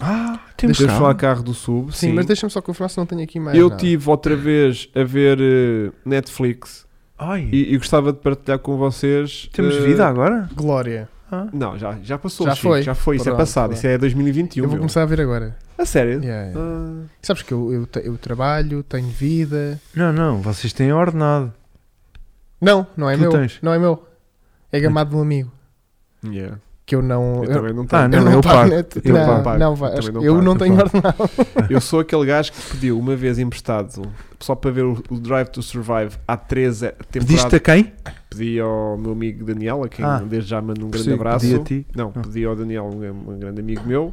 Speaker 2: Ah, temos
Speaker 1: Temos
Speaker 2: cá.
Speaker 1: falar carro do sub,
Speaker 3: Sim,
Speaker 1: sim.
Speaker 3: mas deixa-me só confirmar se não tenho aqui mais.
Speaker 1: eu
Speaker 3: nada.
Speaker 1: tive outra vez a ver eh, Netflix
Speaker 2: Ai,
Speaker 1: e, e gostava de partilhar com vocês.
Speaker 2: temos
Speaker 1: eh,
Speaker 2: vida agora?
Speaker 3: Glória.
Speaker 2: Ah.
Speaker 1: Não, já, já passou.
Speaker 3: Já
Speaker 1: Chico,
Speaker 3: foi.
Speaker 1: Já foi, isso é
Speaker 3: Pronto,
Speaker 1: passado.
Speaker 3: pronto.
Speaker 1: Isso é 2021.
Speaker 3: eu vou
Speaker 1: meu.
Speaker 3: começar a ver agora.
Speaker 1: A sério?
Speaker 3: Yeah, yeah.
Speaker 1: Ah,
Speaker 3: Sabes que eu, eu, te- eu trabalho, tenho vida.
Speaker 2: Não, não, vocês têm ordenado.
Speaker 3: Não, não é
Speaker 2: Tu
Speaker 3: meu.
Speaker 2: tens.
Speaker 3: Não é meu. É gamado de um amigo.
Speaker 1: yeah.
Speaker 3: Que porque eu não.
Speaker 1: Eu, também não tenho.
Speaker 2: Ah,
Speaker 3: eu
Speaker 2: não,
Speaker 3: não
Speaker 2: eu
Speaker 3: pago
Speaker 2: pago.
Speaker 3: net.
Speaker 1: Eu
Speaker 3: não,
Speaker 1: pago.
Speaker 3: não, vai,
Speaker 1: Eu
Speaker 3: acho-
Speaker 1: também não
Speaker 3: eu
Speaker 1: pago,
Speaker 3: não
Speaker 1: eu
Speaker 3: tenho
Speaker 1: pago.
Speaker 3: ordenado.
Speaker 1: Eu sou aquele gajo que pediu uma vez emprestado só para ver o o Drive to Survive há 13
Speaker 2: Pediste
Speaker 1: temporadas.
Speaker 2: a quem?
Speaker 1: Pedi ao meu amigo Daniel, a quem
Speaker 2: Ah,
Speaker 1: desde já mando um grande
Speaker 2: Percebi,
Speaker 1: abraço.
Speaker 2: pedi a ti.
Speaker 1: Não,
Speaker 2: Ah.
Speaker 1: pedi ao Daniel, um, um grande amigo meu,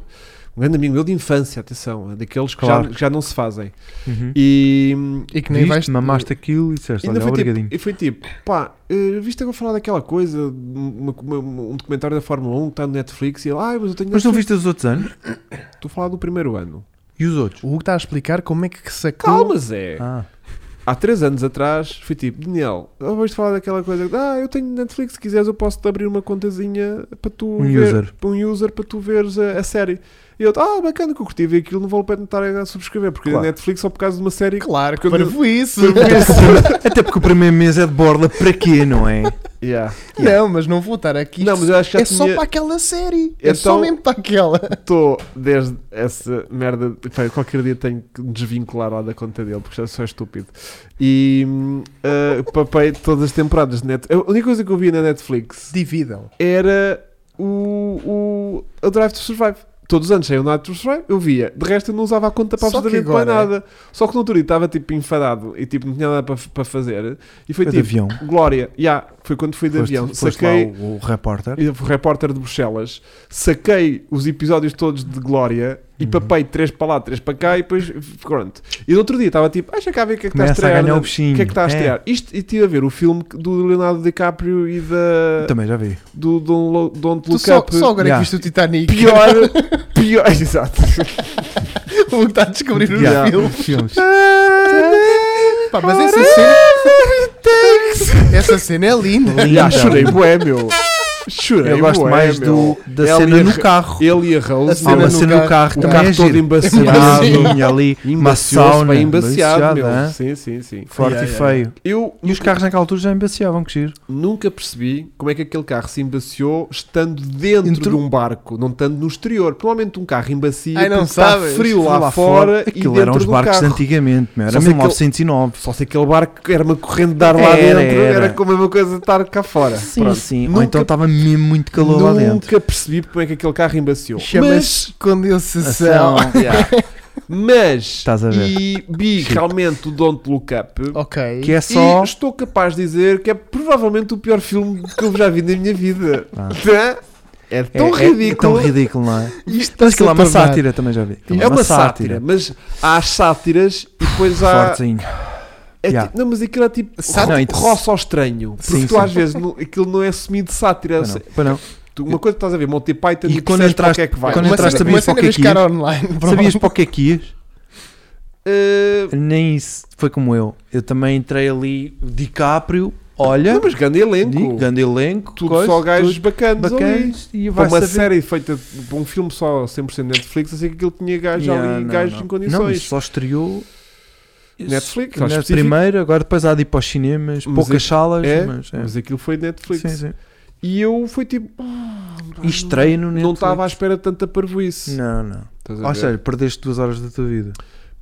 Speaker 1: um grande amigo meu de infância, atenção, daqueles que,
Speaker 2: Claro.
Speaker 1: já, que já não se fazem.
Speaker 2: Uhum.
Speaker 1: E,
Speaker 3: E que nem vais.
Speaker 2: Viste, mamaste aquilo e disseste,
Speaker 1: ainda
Speaker 2: olha,
Speaker 1: foi tipo,
Speaker 2: é obrigadinho.
Speaker 1: e foi tipo, pá, eh, viste agora falar daquela coisa, uma- uma- um documentário da Fórmula 1 que está no Netflix e ele, ah, mas eu tenho
Speaker 2: Mas não
Speaker 1: Netflix."
Speaker 2: viste os outros anos?
Speaker 1: Estou a falar do primeiro ano.
Speaker 2: E os outros?
Speaker 3: O Hugo está a explicar como é que sacou.
Speaker 1: Calma, Zé.
Speaker 2: Ah,
Speaker 1: Há três anos atrás, fui tipo, Daniel, ouviste falar daquela coisa, ah, eu tenho Netflix, se quiseres eu posso-te abrir uma contazinha para tu
Speaker 2: Um
Speaker 1: ver,
Speaker 2: user.
Speaker 1: para um user, para tu veres a, a série. E eu, ah, bacana que eu curti ver aquilo, não vou tentar a subscrever, porque
Speaker 2: Claro.
Speaker 1: a Netflix só por causa de uma série.
Speaker 3: Claro, que
Speaker 1: Quando-
Speaker 3: para isso.
Speaker 2: até porque o primeiro um mês é de borla, para quê, não é?
Speaker 1: Yeah.
Speaker 3: Não, mas não vou estar aqui.
Speaker 1: Não, mas eu acho que já
Speaker 3: é só
Speaker 1: tinha-
Speaker 3: para aquela série. É só
Speaker 1: Então-
Speaker 3: mesmo para aquela.
Speaker 1: Estou desde essa merda. Pá, qualquer dia tenho que me desvincular lá da conta dele, porque já sou estúpido. E hum, ah, papei todas as temporadas de net. A única coisa que eu vi na Netflix
Speaker 3: Dividam.
Speaker 1: era o, o, o Drive to Survive. Todos os anos saiu o Drive to Survive, eu via. De resto, eu não usava a conta para
Speaker 3: Só que
Speaker 1: absolutamente para
Speaker 3: agora-
Speaker 1: nada. Só que no outro dia estava tipo enfadado e tipo não tinha nada para, para fazer. E foi
Speaker 2: É de
Speaker 1: tipo,
Speaker 2: avião.
Speaker 1: Glória, já, foi quando fui de
Speaker 2: Foste-
Speaker 1: avião.
Speaker 2: foste lá
Speaker 1: Saquei.
Speaker 2: o, o repórter.
Speaker 1: E o repórter de Bruxelas, saquei os episódios todos de Glória e
Speaker 2: Uhum.
Speaker 1: papei três para lá, três para cá e depois pronto. E no outro dia estava tipo, acha cá a ver o que é que está a
Speaker 2: Começa a
Speaker 1: estrear.
Speaker 2: ganhar
Speaker 1: né?
Speaker 2: o bichinho.
Speaker 1: O que é que está a estrear? Isto, e estive a ver o filme do Leonardo DiCaprio e da,
Speaker 2: Também já vi.
Speaker 1: do Don't, Lo- Don't
Speaker 3: Tu
Speaker 1: Look
Speaker 3: só,
Speaker 1: Up.
Speaker 3: só agora
Speaker 2: Yeah.
Speaker 3: que viste o Titanic.
Speaker 1: Pior, pior, exato.
Speaker 3: O tá Hugo está a descobrir os
Speaker 2: Já,
Speaker 3: filmes.
Speaker 2: os filmes.
Speaker 3: Pá, mas essa cena, essa cena é linda.
Speaker 1: Já
Speaker 2: Linda.
Speaker 1: chorei, bué, meu. Chorei,
Speaker 2: Eu gosto
Speaker 1: bué,
Speaker 2: mais
Speaker 1: meu.
Speaker 2: do, da
Speaker 1: Ela
Speaker 2: cena
Speaker 1: ia-
Speaker 2: no carro.
Speaker 1: Ele e a
Speaker 3: A
Speaker 1: Rose,
Speaker 2: Há
Speaker 1: meu.
Speaker 2: uma
Speaker 3: no
Speaker 2: cena no carro
Speaker 1: o
Speaker 2: também
Speaker 1: carro
Speaker 2: é
Speaker 1: todo
Speaker 2: giro.
Speaker 1: embaciado.
Speaker 2: Embaciado ali, uma
Speaker 1: Embaciado,
Speaker 2: sauna.
Speaker 1: bem embaciado, meu.
Speaker 2: hã?
Speaker 1: Sim, sim, sim.
Speaker 2: Forte
Speaker 3: Yeah,
Speaker 2: e
Speaker 3: yeah,
Speaker 2: feio.
Speaker 1: Eu
Speaker 2: E os carros naquela altura já embaciavam, que giro.
Speaker 1: nunca percebi como é que aquele carro se embaciou estando dentro
Speaker 2: Entre-
Speaker 1: de um barco, não estando no exterior. Provavelmente um carro embacia
Speaker 3: Ai, não
Speaker 1: porque está
Speaker 3: sabes.
Speaker 1: frio lá, fora e
Speaker 2: Aquilo
Speaker 1: dentro
Speaker 2: eram os
Speaker 1: do
Speaker 2: barcos de
Speaker 1: carro.
Speaker 2: antigamente, meu.
Speaker 1: Só
Speaker 2: era
Speaker 1: sei que ele-
Speaker 2: 1909.
Speaker 1: Só se aquele barco era uma corrente de ar lá
Speaker 2: Era,
Speaker 1: dentro, era.
Speaker 2: era.
Speaker 1: como a mesma coisa de estar cá fora.
Speaker 2: Sim,
Speaker 1: Pronto.
Speaker 2: sim. Ou
Speaker 1: Nunca-
Speaker 2: então estava mesmo muito calor lá dentro.
Speaker 1: Nunca percebi como é que aquele carro embaciou. Mas,
Speaker 3: Chama-se condensação.
Speaker 1: Yeah. mas
Speaker 2: Estás a ver.
Speaker 1: e vi
Speaker 2: Chico.
Speaker 1: realmente o Don't Look Up.
Speaker 3: Ok.
Speaker 2: Que é só.
Speaker 1: E estou capaz de dizer que é provavelmente o pior filme que eu já vi na minha vida.
Speaker 2: Ah.
Speaker 1: Tá? É
Speaker 2: é-
Speaker 1: tão
Speaker 2: é
Speaker 1: ridículo.
Speaker 2: tão ridículo, não é?
Speaker 3: Isto
Speaker 2: Mas aquilo é uma
Speaker 3: está-se a tornar.
Speaker 2: sátira, também já vi. Aquilo
Speaker 1: É uma sátira, mas há as sátiras e depois há.
Speaker 2: Fortezinho.
Speaker 1: é
Speaker 2: yeah.
Speaker 1: tipo- não, mas aquilo é tipo
Speaker 2: Sá-
Speaker 1: ro-
Speaker 2: Não, e tu-
Speaker 1: roça ao estranho. Porque
Speaker 2: Sim,
Speaker 1: tu
Speaker 2: sim.
Speaker 1: às vezes não- aquilo não é assumido de sátira.
Speaker 2: Pois não, pois não.
Speaker 1: Tu- uma coisa que estás a ver, Monty Python,
Speaker 2: E
Speaker 1: tu
Speaker 2: quando
Speaker 1: percebes para o
Speaker 2: entraste-
Speaker 1: que é que vai.
Speaker 2: quando
Speaker 3: Uma
Speaker 2: entraste
Speaker 3: cena-
Speaker 2: sabias
Speaker 3: uma
Speaker 2: para o
Speaker 3: cena
Speaker 2: que é
Speaker 3: de
Speaker 2: que ia?
Speaker 3: ficar online. bro.
Speaker 2: Sabias para o que é que ias?
Speaker 1: Eh,
Speaker 2: Nem isso. Foi como eu. Eu também entrei ali, DiCaprio, olha,
Speaker 1: não, mas grande elenco.
Speaker 2: di- grande elenco,
Speaker 1: Tudo
Speaker 2: coisa,
Speaker 1: só gajos
Speaker 2: tudo
Speaker 1: bacanas. ali.
Speaker 2: bacanas, e
Speaker 1: Para
Speaker 2: vai
Speaker 1: uma
Speaker 2: saber.
Speaker 1: série feita, para um filme só 100% Netflix, assim que aquilo tinha gajos
Speaker 2: Yeah,
Speaker 1: ali,
Speaker 2: não,
Speaker 1: gajos
Speaker 2: não.
Speaker 1: em
Speaker 2: Não,
Speaker 1: condições.
Speaker 2: isso só estreou... isso-
Speaker 1: Netflix, só
Speaker 2: na
Speaker 1: específico.
Speaker 2: primeiro, agora depois há de ir para os cinemas,
Speaker 1: Mas
Speaker 2: poucas
Speaker 1: é-
Speaker 2: salas,
Speaker 1: é,
Speaker 2: mas... é.
Speaker 1: Mas aquilo foi Netflix.
Speaker 2: Sim, sim.
Speaker 1: E eu fui tipo. "Ah,
Speaker 2: E estreia no Netflix.
Speaker 1: Não estava à espera de tanta parvoíce.
Speaker 2: Não, não.
Speaker 1: Estás a
Speaker 2: Ou
Speaker 1: ver?
Speaker 2: seja, perdeste duas horas da tua vida.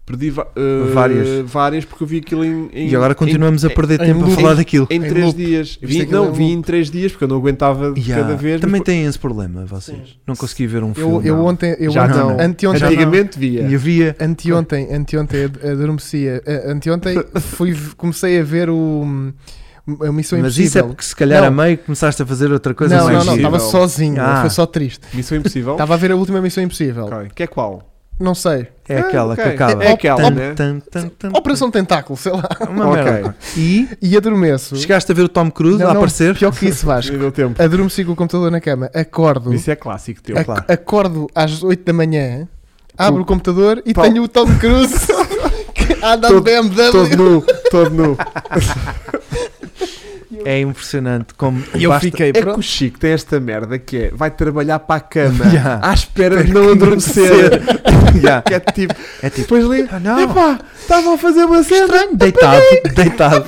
Speaker 1: Perdi va- eh,
Speaker 2: Várias.
Speaker 1: várias porque eu vi aquilo em. em-
Speaker 2: e agora continuamos a
Speaker 1: em-
Speaker 2: perder
Speaker 3: em
Speaker 2: tempo a
Speaker 3: loop.
Speaker 2: falar daquilo.
Speaker 1: Em,
Speaker 3: em
Speaker 1: três
Speaker 3: loop.
Speaker 1: dias.
Speaker 3: Viste
Speaker 1: Vi,
Speaker 3: aquilo
Speaker 1: não,
Speaker 3: em
Speaker 1: vi
Speaker 3: loop.
Speaker 1: em três dias porque eu não aguentava de
Speaker 2: Yeah.
Speaker 1: cada vez.
Speaker 2: Também
Speaker 1: Depois-
Speaker 2: têm esse problema, vocês. Não consegui ver um
Speaker 3: Eu,
Speaker 2: filme.
Speaker 3: eu
Speaker 2: não.
Speaker 3: ontem, eu
Speaker 1: Já
Speaker 3: ontem-
Speaker 2: não.
Speaker 3: anteontem,
Speaker 1: Antigamente
Speaker 2: E
Speaker 1: via.
Speaker 2: havia.
Speaker 3: anteontem, anteontem ad- adormecia. A- Anteontem fui, comecei a ver o a Missão
Speaker 2: Mas isso é
Speaker 3: Impossível.
Speaker 2: porque se calhar a
Speaker 3: Não.
Speaker 2: meio começaste a fazer outra coisa
Speaker 3: não,
Speaker 2: mais
Speaker 3: não, não,
Speaker 2: gira.
Speaker 3: estava sozinho,
Speaker 2: Ah.
Speaker 3: foi só triste.
Speaker 1: Missão Impossível.
Speaker 3: Estava a ver a última Missão Impossível.
Speaker 1: Ok. Que é qual?
Speaker 3: Não sei.
Speaker 2: É aquela
Speaker 1: ok.
Speaker 2: que acaba.
Speaker 1: É aquela,
Speaker 2: Tan,
Speaker 1: né?
Speaker 2: tan, tan, tan,
Speaker 3: Operação Tentáculo, sei lá.
Speaker 2: tan. Uma
Speaker 1: Ok.
Speaker 2: merda. E
Speaker 3: E adormeço.
Speaker 2: chegaste a ver o Tom Cruise
Speaker 3: Não,
Speaker 2: a
Speaker 3: não,
Speaker 2: aparecer.
Speaker 3: Pior que isso, Vasco.
Speaker 1: Não deu tempo.
Speaker 3: Adormeci com o computador na cama. Acordo.
Speaker 1: Isso é clássico teu.
Speaker 3: ac-
Speaker 2: claro.
Speaker 3: Acordo às 8 da manhã. Abro o computador e
Speaker 1: Pau.
Speaker 3: tenho o Tom Cruise que anda de
Speaker 1: Todo-
Speaker 3: BMW.
Speaker 1: Todo nu, todo nu.
Speaker 2: É impressionante como.
Speaker 3: E eu
Speaker 2: basta-
Speaker 3: fiquei,
Speaker 1: É que
Speaker 3: pronto.
Speaker 1: o Chico tem esta merda que é vai trabalhar para a cama
Speaker 2: Yeah.
Speaker 1: à espera de não adormecer.
Speaker 2: Yeah.
Speaker 1: que é tipo,
Speaker 2: É tipo.
Speaker 1: depois liga,
Speaker 2: Ah, não.
Speaker 1: epá, estavam a fazer uma cena.
Speaker 2: Estranho, deitado, deitado.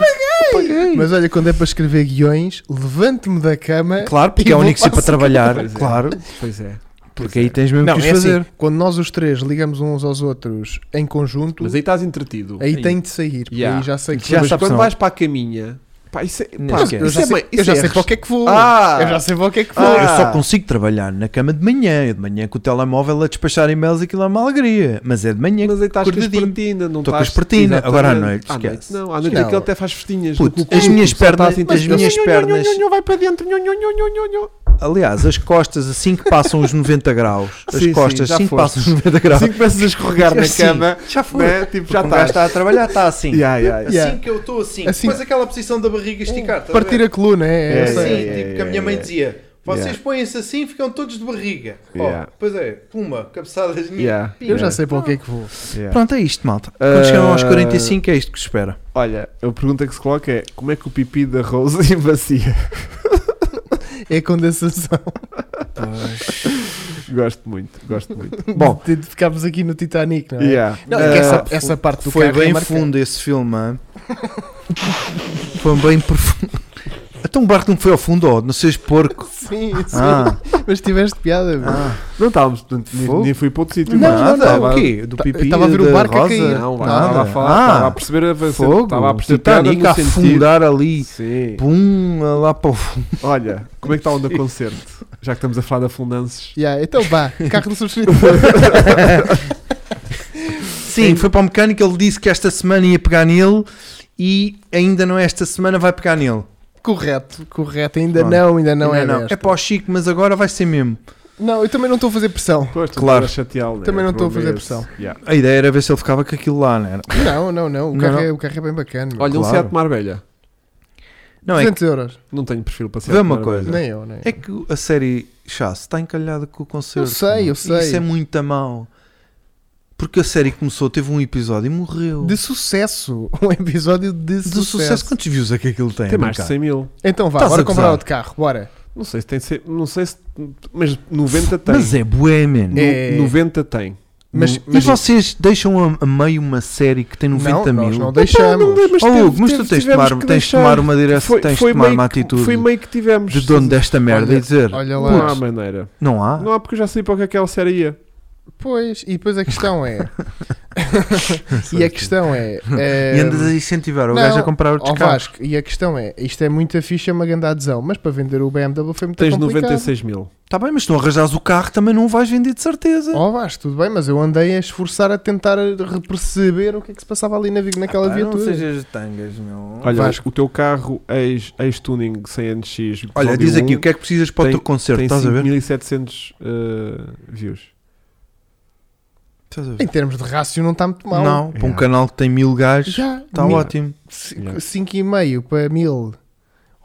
Speaker 3: Mas olha, quando é para escrever guiões, levanto-me da cama.
Speaker 2: Claro, porque
Speaker 3: E
Speaker 2: é o
Speaker 3: vou
Speaker 2: único sítio para
Speaker 3: passar-
Speaker 2: trabalhar.
Speaker 1: Pois é.
Speaker 2: Claro,
Speaker 1: Pois é.
Speaker 2: porque aí tens mesmo
Speaker 3: Não,
Speaker 2: que os
Speaker 3: é assim,
Speaker 2: fazer.
Speaker 3: quando nós os três ligamos uns aos outros em conjunto,
Speaker 1: Mas
Speaker 3: aí,
Speaker 1: aí estás entretido.
Speaker 3: tem de sair. porque
Speaker 1: Yeah.
Speaker 3: Aí já sei que
Speaker 2: Já
Speaker 1: mas
Speaker 2: sabes
Speaker 1: quando
Speaker 2: não.
Speaker 1: vais para a caminha, Pá, isso é.
Speaker 2: Não
Speaker 1: Pá,
Speaker 2: esquece.
Speaker 1: isso
Speaker 3: Eu já
Speaker 1: é
Speaker 3: sei,
Speaker 1: bem-
Speaker 3: eu já
Speaker 1: isso é
Speaker 3: sei para o
Speaker 1: res-
Speaker 3: que é que vou.
Speaker 1: Ah!
Speaker 3: eu já sei para o que é que vou.
Speaker 1: Ah!
Speaker 2: Eu só consigo trabalhar na cama de manhã. Eu de manhã com o telemóvel a despachar e-mails, aquilo é uma alegria. Mas é de manhã.
Speaker 1: Mas aí estás com a
Speaker 2: Acordadinho.
Speaker 1: espertina, não
Speaker 2: Estou com a
Speaker 1: estás.
Speaker 2: espertina.
Speaker 1: Exatamente.
Speaker 2: Agora à noite,
Speaker 1: À
Speaker 2: esquece. é
Speaker 1: Não, à noite
Speaker 3: Não.
Speaker 1: aquilo até faz festinhas.
Speaker 2: Puto,
Speaker 1: O cu-
Speaker 2: as
Speaker 1: o cu
Speaker 2: minhas
Speaker 1: só está
Speaker 2: pernas-
Speaker 1: assim,
Speaker 2: as
Speaker 1: tipo,
Speaker 2: minhas
Speaker 1: nho, nho,
Speaker 2: pernas-
Speaker 1: nho, nho, nho, vai para dentro. nho, nho, nho, nho, nho, nho.
Speaker 2: Aliás, as costas, assim que passam os 90 graus, as
Speaker 1: Sim, sim,
Speaker 2: costas,
Speaker 1: já
Speaker 2: assim que
Speaker 1: foste.
Speaker 2: passam os 90 graus,
Speaker 1: Assim que começas a escorregar na
Speaker 2: Assim,
Speaker 1: cama,
Speaker 2: já foi.
Speaker 1: né, tipo, já
Speaker 2: já está,
Speaker 1: estás.
Speaker 2: Um está a trabalhar, está assim.
Speaker 1: Yeah, yeah, yeah.
Speaker 3: Yeah.
Speaker 2: Assim que eu estou assim,
Speaker 3: Assim.
Speaker 2: depois aquela posição da barriga esticar. estás a
Speaker 3: Partir
Speaker 2: ver?
Speaker 3: a coluna, é.
Speaker 1: É,
Speaker 3: eu
Speaker 2: Assim,
Speaker 3: sei.
Speaker 1: é,
Speaker 2: tipo
Speaker 1: é,
Speaker 2: que a minha
Speaker 1: é,
Speaker 2: mãe
Speaker 1: é.
Speaker 2: dizia: vocês
Speaker 1: Yeah.
Speaker 2: põem-se assim ficam todos de barriga. Ó,
Speaker 1: Yeah.
Speaker 2: Pois é, puma, cabeçadas minhas.
Speaker 1: Yeah,
Speaker 2: pim.
Speaker 3: Eu já
Speaker 1: yeah,
Speaker 3: sei para o que é que vou.
Speaker 1: yeah.
Speaker 2: Pronto, é isto, malta.
Speaker 1: Ah.
Speaker 2: Quando chegam aos 45 é isto que se espera.
Speaker 1: Olha, a pergunta que se coloca é: como é que o pipi da Rose invacia?
Speaker 3: É a condensação.
Speaker 1: Gosto muito, gosto muito.
Speaker 2: Bom,
Speaker 3: De de ficarmos aqui no Titanic, não é?
Speaker 1: Yeah.
Speaker 3: Não, é que essa,
Speaker 1: Ah,
Speaker 3: essa parte do
Speaker 2: foi
Speaker 3: carro é
Speaker 2: bem
Speaker 3: marcante.
Speaker 2: fundo esse filme. hã? foi bem profundo. Então o barco não foi ao fundo, ó, não sejas porco.
Speaker 3: Sim, sim.
Speaker 2: Ah,
Speaker 3: Mas tiveste piada, meu.
Speaker 2: ah.
Speaker 1: Não estávamos, portanto, nem,
Speaker 2: Fogo.
Speaker 1: nem fui para outro sítio.
Speaker 2: Não,
Speaker 1: mas
Speaker 2: não, não,
Speaker 1: estava-
Speaker 2: o quê? Do
Speaker 3: Ta-
Speaker 2: pipi
Speaker 3: estava a ver o
Speaker 2: da
Speaker 3: barco a
Speaker 2: rosa?
Speaker 3: cair.
Speaker 1: Não,
Speaker 3: Nada.
Speaker 1: estava a falar,
Speaker 2: Ah,
Speaker 1: estava a perceber a
Speaker 2: Fogo, tá
Speaker 1: estava a perceber piada
Speaker 2: Titanic
Speaker 1: no
Speaker 2: a
Speaker 1: sentido.
Speaker 2: afundar ali,
Speaker 1: Sim.
Speaker 2: pum, lá para o fundo.
Speaker 1: Olha, como é que está onde a concerto? Já que estamos a falar de afundances.
Speaker 3: Yeah, então vá, carro do subscritor.
Speaker 2: Sim, foi para o mecânico, ele disse que esta semana ia pegar nele e ainda não é esta semana vai pegar nele.
Speaker 3: correto, correto. Ainda
Speaker 2: Pronto.
Speaker 3: não, ainda não
Speaker 2: Ainda
Speaker 3: é não.
Speaker 2: É para o Chico, mas agora vai ser mesmo.
Speaker 3: Não, eu também não estou a fazer pressão.
Speaker 1: Pois, tu
Speaker 2: Claro.
Speaker 1: estás a chateá-lo, né?
Speaker 3: Também não estou a fazer
Speaker 1: Problema
Speaker 3: pressão.
Speaker 1: esse. Yeah.
Speaker 2: A ideia era ver se ele ficava com aquilo lá, não era?
Speaker 3: Não, não, não. O,
Speaker 2: Não,
Speaker 3: carro,
Speaker 2: não.
Speaker 3: É, o carro é bem bacana. meu.
Speaker 1: Olha, um
Speaker 2: Claro.
Speaker 1: Seat Marbella.
Speaker 2: Não, é que,
Speaker 3: 200 euros.
Speaker 1: Não tenho perfil para Seat
Speaker 2: Vê uma
Speaker 1: Marbella.
Speaker 2: coisa.
Speaker 3: Nem eu, nem eu.
Speaker 2: é que a série Chasse está encalhada com o concerto.
Speaker 3: Eu sei, eu
Speaker 2: mano.
Speaker 3: sei.
Speaker 2: Isso é muito mau. Porque a série começou, teve um episódio e morreu.
Speaker 3: De sucesso. Um episódio de,
Speaker 2: De
Speaker 3: sucesso.
Speaker 2: Quantos views é que aquilo tem?
Speaker 1: Tem mais de
Speaker 2: Ricardo?
Speaker 1: 100 mil.
Speaker 3: Então vá,
Speaker 2: Estás
Speaker 3: bora
Speaker 2: a gozar.
Speaker 3: comprar outro carro. Bora.
Speaker 1: Não sei se tem. cem- Não sei se. Mas 90 tem.
Speaker 2: Mas é bué, man.
Speaker 1: No-
Speaker 3: É.
Speaker 1: 90 tem.
Speaker 3: Mas,
Speaker 2: Hum. E vocês deixam a, a meio uma série que tem 90
Speaker 3: não,
Speaker 2: mil?
Speaker 3: Nós não deixamos.
Speaker 1: Então, mas
Speaker 2: Oh,
Speaker 1: teve-
Speaker 2: Hugo, mas
Speaker 1: teve-
Speaker 2: tu tens de
Speaker 1: tivemos
Speaker 2: tomar,
Speaker 1: que
Speaker 2: tens de
Speaker 1: deixar.
Speaker 2: tomar uma direção,
Speaker 1: Foi-
Speaker 2: tens
Speaker 1: foi
Speaker 2: de tomar
Speaker 1: meio
Speaker 2: uma
Speaker 1: que-
Speaker 2: atitude
Speaker 1: Foi meio que tivemos.
Speaker 2: de é dono desta merda
Speaker 3: Olha-
Speaker 2: e dizer:
Speaker 3: Olha
Speaker 1: Não
Speaker 3: lá.
Speaker 1: há maneira.
Speaker 2: Não há?
Speaker 1: Não há porque eu já sei para o que é que ela série ia.
Speaker 3: Pois, e depois a questão é. e a questão é. é,
Speaker 2: E andas a incentivar o
Speaker 3: não,
Speaker 2: gajo a comprar outros
Speaker 3: Ó
Speaker 2: carros.
Speaker 3: Vasco, e a questão é, isto é muita ficha, é uma grande adesão, mas para vender o BMW foi muito
Speaker 1: Tens
Speaker 3: complicado.
Speaker 1: 96 mil.
Speaker 2: Está Tá bem, mas se não arranjares o carro também não o vais vender de certeza.
Speaker 3: Ó Vasco, tudo bem, mas eu andei a esforçar a tentar a perceber o que é que se passava ali na, vi- naquela
Speaker 2: Pá,
Speaker 3: viatura.
Speaker 2: Não sejas tangas, meu.
Speaker 1: Olha,
Speaker 3: Vasco.
Speaker 1: o teu carro ex- ex-tuning 100 NX.
Speaker 2: Olha, diz aqui, o que é que precisas para
Speaker 1: um tem-
Speaker 2: o teu concerto?
Speaker 1: Tem
Speaker 2: Estás a ver?
Speaker 1: 5700 eh, views.
Speaker 2: Estás a ver?
Speaker 3: Em termos de rácio não está muito mal.
Speaker 2: Não, para um
Speaker 1: Yeah.
Speaker 2: canal que tem mil gajos,
Speaker 3: Já,
Speaker 2: está
Speaker 1: É.
Speaker 2: um-
Speaker 1: Mil.
Speaker 2: ótimo.
Speaker 3: 5,5 para 1000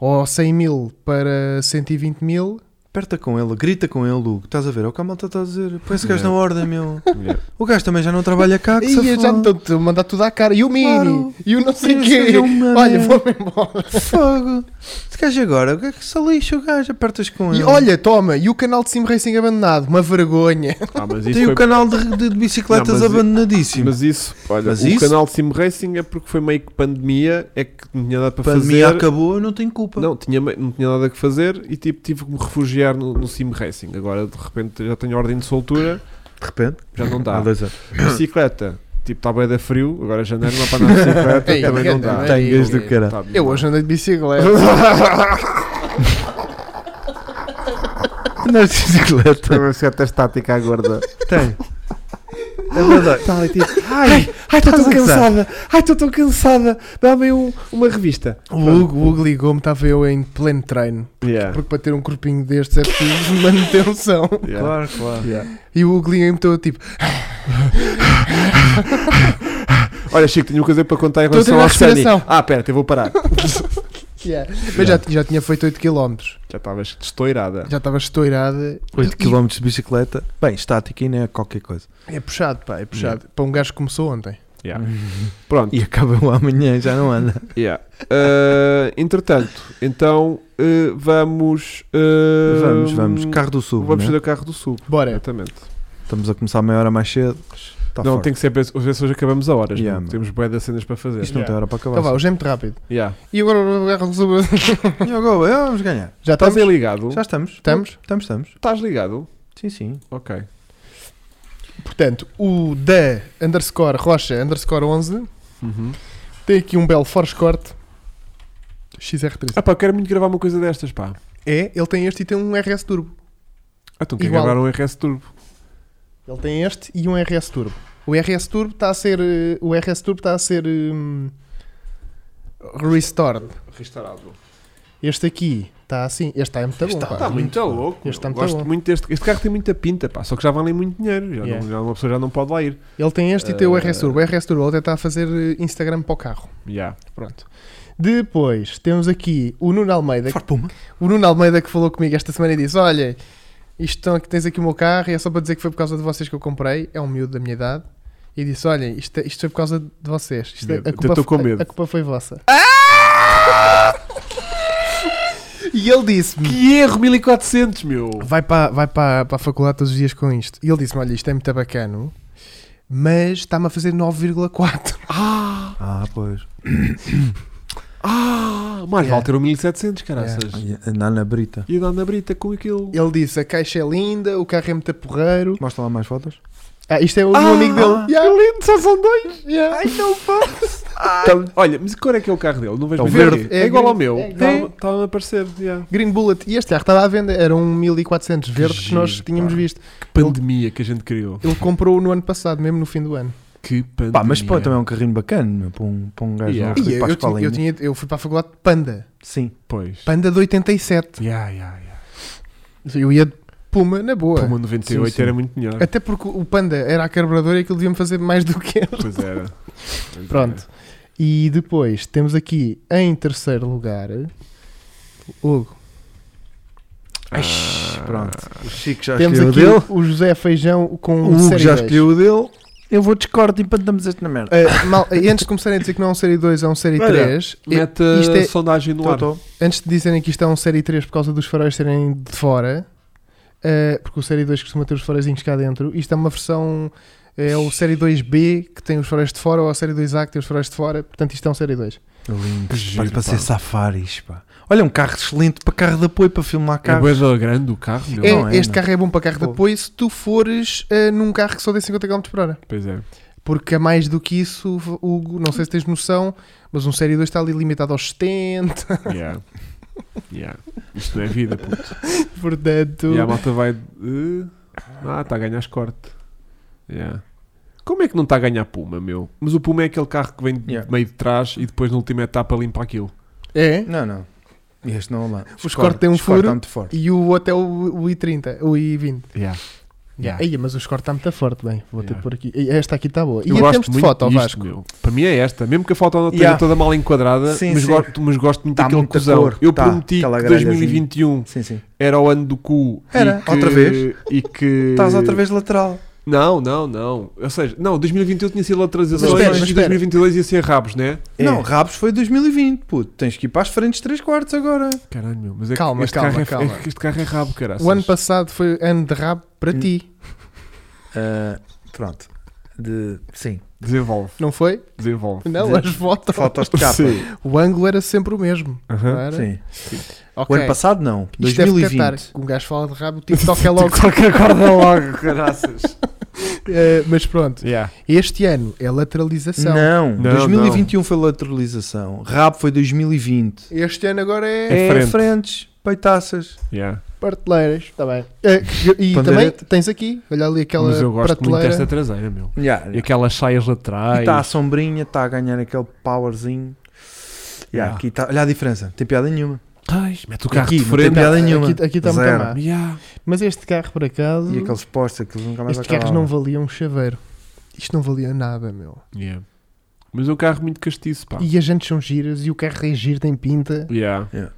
Speaker 3: ou 100 mil para 120 mil.
Speaker 2: Aperta com ele, grita com ele, Hugo. Estás a ver? É o que a malta está a dizer. Põe esse gajo
Speaker 1: Yeah.
Speaker 2: na ordem, meu.
Speaker 1: Yeah.
Speaker 2: O gajo também já não trabalha cá. Tá Que
Speaker 3: E já
Speaker 2: safado.
Speaker 3: me estão a mandar tudo à cara. E o Mini,
Speaker 2: Claro.
Speaker 3: e o não sei o
Speaker 2: Sim,
Speaker 3: quê.
Speaker 2: seja uma
Speaker 3: Olha,
Speaker 2: merda.
Speaker 3: vou-me embora.
Speaker 2: um Fogo. Esse gajo agora, o que é que se lixa o gajo? Apertas com ele.
Speaker 3: E olha, toma, e o canal de Sim Racing abandonado, uma vergonha.
Speaker 1: Ah, mas isso
Speaker 2: tem
Speaker 1: foi-
Speaker 2: o canal de, de- de bicicletas
Speaker 1: Não, mas- é-
Speaker 2: abandonadíssimo.
Speaker 1: Mas isso, olha,
Speaker 2: Mas
Speaker 1: o
Speaker 2: isso-
Speaker 1: canal de Sim Racing é porque foi meio que pandemia, é que não tinha nada para
Speaker 2: a pandemia
Speaker 1: fazer.
Speaker 2: acabou, eu não tenho culpa.
Speaker 1: Não tinha, me- não tinha nada que fazer e tipo tive que me refugiar no, no Sim Racing. Agora de repente já tenho ordem de soltura,
Speaker 2: De repente,
Speaker 1: já não dá.
Speaker 2: dois anos.
Speaker 1: bicicleta, tipo está bem da frio, agora janeiro não há para andar de bicicleta,
Speaker 3: Ei,
Speaker 1: também não dá.
Speaker 3: não é?
Speaker 2: Tangas do
Speaker 3: Eu-
Speaker 2: cara.
Speaker 1: Tá bem.
Speaker 3: Eu hoje andei de bicicleta.
Speaker 2: Andaste de bicicleta.
Speaker 1: Também se até estática à gorda.
Speaker 2: Tem. É verdade.
Speaker 1: Ai, ai, estou
Speaker 2: estás
Speaker 1: tão
Speaker 2: a gozar.
Speaker 1: cansada. Ai, estou tão cansada. Dá-me um- uma revista.
Speaker 3: O Hugo, o Hugo ligou-me, estava eu em pleno treino.
Speaker 1: Yeah.
Speaker 3: Porque para ter um corpinho destes é preciso de manutenção.
Speaker 1: Yeah.
Speaker 2: Claro, claro.
Speaker 1: Yeah.
Speaker 3: E o Hugo ligou-me todo tipo:
Speaker 1: Olha, Chico, tenho uma coisa para contar em
Speaker 3: Estou a
Speaker 1: relação ao
Speaker 3: treinar
Speaker 1: Sunny.
Speaker 3: respiração.
Speaker 1: Ah, pera, eu vou parar.
Speaker 3: "Yeah." é?" Mas já, ti- já tinha feito 8 km.
Speaker 1: Já estavas destoirada.
Speaker 3: Já estava estourada.
Speaker 2: 8 km de bicicleta. Bem, estática e não é qualquer coisa.
Speaker 3: É puxado, pá, é puxado. Para um gajo que começou ontem.
Speaker 1: Yeah. Pronto.
Speaker 2: E acaba o amanhã, já não anda.
Speaker 1: Yeah. Uh, entretanto, então uh, vamos, uh,
Speaker 2: vamos, vamos. Carro do Sul.
Speaker 1: Vamos
Speaker 2: né?
Speaker 1: fazer o carro do sul.
Speaker 3: Bora.
Speaker 1: Exatamente.
Speaker 2: Estamos a começar meia hora mais cedo. Tá
Speaker 1: não,
Speaker 2: forte.
Speaker 1: tem que ser. Às vezes hoje acabamos a horas.
Speaker 2: Yeah,
Speaker 1: mano.
Speaker 2: mano.
Speaker 1: Temos bué de cenas para fazer.
Speaker 2: Isto não
Speaker 3: Yeah.
Speaker 2: tem hora para acabar.
Speaker 3: Então vá, hoje é muito rápido.
Speaker 1: Yeah.
Speaker 3: E agora o carro sobre.
Speaker 2: E agora, é, vamos ganhar.
Speaker 3: Já
Speaker 1: Estás
Speaker 3: estamos?
Speaker 1: aí ligado?
Speaker 2: Já estamos.
Speaker 3: Estamos?
Speaker 2: Estamos, estamos.
Speaker 1: Estás ligado?
Speaker 2: Sim, sim.
Speaker 1: Ok.
Speaker 3: Portanto, o da underscore rocha underscore 11
Speaker 1: Uhum.
Speaker 3: tem aqui um belo Force Corte XR3.
Speaker 1: Ah pá, eu quero muito gravar uma coisa destas, pá.
Speaker 3: É, ele tem este e tem um RS Turbo.
Speaker 1: Ah, então quer
Speaker 3: Igual.
Speaker 1: gravar um RS Turbo.
Speaker 3: Ele tem este e um RS Turbo. O RS Turbo está a ser. eh, O RS Turbo está a ser. hum, restored.
Speaker 1: Restaurado.
Speaker 3: Este aqui está assim. Este está muito bom. pá.
Speaker 1: Está muito louco. meu.
Speaker 3: Este tá muito
Speaker 1: Gosto
Speaker 3: bom.
Speaker 1: muito deste. Este carro tem muita pinta, pá. Só que já valem muito dinheiro. Já
Speaker 3: Yeah.
Speaker 1: não- já uma pessoa já não pode lá ir.
Speaker 3: Ele tem este e tem o
Speaker 1: Eh,
Speaker 3: RS Turbo. O RS Turbo ele até está a fazer eh, Instagram para o carro.
Speaker 1: Yeah.
Speaker 3: Pronto. Depois temos aqui o Nuno Almeida.
Speaker 2: Far Puma.
Speaker 3: O Nuno Almeida que falou comigo esta semana e disse: Olha, isto estão aqui, tens aqui o meu carro e é só para dizer que foi por causa de vocês que eu comprei. É um miúdo da minha idade. E disse: Olha, isto, é, isto foi por causa de vocês. Isto, é,
Speaker 1: Medo.
Speaker 3: a,
Speaker 1: Eu
Speaker 3: culpa,
Speaker 1: estou com
Speaker 3: a-
Speaker 1: medo. Ah,
Speaker 3: a culpa foi vossa. E ele disse-me:
Speaker 1: Que erro 1400, meu!
Speaker 3: vai para, vai para, para a faculdade todos os dias com isto. E ele disse-me: Olha, isto é muito bacano, mas está-me a fazer 9,4.
Speaker 1: Ah!
Speaker 2: Ah, pois.
Speaker 1: Ah! Mais
Speaker 3: Yeah.
Speaker 1: vale ter um 1700, caraças.
Speaker 2: Andar na brita.
Speaker 1: E andar na brita com aquilo.
Speaker 3: Ele disse: A caixa é linda, o carro é muito porreiro.
Speaker 2: Mostra lá mais fotos.
Speaker 3: Ah, isto é o do
Speaker 1: Ah,
Speaker 3: amigo dele.
Speaker 1: Que
Speaker 3: Yeah,
Speaker 1: lindo, só são dois!
Speaker 3: yeah.
Speaker 1: não posso! Olha, mas que cor é que é o carro dele? Não vejo
Speaker 2: É o
Speaker 1: bem
Speaker 2: verde.
Speaker 1: aqui.
Speaker 3: É
Speaker 1: É, igual ao
Speaker 3: gris.
Speaker 1: meu.
Speaker 3: É
Speaker 1: Estava a aparecer. yeah.
Speaker 3: Green Bullet. E este carro estava à venda, era um 1400 verde que,
Speaker 1: giro,
Speaker 3: nós tínhamos
Speaker 1: pá.
Speaker 3: visto.
Speaker 1: Que pandemia que a gente criou.
Speaker 3: Ele comprou no ano passado, mesmo no fim do ano.
Speaker 1: Que pandemia.
Speaker 2: Pá, mas pô, também é um carrinho bacana meu, para um, para um gajo
Speaker 1: Yeah.
Speaker 2: novo
Speaker 3: E
Speaker 2: ir
Speaker 3: eu,
Speaker 2: para a
Speaker 3: eu, tinha-
Speaker 2: escolinha.
Speaker 3: eu tinha, eu fui para a faculdade de Panda.
Speaker 2: Sim.
Speaker 1: Pois.
Speaker 3: Panda de 87.
Speaker 1: Yeah, yeah, yeah.
Speaker 3: Eu ia de Puma na boa.
Speaker 1: Puma 98
Speaker 2: Sim, sim.
Speaker 1: era muito melhor.
Speaker 3: Até porque o Panda era a carburadora e aquilo devia-me fazer mais do que ele.
Speaker 1: Pois era. Pois
Speaker 3: Pronto. E depois temos aqui em terceiro lugar. Hugo.
Speaker 1: era.
Speaker 2: Ixi,
Speaker 1: Ah,
Speaker 2: pronto. O Chico já
Speaker 3: Temos
Speaker 2: escolheu o
Speaker 3: aqui
Speaker 2: dele.
Speaker 3: o José Feijão com
Speaker 2: O Hugo
Speaker 3: série
Speaker 2: já
Speaker 3: 10.
Speaker 2: escolheu o dele. Eu vou discordo e empatamos este na merda.
Speaker 3: Ah, mal, antes de começarem a dizer que não é um série 2, é um série
Speaker 2: Olha,
Speaker 3: 3.
Speaker 1: Mete
Speaker 3: isto
Speaker 1: a
Speaker 3: é-
Speaker 1: sondagem no
Speaker 2: Tô,
Speaker 1: ar.
Speaker 2: tô.
Speaker 3: antes de dizerem que isto é um série 3 por causa dos faróis serem de fora, eh, porque o série 2 costuma ter os faróizinhos cá dentro, isto é uma versão. É o série 2B que tem os faróis de fora, ou a série 2A que tem os faróis de fora, portanto isto é um série 2.
Speaker 2: Lindo.
Speaker 1: Que giro,
Speaker 2: Olha, para
Speaker 1: pá.
Speaker 2: ser safaris, pá. Olha, um carro excelente para carro de apoio, para filmar
Speaker 1: É
Speaker 2: carros.
Speaker 1: boeda grande o carro, meu.
Speaker 3: É,
Speaker 2: não é,
Speaker 3: este
Speaker 2: não.
Speaker 3: carro é bom para carro de
Speaker 2: Pô.
Speaker 3: apoio se tu fores eh, num carro que só dê 50 km por hora.
Speaker 1: Pois é.
Speaker 3: Porque a mais do que isso, Hugo, não sei se tens noção, mas um série 2 está ali limitado aos 70,
Speaker 1: Yeah. Yeah. Isto não é vida, puto.
Speaker 3: portanto.
Speaker 1: E a malta vai. eh, ah, está a ganhar escorte. Yeah. Como é que não está a ganhar Puma, meu? Mas o Puma é aquele carro que vem de
Speaker 2: Yeah.
Speaker 1: meio de trás e depois na última etapa limpa aquilo.
Speaker 3: É?
Speaker 2: Não, não. Este não é lá.
Speaker 3: O Escort tem um furo.
Speaker 2: Está muito forte.
Speaker 3: E o outro é o, o I30, o I20.
Speaker 1: Yeah.
Speaker 3: Yeah. Aí, mas o score está muito forte, bem. Vou ter
Speaker 1: Yeah.
Speaker 3: que pôr aqui. E Esta aqui está boa. E
Speaker 1: Eu
Speaker 2: é
Speaker 3: em
Speaker 1: gosto
Speaker 3: termos de
Speaker 1: muito
Speaker 3: foto, ao
Speaker 1: disto,
Speaker 3: Vasco.
Speaker 1: meu. Para mim é esta. Mesmo que a foto não esteja
Speaker 2: Yeah.
Speaker 1: toda mal enquadrada,
Speaker 2: Sim,
Speaker 1: mas,
Speaker 2: sim.
Speaker 1: Gosto, mas gosto muito
Speaker 2: Dá
Speaker 1: daquele
Speaker 2: muita
Speaker 1: cuzão.
Speaker 2: cor.
Speaker 1: Eu
Speaker 2: Tá,
Speaker 1: prometi
Speaker 2: aquela
Speaker 1: que
Speaker 2: grelhazinha.
Speaker 1: 2021
Speaker 2: Sim, sim.
Speaker 1: era o ano do cu. e
Speaker 2: Era.
Speaker 1: que-
Speaker 2: Outra vez?
Speaker 1: E que.
Speaker 2: Estás outra vez lateral.
Speaker 1: Não, não, não. Ou seja, não, 2021 tinha sido lateralizações,
Speaker 3: Mas espera,
Speaker 1: mas
Speaker 3: mas espera.
Speaker 1: 2022 ia ser rabos, né?
Speaker 5: É.
Speaker 2: Não, Rabos foi 2020, puto. Tens que ir para as frentes 3 quartos agora.
Speaker 1: Caralho, meu. Mas é que
Speaker 3: Calma,
Speaker 1: este
Speaker 3: calma,
Speaker 1: carro é,
Speaker 3: calma.
Speaker 1: é que este carro é rabo, cara.
Speaker 3: O ano passado foi ano de rabo para
Speaker 2: Hum.
Speaker 3: ti,
Speaker 2: Ah, pronto. De, sim.
Speaker 1: Desenvolve,
Speaker 3: não foi?
Speaker 1: desenvolve.
Speaker 3: Não,
Speaker 2: De-
Speaker 3: as fotos.
Speaker 2: Fotos de capa.
Speaker 1: Sim.
Speaker 3: O ângulo era sempre o mesmo.
Speaker 1: Aham.
Speaker 3: Não era?
Speaker 2: Sim. O
Speaker 3: Ok.
Speaker 2: ano passado não.
Speaker 3: Isto deve
Speaker 2: 2020.
Speaker 3: catar. Um gajo fala de rabo, o TikTok é logo.
Speaker 1: que acorda logo, caraças.
Speaker 3: Eh, mas pronto,
Speaker 1: Yeah.
Speaker 3: este ano é lateralização.
Speaker 2: Não,
Speaker 1: Não,
Speaker 2: 2021 foi lateralização. Rabo foi 2020.
Speaker 3: Este ano agora é,
Speaker 1: É
Speaker 2: É,
Speaker 1: frente.
Speaker 2: frentes, peitaças.
Speaker 1: Yeah.
Speaker 3: prateleiras. Está bem. Eh, e também
Speaker 2: Pandeireta.
Speaker 3: tens aqui, olha ali aquela
Speaker 1: Mas eu gosto muito
Speaker 3: prateleira.
Speaker 1: desta traseira, meu.
Speaker 2: Yeah,
Speaker 1: E aquelas saias
Speaker 2: E tá-
Speaker 1: laterais.
Speaker 2: está a sombrinha, está a ganhar aquele powerzinho. Yeah,
Speaker 1: Yeah.
Speaker 2: aqui tá- olha a diferença, não tem piada nenhuma.
Speaker 1: Ai, mete o carro
Speaker 2: Aqui,
Speaker 1: de
Speaker 2: não
Speaker 1: frente.
Speaker 2: tem piada nenhuma.
Speaker 3: Aqui, aqui está muito
Speaker 2: Zero.
Speaker 3: má.
Speaker 1: Yeah.
Speaker 3: Mas este carro, por acaso.
Speaker 2: E aqueles postes, aqueles nunca mais
Speaker 3: Estes carros não
Speaker 2: acabavam.
Speaker 3: valiam um chaveiro. Isto não valia nada, meu.
Speaker 1: Yeah. Mas é um carro muito castiço, pá.
Speaker 3: E as jantes são giras e o carro é giro, tem pinta.
Speaker 1: Yeah.
Speaker 2: Yeah.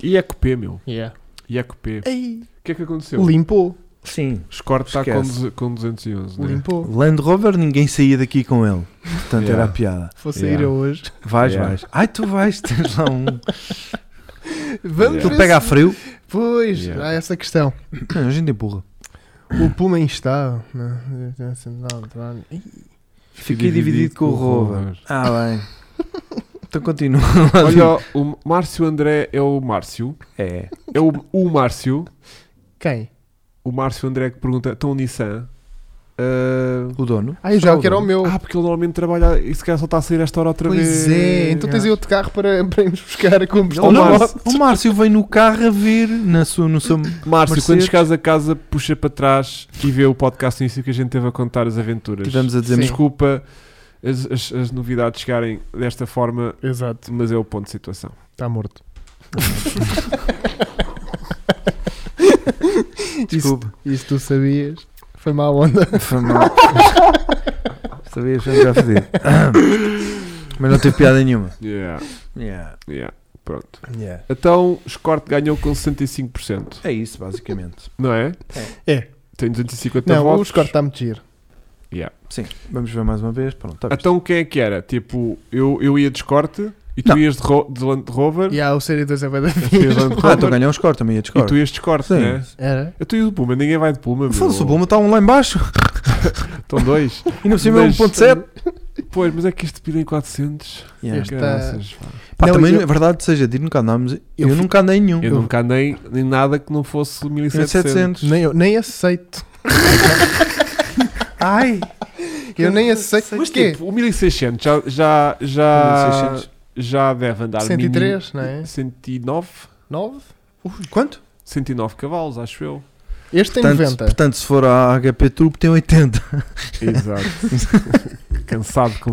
Speaker 1: E é cupê, meu.
Speaker 3: Yeah.
Speaker 1: E é cupê.
Speaker 3: Ei,
Speaker 1: O que é que aconteceu?
Speaker 3: limpou,
Speaker 2: Sim.
Speaker 1: Escorte está com,
Speaker 2: Esquece.
Speaker 1: duze- com 211, né?
Speaker 3: limpou.
Speaker 2: Land Rover, ninguém saía daqui com ele. Portanto,
Speaker 1: Yeah.
Speaker 2: era a piada.
Speaker 3: Vou sair
Speaker 1: Yeah.
Speaker 3: eu hoje.
Speaker 2: Vais,
Speaker 1: Yeah.
Speaker 2: vais. Ai, tu vais, tens lá um.
Speaker 3: Vamos
Speaker 1: Yeah.
Speaker 3: ver
Speaker 2: Tu pega a
Speaker 3: se-
Speaker 2: frio.
Speaker 3: Pois,
Speaker 1: Yeah.
Speaker 3: há essa questão.
Speaker 2: A gente empurra.
Speaker 3: O Puma instável. né? Não, não, não. Ih,
Speaker 2: Fiquei dividido com o Rover. Ah, bem. Então continua.
Speaker 1: Olha, o Márcio André é o Márcio.
Speaker 2: É.
Speaker 1: É o, o Márcio.
Speaker 3: Quem?
Speaker 1: O Márcio André que pergunta: estão "Então, Nissan? ah,
Speaker 2: O dono.
Speaker 3: Ah, eu já que era o meu.
Speaker 1: ah, porque ele normalmente trabalha e se calhar só está a sair esta hora outra vez.
Speaker 3: pois é, então tens aí outro carro para, para irmos buscar a combustão
Speaker 1: Não,
Speaker 3: da
Speaker 1: não.
Speaker 3: moto.
Speaker 2: O Márcio vem no carro a ver na sua, no seu.
Speaker 1: Márcio, quando
Speaker 2: Mercedes.
Speaker 1: chegares a casa, puxa para trás e vê o podcast início que a gente teve a contar as aventuras.
Speaker 2: Tivemos a dizer.
Speaker 3: Sim.
Speaker 1: Desculpa as, as- as novidades chegarem desta forma,
Speaker 3: Exato,
Speaker 1: mas é o ponto de situação.
Speaker 3: está Tá morto.
Speaker 2: Desculpa.
Speaker 3: Isso tu sabias. Foi má onda.
Speaker 2: Foi mal. Sabias? Foi já fedido. Mas não teve piada nenhuma.
Speaker 1: Yeah,
Speaker 2: Yeah.
Speaker 1: yeah, pronto.
Speaker 2: Yeah.
Speaker 1: Então, Escorte ganhou com 65%,
Speaker 2: É isso, basicamente.
Speaker 1: não é?
Speaker 3: É.
Speaker 1: Tem 250
Speaker 3: Não, o
Speaker 1: votos.
Speaker 3: Escort está a meter.
Speaker 2: Sim, vamos ver mais uma vez. Pronto, tá visto.
Speaker 1: Então, quem é que era? Tipo, eu, eu ia de Escorte e tu
Speaker 2: Não.
Speaker 1: ias de, ro de Land Rover.
Speaker 3: E há o Série 2 é bué da
Speaker 1: tu ias de Land
Speaker 2: Ah, então
Speaker 1: Rover,
Speaker 2: ganhou um score também, a
Speaker 1: e tu
Speaker 2: Discord.
Speaker 1: ias de Escorte,
Speaker 2: Sim.
Speaker 1: né?
Speaker 3: Era?
Speaker 1: Eu estou indo de Puma, ninguém vai de Puma. meu.
Speaker 2: Foda-se, o Bulma está um lá embaixo.
Speaker 1: Estão dois.
Speaker 2: E não cima é
Speaker 1: Mas-
Speaker 2: 1.7.
Speaker 1: Pois, mas é que este pedido em 400.
Speaker 2: Yeah.
Speaker 3: Este- Está-
Speaker 1: Caraças, pá.
Speaker 2: Pá,
Speaker 3: Não,
Speaker 2: também,
Speaker 3: eu-
Speaker 2: é verdade seja dito, nunca andámos. Eu,
Speaker 3: fi-
Speaker 2: nunca andei em nenhum.
Speaker 1: Eu nunca andei em nada que não fosse 1700.
Speaker 2: 1700.
Speaker 3: Nem, eu, nem aceito.
Speaker 2: Ai!
Speaker 3: Eu nem aceito.
Speaker 1: Mas
Speaker 3: quê?
Speaker 1: tipo, o 1600 já, já, já,
Speaker 2: 1600.
Speaker 1: já deve andar
Speaker 3: 103, não é?
Speaker 1: mínimo 109,
Speaker 3: 9?
Speaker 2: Quanto?
Speaker 1: 109 cavalos, acho eu.
Speaker 3: Este tem
Speaker 2: Portanto,
Speaker 3: 90.
Speaker 2: portanto, se for à HP Turbo, tem 80.
Speaker 1: Exato. Cansado com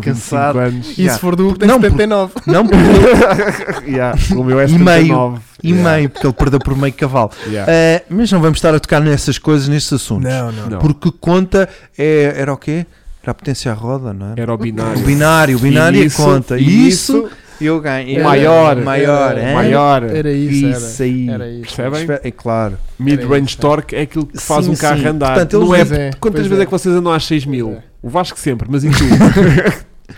Speaker 1: 25
Speaker 3: Cansado.
Speaker 1: anos.
Speaker 3: E se for do Hugo tem
Speaker 2: Não, porque-
Speaker 3: 79.
Speaker 2: Não por
Speaker 1: Yeah, o meu é
Speaker 2: E meio.
Speaker 1: 79.
Speaker 2: e meio, porque ele perdeu por meio cavalo.
Speaker 1: Yeah.
Speaker 2: Eh, mas não vamos estar a tocar nessas coisas, nesses assuntos.
Speaker 1: Não, não.
Speaker 2: Porque conta é, era o quê? Era a potência à roda, não era?
Speaker 1: Era o binário.
Speaker 2: O binário, o binário
Speaker 1: E
Speaker 2: e
Speaker 1: isso-
Speaker 2: conta.
Speaker 1: e
Speaker 2: E isso, eu ganho.
Speaker 1: O
Speaker 3: Era-
Speaker 1: maior.
Speaker 2: maior,
Speaker 1: era-
Speaker 2: hein?
Speaker 1: maior.
Speaker 3: Era isso,
Speaker 2: Isso
Speaker 3: era.
Speaker 2: aí.
Speaker 3: Era isso.
Speaker 1: Percebem?
Speaker 2: Espe- É claro.
Speaker 3: Era
Speaker 1: Mid-range
Speaker 3: isso.
Speaker 1: torque é aquilo que faz
Speaker 2: Sim,
Speaker 1: um carro
Speaker 2: sim.
Speaker 1: andar.
Speaker 2: Portanto, eles
Speaker 1: não é,
Speaker 3: Pois é,
Speaker 1: quantas
Speaker 3: pois
Speaker 1: vezes é.
Speaker 3: é.
Speaker 1: que vocês andam às 6 mil?
Speaker 3: Pois é.
Speaker 1: O Vasco sempre, mas e tu?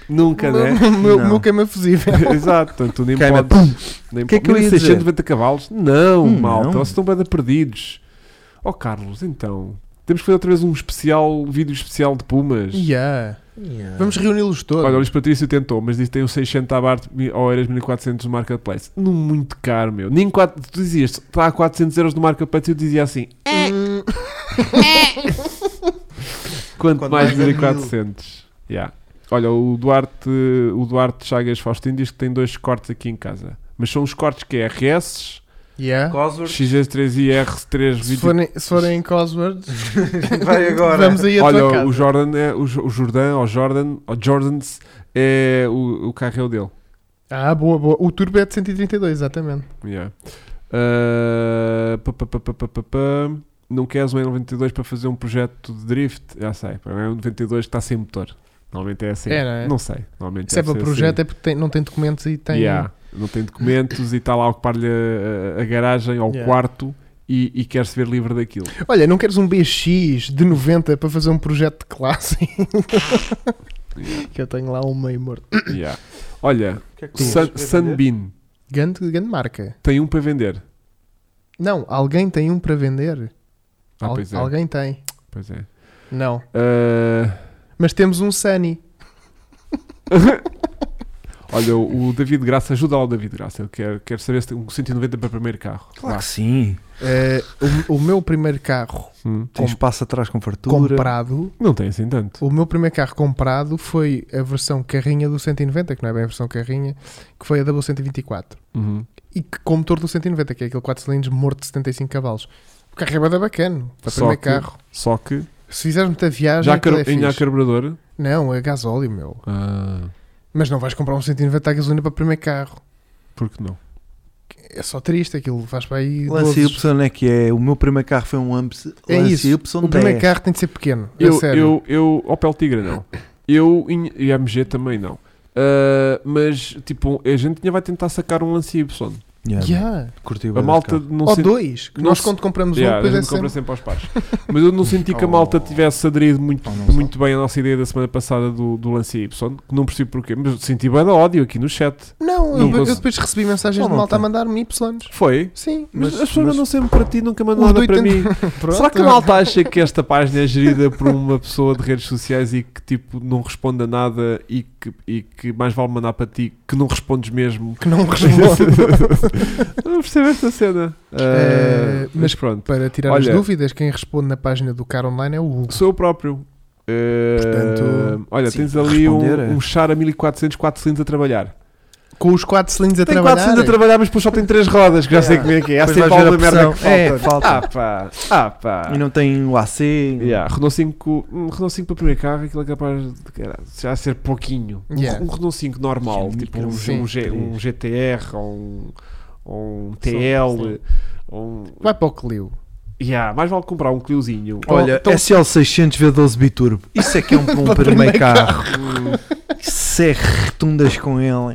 Speaker 1: Nunca,
Speaker 3: O
Speaker 1: né?
Speaker 3: meu- o meu,
Speaker 2: Não.
Speaker 3: o meu queima fusível.
Speaker 1: Exato, portanto, tu nem
Speaker 2: Queima,
Speaker 1: podes. Nem
Speaker 2: Que é que eu
Speaker 1: podes.
Speaker 2: ia
Speaker 1: 1690 cavalos? Não,
Speaker 2: Hum,
Speaker 1: malta,
Speaker 2: não.
Speaker 1: vocês estão bem perdidos. Ó Carlos, então, temos que fazer outra vez um especial, vídeo especial de Pumas.
Speaker 3: Yeah. Vamos reuni-los todos.
Speaker 1: Olha, o Luís Patrício tentou, mas disse que tem um 600 à bar ou eras 1400 no Marketplace. Não muito caro, meu. Nem quatro, tu dizias, está a 400 euros no Marketplace e eu dizia assim,
Speaker 3: Hum,
Speaker 1: Quanto,
Speaker 2: Quanto
Speaker 1: mais
Speaker 2: mais é
Speaker 1: 1400. Yeah. Olha, o Duarte, o Duarte Chagas Faustino diz que tem dois cortes aqui em casa. Mas são os cortes que é RS,
Speaker 3: yeah.
Speaker 1: XS3 e R3
Speaker 3: Se forem, se forem Cosworth,
Speaker 2: Vai
Speaker 3: vamos aí a tua
Speaker 1: Olha,
Speaker 3: casa.
Speaker 1: o Jordan é o, Jo- o Jordan, o Jordan, o Jordans é o, o carro é o dele.
Speaker 3: Ah, boa, boa. O Turbo é de 132, exatamente.
Speaker 1: Yeah. Ah, pá, pá, pá, pá, pá, pá, pá. Não queres um E92 para fazer um projeto de drift? Já sei, é um E92 que está sem motor. Normalmente é assim.
Speaker 3: É, não é?
Speaker 1: sei. Normalmente
Speaker 3: Se é
Speaker 1: deve
Speaker 3: para
Speaker 1: ser assim.
Speaker 3: projeto é porque tem- não tem documentos e tem.
Speaker 1: Yeah, Não tem documentos e está lá a ocupar-lhe a, a- a garagem ou o
Speaker 3: Yeah.
Speaker 1: quarto e, e quer-se ver livre daquilo.
Speaker 3: Olha, não queres um BX de 90 para fazer um projeto de classe? que eu tenho lá um meio morto.
Speaker 1: Yeah. Olha, Sun, Sunbeam
Speaker 3: Grande, grande marca.
Speaker 1: tem um para vender.
Speaker 3: Não, alguém tem um para vender.
Speaker 1: Ah,
Speaker 3: Al-
Speaker 1: pois é.
Speaker 3: Alguém tem.
Speaker 1: Pois é.
Speaker 3: Não.
Speaker 1: Ah,
Speaker 3: Mas temos um Sunny.
Speaker 1: olha, o o David Graça, ajuda lá o David Graça. Ele quer, quer saber se tem um 190 para o primeiro carro.
Speaker 2: Claro que Ah, sim.
Speaker 3: Eh, o, o meu primeiro carro
Speaker 1: Hum.
Speaker 2: Tem
Speaker 3: Com-
Speaker 2: espaço atrás com fartura.
Speaker 3: comprado.
Speaker 1: Não tem assim tanto.
Speaker 3: O meu primeiro carro comprado foi a versão carrinha do 190, que não é bem a versão carrinha, que foi a W124.
Speaker 1: Uhum.
Speaker 3: E que com o motor do 190, que é aquele 4 cilindros morto de 75 cavalos. O carro é bué da bacana. Para o
Speaker 1: Só
Speaker 3: primeiro
Speaker 1: que-
Speaker 3: carro.
Speaker 1: Só que
Speaker 3: Se fizeres muita viagem,
Speaker 1: já há
Speaker 3: aquilo
Speaker 1: car-
Speaker 3: é
Speaker 1: ainda há
Speaker 3: fixe.
Speaker 1: carburador.
Speaker 3: Não, é gasóleo, meu.
Speaker 1: Ah,
Speaker 3: Mas não vais comprar um 190 a gasolina para o primeiro carro.
Speaker 1: porque não?
Speaker 3: É só triste aquilo. Vais para aí.
Speaker 2: Lance
Speaker 3: 12.
Speaker 2: Y é que é. O meu primeiro carro foi um Lance
Speaker 3: É isso.
Speaker 2: Y10.
Speaker 3: O primeiro carro tem de ser pequeno. é
Speaker 1: Eu,
Speaker 3: sério.
Speaker 1: eu, eu, Opel Tigra não. Eu em- e a MG também não. Ah, mas tipo, a gente ainda vai tentar sacar um lance Y.
Speaker 2: Yeah,
Speaker 3: Yeah.
Speaker 2: curti bué
Speaker 1: A
Speaker 2: desse
Speaker 1: malta
Speaker 2: carro.
Speaker 1: não
Speaker 3: Ou
Speaker 1: senti-
Speaker 3: dois. que
Speaker 1: não
Speaker 3: nós
Speaker 1: se-
Speaker 3: quando compramos
Speaker 1: Yeah,
Speaker 3: um,
Speaker 1: a
Speaker 3: depois é
Speaker 1: gente compra
Speaker 3: sempre...
Speaker 1: sempre aos pares. Mas eu não senti que a malta tivesse aderido muito, muito bem à nossa ideia da semana passada do, do lance Y, que não percebo porquê, mas senti bem de ódio aqui no chat.
Speaker 3: Não,
Speaker 1: Não
Speaker 3: eu, eu
Speaker 1: consigo.
Speaker 3: depois recebi mensagens
Speaker 2: Não,
Speaker 3: de
Speaker 2: não
Speaker 3: malta a
Speaker 2: tem.
Speaker 3: mandar-me Y.
Speaker 1: Foi?
Speaker 3: Sim.
Speaker 1: Mas,
Speaker 2: Mas-
Speaker 1: as pessoas
Speaker 2: mas-
Speaker 1: mandam sempre para ti, nunca mandam
Speaker 3: Os
Speaker 1: nada
Speaker 3: do
Speaker 1: para
Speaker 3: 80.
Speaker 1: mim.
Speaker 3: Pronto.
Speaker 1: Será que a malta acha que esta página é gerida por uma pessoa de redes sociais e que tipo não responde a nada e que, e que mais vale mandar para ti que não respondes mesmo
Speaker 3: Que não responde.
Speaker 1: Eu não percebo esta cena.
Speaker 3: Eh,
Speaker 1: Ah, mas
Speaker 3: mas-
Speaker 1: pronto.
Speaker 3: Para tirar as
Speaker 1: Olha.
Speaker 3: dúvidas, quem responde na página do Car Online é o Hugo.
Speaker 1: Sou eu próprio. Eh,
Speaker 3: Portanto,
Speaker 1: olha,
Speaker 2: sim,
Speaker 1: tens ali um,
Speaker 2: responder é-
Speaker 1: um char a 1400, 4 cilindros a trabalhar.
Speaker 3: Com os 4 cilindros a
Speaker 1: Tem 4
Speaker 3: trabalhar.
Speaker 1: cilindros a trabalhar, mas depois só tem 3 rodas, que já sei como é que é. Há
Speaker 2: Depois
Speaker 1: sempre
Speaker 2: vais ver
Speaker 1: alguma
Speaker 2: a
Speaker 1: merda que
Speaker 2: pressão.
Speaker 1: falta.
Speaker 2: É, falta.
Speaker 1: Ah pá, ah pá.
Speaker 2: E não tem o AC.
Speaker 1: Yeah, Renault 5, um Renault 5 para primeiro carro, aquilo é capaz de caralho, já ser pouquinho. Um-
Speaker 3: Yeah.
Speaker 1: Um, Renault 5 normal,
Speaker 2: Sim,
Speaker 1: tipo um,
Speaker 3: sim.
Speaker 1: um G- um GTR ou um, ou um TL.
Speaker 6: sim.
Speaker 1: ou um,
Speaker 3: Vai para o Clio.
Speaker 1: yeah, mais vale comprar um Cliozinho.
Speaker 2: Olha, é
Speaker 3: então-
Speaker 2: SL600 V12 Biturbo. Isso é que é um, um primeiro carro. Isso é retundas com ele.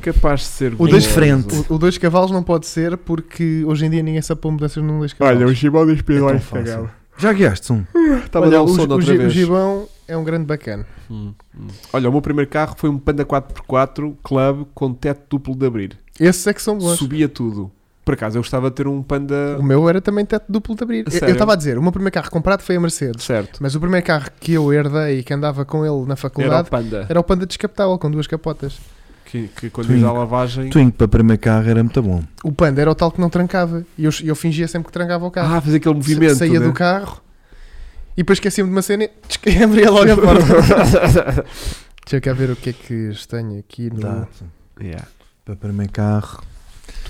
Speaker 1: capaz de ser
Speaker 3: O
Speaker 1: bom.
Speaker 3: dois
Speaker 2: frente.
Speaker 3: O 2 cavalos não pode ser porque hoje em dia ninguém sabe pôr mudanças num 2 cavalos.
Speaker 1: Olha, o Gibão da
Speaker 2: É
Speaker 1: Espelho
Speaker 2: tão fácil. Já guiaste um?
Speaker 1: Estava a
Speaker 3: Olha,
Speaker 1: dar o
Speaker 3: o,
Speaker 1: sono
Speaker 3: o,
Speaker 1: outra
Speaker 3: Gi- o
Speaker 1: vez.
Speaker 3: Gibão é um grande bacana.
Speaker 1: Hum, hum. Olha, o meu primeiro carro foi um Panda 4x4 Club com teto duplo de abrir.
Speaker 3: Esses é que são bons.
Speaker 1: Subia tudo. Por acaso, eu gostava de ter um Panda
Speaker 3: O meu era também teto duplo de abrir. Eu- Eu
Speaker 1: Sério?
Speaker 3: estava a dizer, o meu primeiro carro comprado foi a Mercedes.
Speaker 1: certo.
Speaker 3: Mas o primeiro carro que eu herdei e que andava com É. ele na
Speaker 1: Era o
Speaker 3: faculdade
Speaker 1: Panda,
Speaker 3: era o Panda descapotável com duas capotas.
Speaker 1: que, que quando
Speaker 2: Twingo.
Speaker 1: diz a lavagem...
Speaker 2: Twingo para primeiro carro era muito bom.
Speaker 3: O Panda era o tal que não trancava. E eu, eu fingia sempre que trancava o carro.
Speaker 1: Ah, fazer aquele movimento,
Speaker 3: Saía
Speaker 1: né?
Speaker 3: do carro e depois esquecia-me de uma cena e abria É logo a porta. Deixa eu cá ver o que é que tenho aqui no.
Speaker 2: Dá.
Speaker 1: Yeah.
Speaker 2: Para primeiro carro.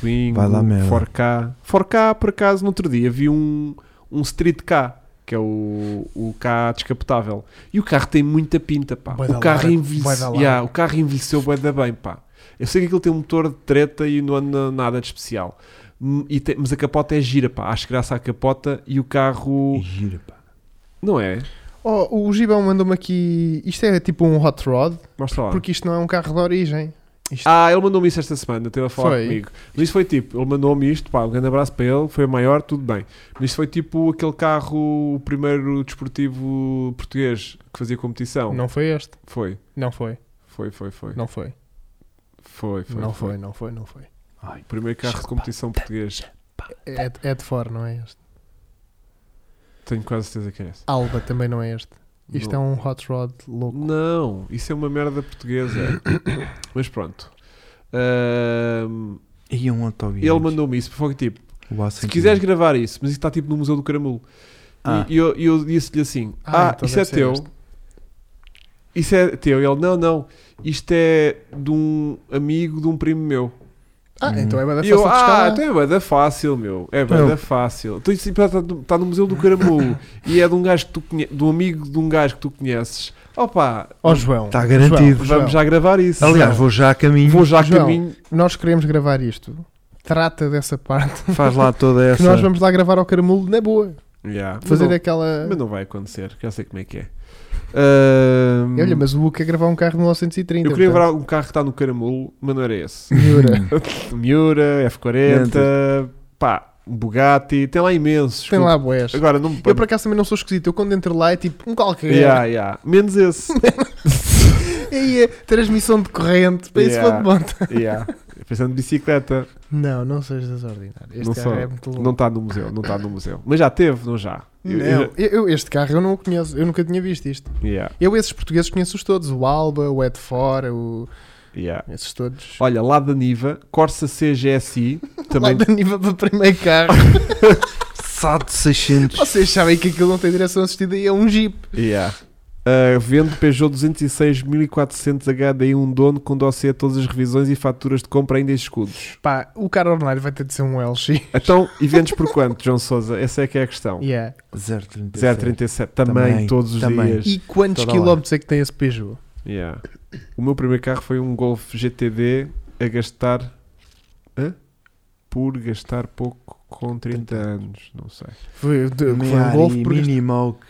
Speaker 1: Twingo,
Speaker 2: Vai dar merda.
Speaker 1: 4K. 4K, por acaso, no outro dia vi um, um Street K, que é o, o K descapotável. E o carro tem muita pinta, pá.
Speaker 3: Bué da
Speaker 1: o, carro
Speaker 3: largo,
Speaker 1: envelhece-
Speaker 3: bué da largo.
Speaker 1: Yeah, o carro envelheceu bué da bem, pá. Eu sei que aquilo tem um motor de treta e não anda nada de especial. Hum, e tem- mas a capota é gira, pá. Acho graça à capota e o carro...
Speaker 2: Gira, pá.
Speaker 1: Não é?
Speaker 3: Oh, o Gibão mandou-me aqui. Isto é tipo um hot rod,
Speaker 1: Mostra lá.
Speaker 3: porque isto não é um carro de origem.
Speaker 1: Ah, ele mandou-me isso esta semana, teve a falar
Speaker 3: Foi.
Speaker 1: comigo. Mas isto foi tipo, ele mandou-me isto, pá, um grande abraço para ele, foi o maior, tudo bem. Mas isto foi tipo aquele carro, o primeiro desportivo português que fazia competição.
Speaker 3: Não foi este.
Speaker 1: Foi,
Speaker 3: Não foi.
Speaker 1: foi, foi, foi.
Speaker 3: Não foi.
Speaker 1: Foi, foi.
Speaker 3: não foi, não foi, não foi.
Speaker 1: O primeiro carro de competição português.
Speaker 3: É, é de fora, não é este.
Speaker 1: Tenho quase certeza que é esse.
Speaker 3: Alba também não é este. Isto
Speaker 1: não.
Speaker 3: é um hot rod louco.
Speaker 1: Não, isso é uma merda portuguesa. Mas pronto. Ahm,
Speaker 2: E um autoguia.
Speaker 1: ele mandou-me isso, foi tipo,
Speaker 2: O
Speaker 1: se quiseres gravar isso, mas isso está tipo no Museu do Caramulo.
Speaker 2: Ah,
Speaker 1: E eu, e eu disse-lhe assim:
Speaker 3: Ah,
Speaker 1: Ah,
Speaker 3: então
Speaker 1: isso
Speaker 3: deve
Speaker 1: é
Speaker 3: ser
Speaker 1: teu.
Speaker 3: este.
Speaker 1: Isso é teu. E ele: Não, não. Isto é de um amigo de um primo meu.
Speaker 3: Ah,
Speaker 2: Hum.
Speaker 3: então é bem
Speaker 1: E
Speaker 3: fácil
Speaker 1: eu:
Speaker 3: de
Speaker 1: Ah,
Speaker 3: escalar.
Speaker 1: então é bada fácil, meu. É
Speaker 2: Eu-
Speaker 1: bada fácil. Então isso está no- está no Museu do Caramulo. e é de um gajo que tu conheces, de um amigo de um gajo que tu conheces. Opa,
Speaker 3: Ó João,
Speaker 1: Tá.
Speaker 2: Está tá garantido.
Speaker 3: João, João.
Speaker 1: vamos já gravar isso.
Speaker 2: Aliás, vou um já a caminho.
Speaker 1: vou já a
Speaker 3: João.
Speaker 1: caminho.
Speaker 3: nós queremos gravar isto. Trata dessa parte.
Speaker 2: Faz lá toda
Speaker 1: É
Speaker 3: Que
Speaker 2: essa.
Speaker 3: nós vamos lá gravar ao caramulo na boa.
Speaker 1: Yeah, mas
Speaker 3: Fazer
Speaker 1: não-
Speaker 3: aquela.
Speaker 1: Mas não vai acontecer, já sei como é que é. Ahm,
Speaker 3: Olha, mas o Hugo quer gravar um carro de 1930.
Speaker 1: eu queria Hum,
Speaker 3: portanto.
Speaker 1: gravar um carro que está no Caramulo, mas não era esse.
Speaker 3: Miura.
Speaker 1: Miura, F40, pá, Bugatti, tem lá imensos.
Speaker 3: Tem lá boés.
Speaker 1: Agora não me
Speaker 3: Eu por acaso também não sou esquisito. Eu quando entro lá é tipo um qualquer.
Speaker 1: yeah, yeah. Menos esse.
Speaker 3: E aí é transmissão de corrente. Para isso
Speaker 1: Yeah.
Speaker 3: foi de bom.
Speaker 1: yeah. Pensando de bicicleta,
Speaker 3: Não, não sejas desordinário. Este
Speaker 1: Não
Speaker 3: carro
Speaker 1: sou.
Speaker 3: é muito louco.
Speaker 1: não está no museu, não está no museu. Mas já teve, não já? Eu- eu
Speaker 3: Não, eu, eu- este carro eu não o conheço, eu nunca tinha visto isto.
Speaker 1: já- yeah,
Speaker 3: Eu esses portugueses conheço-os todos, o Alba, o Ed Fora, o...
Speaker 1: yeah.
Speaker 3: esses todos.
Speaker 1: Olha, lá da Niva, Corsa CGSI, também.
Speaker 3: Lá da Niva para o primeiro carro.
Speaker 2: Sato 600.
Speaker 3: Vocês sabem que aquilo não tem direção assistida e é um Jeep.
Speaker 1: Yeah. Ah, vendo Peugeot 206.400 HDI um dono com dossiê a todas as revisões e faturas de compra ainda em escudos.
Speaker 3: Pá, o carro ordinário vai ter de ser um LX.
Speaker 1: Então, e vendes por quanto, João Sousa? Essa é que é a questão.
Speaker 3: Yeah.
Speaker 2: 037.
Speaker 1: 037 também,
Speaker 2: Também,
Speaker 1: todos os
Speaker 2: também.
Speaker 1: dias.
Speaker 3: E quantos
Speaker 2: Toda
Speaker 3: quilómetros é que tem esse Peugeot?
Speaker 1: Yeah. O meu primeiro carro foi um Golf GTD a gastar Hã? por gastar pouco com 30 anos, não sei.
Speaker 3: Foi, de, foi um
Speaker 2: Meari,
Speaker 3: Golf por
Speaker 2: Mini Moke.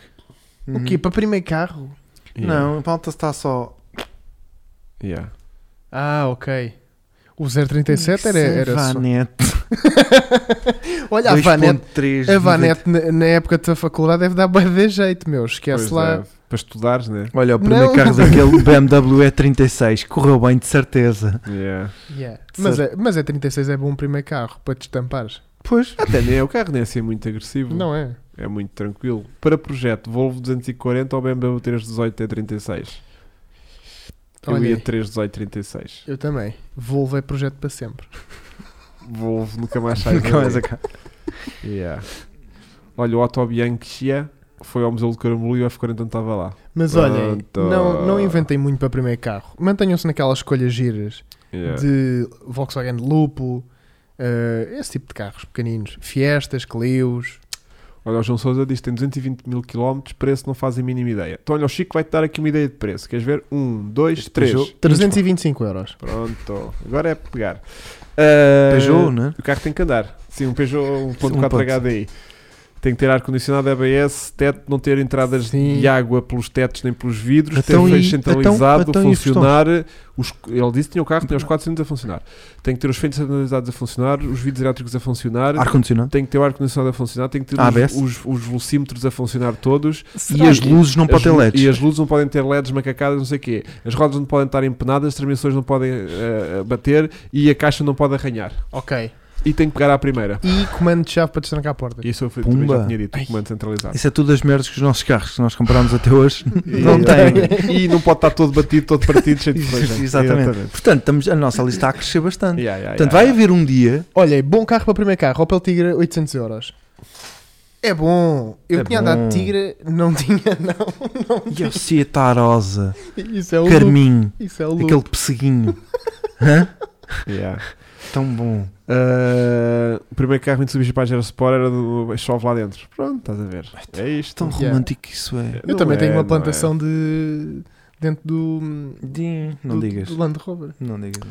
Speaker 2: Hum.
Speaker 3: este- O quê? Para primeiro carro?
Speaker 1: Yeah.
Speaker 2: Não, a malta está só.
Speaker 1: Yeah.
Speaker 3: Ah, ok. O 037 era, era só...
Speaker 2: Hum, Vanette.
Speaker 3: é Olha, a Vanette,
Speaker 2: 2.3.
Speaker 3: a Vanette na, na época da faculdade deve dar bem de jeito, meu. Esquece
Speaker 1: Pois
Speaker 3: lá.
Speaker 1: é, para estudares, né?
Speaker 2: Olha, o primeiro
Speaker 3: Não.
Speaker 2: carro daquele BMW é E36 correu bem, de certeza.
Speaker 1: Yeah.
Speaker 3: Yeah. Mas, é, mas é 36 é bom um primeiro carro para te estampares.
Speaker 1: Pois. Até nem é o carro, nem é assim muito agressivo.
Speaker 3: Não é?
Speaker 1: É muito tranquilo. Para projeto, Volvo 240 ou BMW é 318 T36? Eu
Speaker 3: Olha,
Speaker 1: ia
Speaker 3: eu,
Speaker 1: 318 36.
Speaker 3: também. Volvo é projeto para sempre.
Speaker 1: Volvo nunca mais sai.
Speaker 2: Nunca mais é-
Speaker 1: dali.
Speaker 2: acaba.
Speaker 1: Yeah. Olha, o Otto Bianchia foi ao Museu do Caramulo e o F40 estava lá.
Speaker 3: Mas olhem,
Speaker 1: Pronto.
Speaker 3: não, não inventem muito para primeiro carro. Mantenham-se naquelas escolhas giras
Speaker 1: Yeah.
Speaker 3: de Volkswagen Lupo, eh, esse tipo de carros pequeninos. Fiestas, Clios.
Speaker 1: Olha, o João Sousa diz que tem 220 mil km, preço não faz a mínima ideia. Então, olha, o Chico vai-te dar aqui uma ideia de preço. Queres ver? 1, 2, 3.
Speaker 3: 325 euros.
Speaker 1: Pronto, agora é pegar. Ah,
Speaker 2: Peugeot, né?
Speaker 1: O carro tem que andar. Sim, um Peugeot 1.4
Speaker 2: Um ponto.
Speaker 1: HDI. Tem que ter ar-condicionado, ABS, teto, não ter entradas
Speaker 3: Sim.
Speaker 1: de água pelos tetos nem pelos vidros,
Speaker 2: Então
Speaker 1: ter
Speaker 2: e-
Speaker 1: fecho centralizado,
Speaker 2: então- então e os
Speaker 1: funcionar. Os, ele disse que tinha o carro, tinha os 400 a funcionar. Tem que ter os feitos centralizados a funcionar, os vidros elétricos a funcionar.
Speaker 2: Ar-condicionado.
Speaker 1: Tem que ter o ar-condicionado a funcionar, tem que ter
Speaker 2: ABS.
Speaker 1: os, os, os velocímetros a funcionar todos.
Speaker 2: E as luzes não
Speaker 1: As
Speaker 2: podem ter
Speaker 1: lu-
Speaker 2: LEDs.
Speaker 1: E as luzes não podem ter LEDs macacadas, não sei o quê. As rodas não podem estar empenadas, as transmissões não podem eh, bater e a caixa não pode arranhar.
Speaker 3: Ok.
Speaker 1: E tem que pegar à primeira.
Speaker 3: E comando de chave para destrancar a porta.
Speaker 1: Isso eu fui- também já
Speaker 2: Pumba.
Speaker 1: tinha dito, o comando centralizado.
Speaker 2: Isso é tudo as merdas que os nossos carros que nós comprámos até hoje não
Speaker 1: E-
Speaker 2: têm.
Speaker 1: E não pode estar todo batido, todo partido, cheio de coisa.
Speaker 2: Exatamente. Portanamente, estamos, a nossa lista está a crescer bastante.
Speaker 1: Yeah, yeah,
Speaker 2: Portanto,
Speaker 1: yeah.
Speaker 2: vai haver um dia.
Speaker 3: Olha, bom carro para primeiro carro, Opel Tigra 800 euros. É bom. Eu
Speaker 2: É
Speaker 3: tinha
Speaker 2: bom.
Speaker 3: andado Tigra, não tinha não.
Speaker 2: E a Cietarosa,
Speaker 3: Isso é o loop.
Speaker 2: Carminho,
Speaker 3: Isso é o loop.
Speaker 2: aquele pesseguinho. Hã?
Speaker 1: Yeah.
Speaker 2: Tão bom.
Speaker 1: Ah, o primeiro carro Mitsubishi Pajero Sport era do chove lá dentro. Pronto, estás a ver. É isto.
Speaker 2: Tão
Speaker 3: Yeah.
Speaker 2: romântico que isso é.
Speaker 3: Eu também tenho uma plantação de dentro do,
Speaker 2: Não
Speaker 3: do-
Speaker 2: digas.
Speaker 3: do Land Rover.
Speaker 2: Não digas.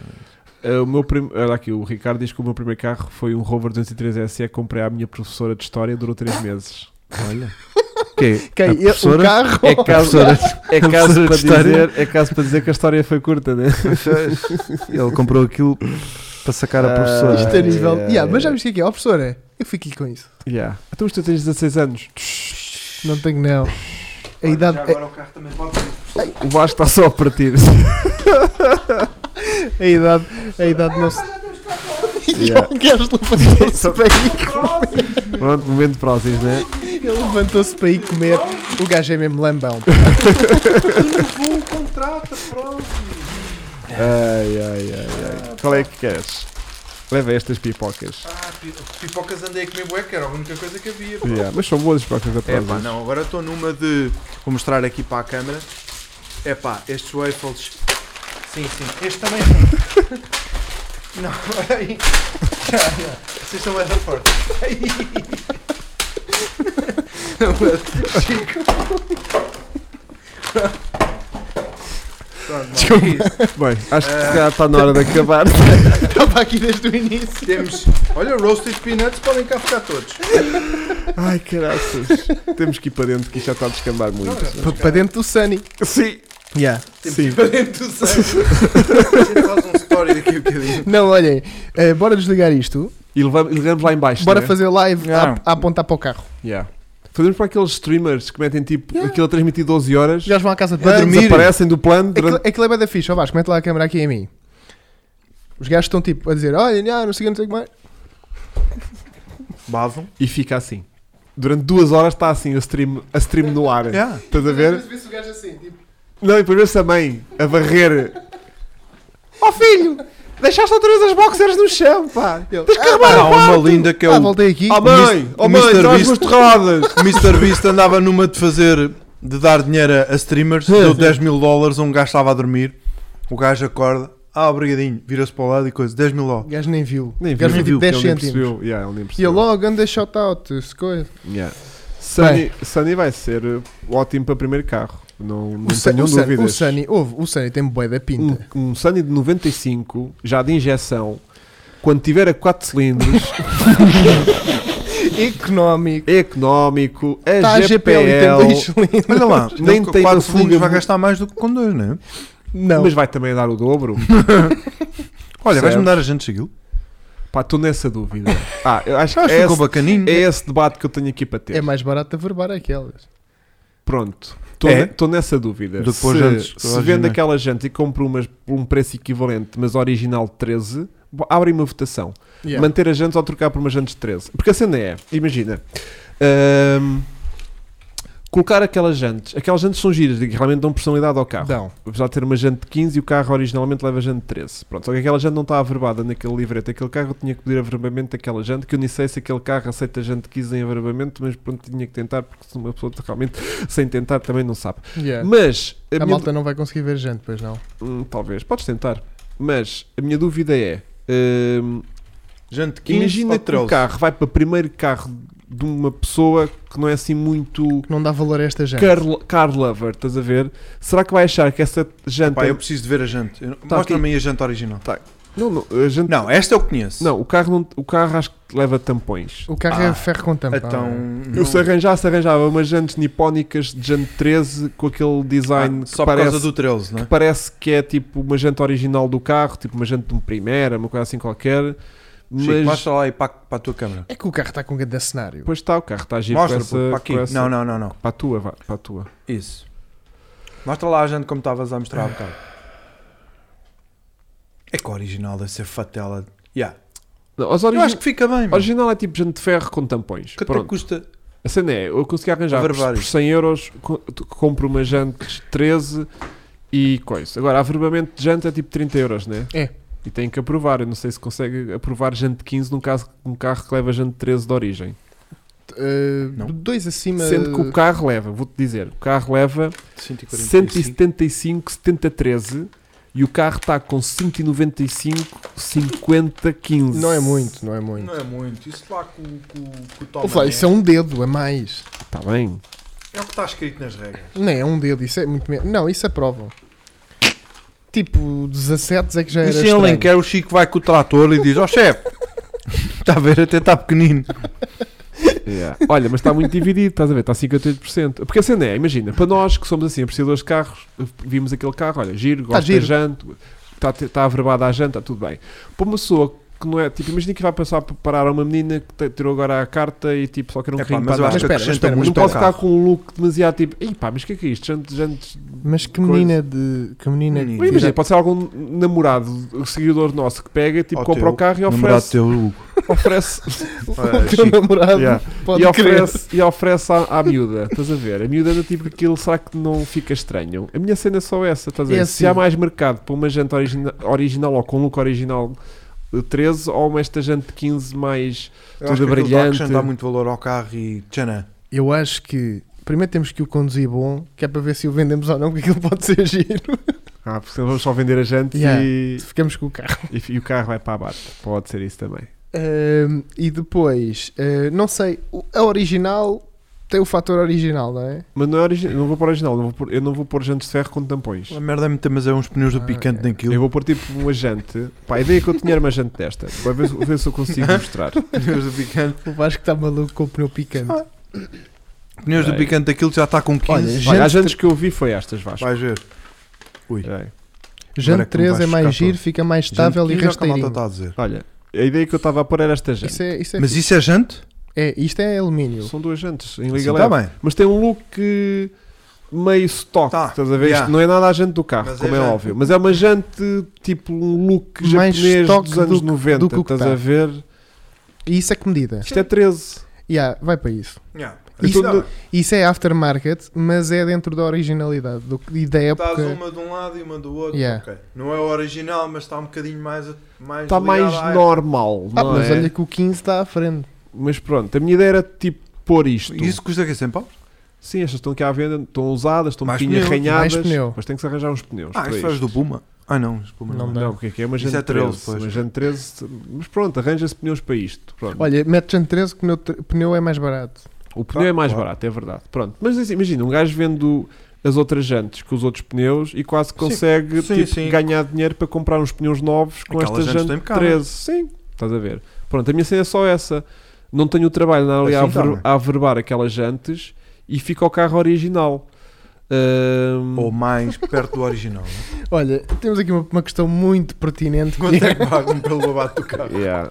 Speaker 1: Uh, o meu prim... Olha aqui, o Ricardo diz que o meu primeiro carro foi um Rover 203 SE é que comprei à minha professora de História, durou 3 meses.
Speaker 2: Olha. Ok,
Speaker 3: Ok,
Speaker 2: a
Speaker 3: e- o
Speaker 2: professora-
Speaker 3: carro.
Speaker 1: É caso,
Speaker 2: professora-
Speaker 1: é, caso
Speaker 2: professora
Speaker 1: para
Speaker 2: de História.
Speaker 1: dizer, é caso para dizer que a história foi curta, né?
Speaker 2: Ele comprou aquilo para sacar a
Speaker 1: Ah,
Speaker 2: professora.
Speaker 3: Isto é nível.
Speaker 1: Ai, ai,
Speaker 3: Yeah, mas já
Speaker 1: ai.
Speaker 3: viste o que é que é? Ó, professora, eu fiquei com isso.
Speaker 1: Yeah. Então, mas tu tens 16 anos.
Speaker 3: Não tenho, não. A idade, é- a,
Speaker 1: O Vasco está só a partir.
Speaker 3: a idade, a idade não se.
Speaker 1: Yeah.
Speaker 3: E o gajo levantou-se para ir comer.
Speaker 1: Pronto, momento próximo, né?
Speaker 3: Ele levantou-se para ir comer. O gajo é mesmo lambão.
Speaker 1: Ai, ai, ai, ai. Qual é que queres? Leva estas pipocas.
Speaker 5: Pipocas andei a comer bué, que era a única coisa que havia. pá.
Speaker 1: Yeah. Mas são boas as pipocas da
Speaker 5: É
Speaker 1: Prozis.
Speaker 5: pá, não, agora estou numa de. Vou mostrar aqui para a câmara. É pá, estes waffles. Sim, sim. Este também. é não, olha aí. Já, já. Vocês estão mais fortes. Aí. Não, mas, Chico. Pronto, malta, é isso.
Speaker 1: Bem, acho que se calhar está na hora de acabar.
Speaker 3: Estava aqui desde o início.
Speaker 5: Temos. Olha, roasted peanuts podem cá ficar todos.
Speaker 1: Ai, caraças. Temos que ir para dentro, que isto já está a descambar muito.
Speaker 3: P- Para dentro do Sunny.
Speaker 1: Sim.
Speaker 3: Yeah.
Speaker 5: Temos
Speaker 1: Sim.
Speaker 5: que ir para dentro do sangue. A gente faz um story daqui a bocadinho.
Speaker 3: Não, olhem, eh, bora desligar isto.
Speaker 1: E levamos, e levamos lá em baixo,
Speaker 3: Bora
Speaker 1: né?
Speaker 3: fazer live
Speaker 2: Ah.
Speaker 3: a, a apontar para o carro.
Speaker 1: Yeah. Fazemos para aqueles streamers que metem tipo aquilo a transmitir 12 horas,
Speaker 3: Já vão à casa de
Speaker 1: desaparecem
Speaker 3: banho.
Speaker 1: desaparecem do plano
Speaker 3: Aquilo,
Speaker 1: durante.
Speaker 3: aquilo é bem da ficha. Ó Vasco, mete lá a câmera aqui em mim. Os gajos estão tipo a dizer: Olha, não, não sei o que, não sei o que mais.
Speaker 2: Bavam.
Speaker 1: E fica assim. Durante duas horas está assim a stream, a stream no ar.
Speaker 2: Yeah.
Speaker 1: Estás a ver?
Speaker 3: vê-se o gajo assim, tipo.
Speaker 1: Não, e depois vê-se a mãe a varrer. Oh filho! Deixaste outra vez as boxers no chão, pá!
Speaker 3: Ele,
Speaker 1: Tens que arrumar
Speaker 2: Há
Speaker 1: o quarto!
Speaker 2: uma linda que é
Speaker 3: ah,
Speaker 2: o.
Speaker 3: voltei aqui.
Speaker 1: Oh mãe! Oh
Speaker 2: o
Speaker 1: mãe,
Speaker 2: Mr.
Speaker 1: traz
Speaker 2: Beast.
Speaker 1: duas torradas!
Speaker 2: O Mr. Beast andava numa de fazer. de dar dinheiro a- a streamers. Deu 10 mil dólares a um gajo estava a dormir. O gajo acorda. Ah, obrigadinho. Vira-se para o lado e coisa. 10 mil dólares.
Speaker 3: O gajo nem viu.
Speaker 1: Nem
Speaker 3: o gajo
Speaker 1: viu,
Speaker 3: viu, tipo 10
Speaker 1: ele nem
Speaker 3: cêntimos.
Speaker 1: percebeu. Yeah, ele nem
Speaker 3: E ele
Speaker 1: percebeu.
Speaker 3: logo anda shout-out, se coisa.
Speaker 1: Yeah. Sunny, Sunny vai ser uh, ótimo para primeiro carro. Não, não
Speaker 3: O, Sun-
Speaker 1: tenham
Speaker 3: o, Sun- o
Speaker 1: dúvidas.
Speaker 3: Sunny, ouve, o Sunny tem bué da
Speaker 1: um,
Speaker 3: pinta.
Speaker 1: um Sunny de 95, já de injeção, quando tiver a 4 cilindros, é
Speaker 3: Económico.
Speaker 1: económico, Hum. é
Speaker 3: Está Tá, a GPL e tem dois
Speaker 1: GPL,
Speaker 3: cilindros.
Speaker 2: Olha lá,
Speaker 1: Nem
Speaker 2: nem
Speaker 1: tem
Speaker 2: tem
Speaker 1: uma
Speaker 2: quatro cilindros
Speaker 1: fuga
Speaker 2: vai
Speaker 1: mu-
Speaker 2: gastar mais do que com dois, não é?
Speaker 3: Não.
Speaker 1: mas vai também dar o dobro.
Speaker 2: Olha,
Speaker 1: Certo.
Speaker 2: vais-me dar a gente seguiu?
Speaker 1: Pá, estou nessa dúvida. Ah, eu acho que
Speaker 2: Acho que
Speaker 1: é
Speaker 2: ficou
Speaker 1: esse,
Speaker 2: bacaninho.
Speaker 1: é esse debate que eu tenho aqui para ter.
Speaker 3: É mais barato averbar aquelas.
Speaker 1: Pronto. Estou
Speaker 2: É?
Speaker 1: nessa dúvida.
Speaker 2: Depois
Speaker 1: se
Speaker 2: antes,
Speaker 1: se
Speaker 2: originais.
Speaker 1: vendo aquela gente e compro umas por um preço equivalente, mas original de 13, bo- abrem uma votação.
Speaker 3: Yeah.
Speaker 1: manter a jantes ou trocar por uma jantes de 13. Porque a cena é, imagina, ahm, hum, Colocar aquelas jantes. Aquelas jantes são giras, e que realmente dão personalidade ao carro.
Speaker 3: Dão.
Speaker 1: Apesar de ter uma jante de 15 e o carro originalmente leva jante de 13. Pronto, só que aquela jante não está averbada naquele livreto. Aquele carro eu tinha que pedir averbamento daquela jante, que eu nem sei se aquele carro aceita jante de 15 em averbamento, mas pronto, tinha que tentar, porque se uma pessoa realmente sem tentar também não sabe.
Speaker 3: Yeah.
Speaker 1: Mas, a
Speaker 3: É. A
Speaker 1: minha-
Speaker 3: malta não vai conseguir ver gente, pois não.
Speaker 1: Hum, talvez, podes tentar. Mas a minha dúvida é: hum,
Speaker 2: Gente, oh, 15
Speaker 1: imagina
Speaker 2: ou
Speaker 1: que o
Speaker 2: 13.
Speaker 1: carro vai para o primeiro carro de uma pessoa que não é assim muito
Speaker 3: Que não dá valor a esta gente.
Speaker 1: car, car lover, estás a ver? Será que vai achar que essa janta.
Speaker 2: Pá, eu preciso de ver a gente. Eu-
Speaker 1: Tá
Speaker 2: Mostra-me aí a gente original.
Speaker 1: Não, não, a janta-
Speaker 2: Não, esta eu conheço.
Speaker 1: Não, o carro, não, o carro acho que leva tampões.
Speaker 3: O carro
Speaker 2: Ah,
Speaker 3: é ferro com tampa.
Speaker 2: Então.
Speaker 1: Eu se arranjasse, arranjava umas jantes nipónicas de jante 13 com aquele design
Speaker 2: Ah,
Speaker 1: que
Speaker 2: só por
Speaker 1: parece.
Speaker 2: causa do 13, não
Speaker 1: que
Speaker 2: é?
Speaker 1: parece que é tipo uma janta original do carro, tipo uma janta de um primeira, uma coisa assim qualquer.
Speaker 2: Chico,
Speaker 1: Mas
Speaker 2: mostra lá aí para, para a tua câmera.
Speaker 3: É que o carro está com um grande cenário.
Speaker 1: Pois está, o carro está a agir
Speaker 2: Mostra,
Speaker 1: com essa,
Speaker 2: puto, para aqui.
Speaker 1: com essa-
Speaker 2: Não, não, não, não.
Speaker 1: Para a tua, vá, para a tua.
Speaker 2: Isso. Mostra lá a gente como estavas a mostrar há bocado. É que a original deve ser fatela. Yeah.
Speaker 1: Não, as
Speaker 2: Eu
Speaker 1: origi-
Speaker 2: acho que fica
Speaker 3: Hum.
Speaker 2: bem, mano.
Speaker 1: original é tipo gente de ferro com tampões.
Speaker 2: Quanto é que
Speaker 1: Pronto.
Speaker 2: custa?
Speaker 1: A cena é, eu consegui arranjar por,
Speaker 2: Averbar
Speaker 1: por
Speaker 2: isto.
Speaker 1: 100 euros, co- tu- compro uma jante 13 e coisa. Agora, averbamento de jante é tipo 30 euros, né?
Speaker 3: É.
Speaker 1: E tem que aprovar. Eu não sei se consegue aprovar jante 15 num caso um carro que leva jante 13 de origem.
Speaker 3: Uh,
Speaker 2: Não.
Speaker 3: dois acima.
Speaker 1: Sendo que o carro leva, vou-te dizer, o carro leva 175, 70, 13 e o carro está com 195, 50, 15.
Speaker 3: Não é muito, não é muito.
Speaker 5: Não é muito. Isso lá com, com, com o Tom.
Speaker 3: Ouve lá,
Speaker 5: Mané.
Speaker 3: isso é um dedo a mais.
Speaker 1: Está Tá bem.
Speaker 5: É o que está escrito nas regras.
Speaker 3: Não é um dedo, isso é muito menos. Não, isso aprovam. Tipo, 17 é que já era.
Speaker 2: E se em
Speaker 3: estranho.
Speaker 2: Alenquer o Chico vai com o trator e diz: Ó chefe, está a ver, até está pequenino.
Speaker 1: Yeah. Olha, mas está muito dividido, estás a ver? Está 58%. Porque a cena é, imagina, para nós que somos assim, apreciadores de carros, vimos aquele carro, olha,
Speaker 2: Tá
Speaker 1: giro, gosta
Speaker 3: giro.
Speaker 1: da janta, está, está averbado à janta, está tá tudo bem. Para uma pessoa que não é, tipo, imagina que vai passar a parar a uma menina que te- tirou agora a carta e tipo, só quer um
Speaker 2: É pá,
Speaker 1: carrinho
Speaker 2: mas eu
Speaker 1: para
Speaker 2: acho
Speaker 1: andar.
Speaker 2: que
Speaker 3: espera, mas
Speaker 2: acrescenta
Speaker 3: espera,
Speaker 1: Mas
Speaker 3: mas
Speaker 2: muito
Speaker 1: não
Speaker 2: ao
Speaker 1: pode ficar
Speaker 2: carro.
Speaker 1: com um look demasiado tipo, ei pá, mas o que é que é isto? Jantes, jantes.
Speaker 3: Mas que
Speaker 1: Coisa.
Speaker 3: menina de. Que menina
Speaker 2: Menina.
Speaker 1: Mas é
Speaker 3: de.
Speaker 1: imagina, pode ser algum namorado, seguidor nosso que pega, tipo,
Speaker 2: Ao
Speaker 1: compra
Speaker 2: teu
Speaker 1: o carro e
Speaker 2: Namorado
Speaker 1: oferece.
Speaker 2: teu, Hugo.
Speaker 1: oferece
Speaker 3: o teu um namorado
Speaker 1: Yeah.
Speaker 3: pode
Speaker 1: e
Speaker 3: crer.
Speaker 1: oferece, e oferece à, à miúda, estás a ver? A miúda anda tipo aquilo, será que não fica estranho? A minha cena é só essa, estás a ver?
Speaker 3: É
Speaker 1: Se
Speaker 3: assim.
Speaker 1: há mais mercado para uma janta origina- original ou com um look original eh, 13 ou uma esta jante 15 mais.
Speaker 2: Eu
Speaker 1: Tudo
Speaker 2: acho que aquilo está a
Speaker 1: brilhante.
Speaker 2: acrescentar muito valor ao carro e tchanã.
Speaker 3: Eu acho que. Primeiro temos que o conduzir bom, que é para ver se o vendemos ou não, porque aquilo pode ser giro.
Speaker 1: Ah, porque senão vamos só vender a jante
Speaker 3: Yeah.
Speaker 1: e,
Speaker 3: Se ficamos com o carro.
Speaker 1: e- e o carro vai para a bata. Pode ser isso também.
Speaker 3: Ahm, e depois, ah, não sei, o- a original tem o fator original, não é?
Speaker 1: Mas não, é origi- não vou pôr original, não vou pôr- eu não vou pôr jantes de ferro com tampões.
Speaker 2: A merda é muita, mas é uns pneus do
Speaker 3: Ah,
Speaker 2: picante
Speaker 3: ok.
Speaker 1: Eu
Speaker 2: naquilo.
Speaker 1: vou pôr tipo uma jante. Pá, a ideia é que eu tinha era uma jante desta. Vou ver, vou ver se eu consigo mostrar.
Speaker 2: Pneus do picante.
Speaker 3: O Vasco está maluco com o pneu picante.
Speaker 1: Ah.
Speaker 2: Pneus do
Speaker 1: Peraí.
Speaker 2: picante daquilo já está com 15.
Speaker 3: Olha,
Speaker 2: Vai-
Speaker 3: já-
Speaker 1: Olha,
Speaker 3: Jantes
Speaker 1: as jantes que eu vi foi estas, Vasco.
Speaker 2: Vais ver. Ui.
Speaker 1: Espera aí.
Speaker 3: Jante
Speaker 2: Agora é que me
Speaker 3: 3 é
Speaker 2: vais
Speaker 3: mais
Speaker 2: chocar
Speaker 3: giro,
Speaker 2: todo.
Speaker 3: fica mais estável
Speaker 2: Gente,
Speaker 3: e
Speaker 2: 15 é o que a malta
Speaker 3: rasteirinho.
Speaker 2: está a dizer.
Speaker 1: Olha, a ideia que eu estava a pôr era esta jante.
Speaker 3: Isso é, isso é,
Speaker 2: Mas isso é jante?
Speaker 3: é, isto é alumínio.
Speaker 1: São duas jantes
Speaker 3: Assim
Speaker 1: em
Speaker 3: tá
Speaker 1: liga
Speaker 2: Está
Speaker 1: leve.
Speaker 2: bem.
Speaker 1: Mas tem um look eh, meio stock,
Speaker 2: Tá,
Speaker 1: estás a ver?
Speaker 2: yeah.
Speaker 1: Isto não é nada a jante do carro,
Speaker 2: Mas é
Speaker 1: como é,
Speaker 2: jante.
Speaker 1: óbvio. Mas é uma jante, tipo um look
Speaker 3: Mais
Speaker 1: japonês
Speaker 3: stock
Speaker 1: dos anos
Speaker 3: do que-
Speaker 1: 90,
Speaker 3: do que o que
Speaker 1: estás
Speaker 3: tá.
Speaker 1: a ver?
Speaker 3: E isso é que medida?
Speaker 1: Isto é 13.
Speaker 3: Yeah, vai para isso.
Speaker 5: Yeah.
Speaker 1: Eu
Speaker 3: Isso-
Speaker 1: tô no-
Speaker 3: Isso é aftermarket, mas é dentro da originalidade do, e da
Speaker 5: Estás
Speaker 3: época.
Speaker 5: uma de um lado e uma do outro.
Speaker 3: Yeah.
Speaker 5: ok. Não é o original, mas está um bocadinho mais. mais
Speaker 1: Está Tá mais
Speaker 5: ligado à-
Speaker 1: normal,
Speaker 3: Ah,
Speaker 1: não
Speaker 3: mas
Speaker 1: é?
Speaker 3: olha que o 15 está à frente.
Speaker 1: Mas pronto, a minha ideia era tipo pôr isto.
Speaker 2: Isso custa que 100 pau?
Speaker 1: Sim, estas estão aqui à venda, estão usadas, estão um
Speaker 2: Mais
Speaker 1: bocadinho
Speaker 2: pneu,
Speaker 1: arranhadas,
Speaker 3: mais pneu.
Speaker 1: mas tem que se arranjar uns pneus.
Speaker 2: Ah,
Speaker 1: para
Speaker 2: isso
Speaker 1: isto.
Speaker 2: faz do Puma. Ah, não, os Puma não.
Speaker 3: Não
Speaker 2: não.
Speaker 3: dá.
Speaker 1: Não, porque é que é uma
Speaker 2: Isso
Speaker 1: Jante
Speaker 2: é 13,
Speaker 1: 13.
Speaker 2: pois.
Speaker 1: Uma Jante 13. Mas pronto, arranja-se pneus para isto. Pronto.
Speaker 3: Olha, mete Jante 13, pneu, pneu é mais barato.
Speaker 1: o pneu é mais barato, é verdade. Pronto. Mas assim, imagina, um gajo vendo as outras jantes com os outros pneus e quase consegue
Speaker 2: Sim,
Speaker 1: tipo,
Speaker 2: sim.
Speaker 1: ganhar dinheiro para comprar uns pneus novos com
Speaker 2: Aquelas
Speaker 1: esta
Speaker 2: jantes estão
Speaker 1: Jante
Speaker 2: impecáveis.
Speaker 1: 13. Sim, estás a ver. Pronto, a minha cena é só essa. Não tenho o trabalho de andar ali a,
Speaker 2: Assim está
Speaker 1: aver-
Speaker 2: bem.
Speaker 1: a averbar aquelas jantes e fica o carro original. Ahm,
Speaker 2: Ou mais perto do original. né?
Speaker 3: Olha, temos aqui uma, uma questão muito pertinente. que
Speaker 2: Quanto é que pagam pelo abate do carro?
Speaker 1: yeah.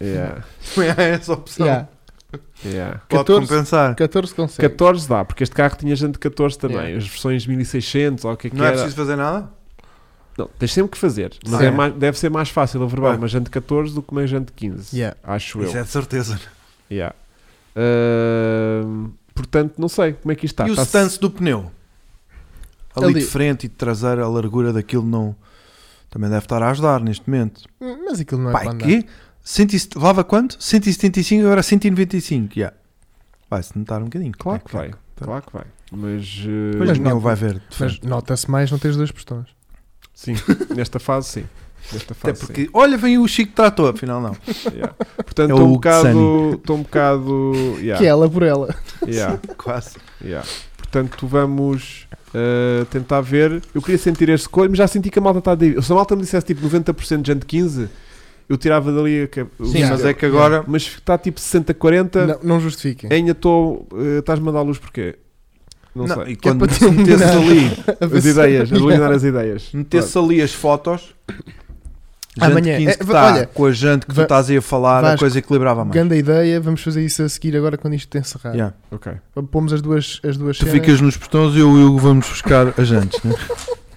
Speaker 1: yeah.
Speaker 2: É essa opção.
Speaker 3: Yeah,
Speaker 1: Yeah.
Speaker 2: Pode
Speaker 3: 14.
Speaker 2: compensar.
Speaker 3: 14 consegue.
Speaker 1: 14 dá, porque este carro tinha jante de 14 também.
Speaker 3: Yeah.
Speaker 1: As versões 1600 ou o que é que
Speaker 2: Não é
Speaker 1: era.
Speaker 2: preciso fazer nada?
Speaker 1: Não, tens sempre que fazer. Mas
Speaker 2: Sim.
Speaker 1: é mais- deve ser mais fácil averbar
Speaker 2: Ah.
Speaker 1: uma jante de 14 do que uma jante de 15.
Speaker 3: Yeah.
Speaker 1: Acho eu.
Speaker 2: Isso é de certeza.
Speaker 1: Yeah. Ahm, Ah, Portanto, não sei como é que isto está.
Speaker 2: e o
Speaker 1: Está-se-
Speaker 2: stance do pneu? Ali,
Speaker 3: Tá, Ali.
Speaker 2: de frente e de traseira, a largura daquilo não. Também deve estar a ajudar neste momento.
Speaker 3: Hum, Mas aquilo não é para
Speaker 2: Pai,
Speaker 3: andar.
Speaker 2: quê? 100 lava quanto? 175, agora 195. Yeah. Vai-se notar um bocadinho.
Speaker 1: Claro que vai,
Speaker 2: Tá.
Speaker 1: claro que vai. É Mas, eh,
Speaker 2: Mas,
Speaker 3: Mas
Speaker 2: o pneu
Speaker 3: nota-
Speaker 2: vai ver. de
Speaker 3: Mas
Speaker 2: frente.
Speaker 3: nota-se mais não tens dois postões.
Speaker 1: sim, nesta fase sim. Nesta
Speaker 2: Até
Speaker 1: fase, sim.
Speaker 2: porque, olha, vem o Chico Trator, afinal não.
Speaker 1: Yeah. Portanto,
Speaker 2: É
Speaker 1: estou
Speaker 2: o
Speaker 1: um
Speaker 2: Hugo
Speaker 1: bocado. Estou um bocado.
Speaker 3: Que é
Speaker 1: Yeah,
Speaker 3: ela por ela.
Speaker 1: yeah,
Speaker 2: Quase.
Speaker 1: yeah. Portanto, vamos eh, tentar ver. Eu queria sentir este coisa, mas já senti que a malta está a dividir. Se a malta me dissesse tipo 90% de gente 15, eu tirava dali a. ca- o-
Speaker 2: Sim,
Speaker 3: Sim,
Speaker 2: mas
Speaker 3: é.
Speaker 2: é que agora.
Speaker 1: Mas está tipo 60-40,
Speaker 3: Não, não justifiquem.
Speaker 1: ainda estou. eh, Estás-me a dar luz porquê? Não,
Speaker 2: Não,
Speaker 1: sei.
Speaker 2: e quando
Speaker 3: para terminar.
Speaker 2: metesses ali,
Speaker 3: A ver
Speaker 1: As
Speaker 3: se-
Speaker 1: ideias, eliminar as ideias.
Speaker 2: metesses ali as fotos. Jante
Speaker 3: Amanhã.
Speaker 2: 15
Speaker 3: É,
Speaker 2: que tá,
Speaker 3: olha,
Speaker 2: com a gente que tu
Speaker 3: va-
Speaker 2: estás aí a falar, a
Speaker 3: Vasco,
Speaker 2: coisa equilibrava mais.
Speaker 3: Grande ideia, vamos fazer isso a seguir agora quando isto tem encerrado.
Speaker 2: Yeah.
Speaker 1: Ok.
Speaker 3: Pomos as duas, as duas
Speaker 2: Tu
Speaker 3: cenas.
Speaker 2: ficas nos portões e eu e o Hugo vamos buscar as jantes, né?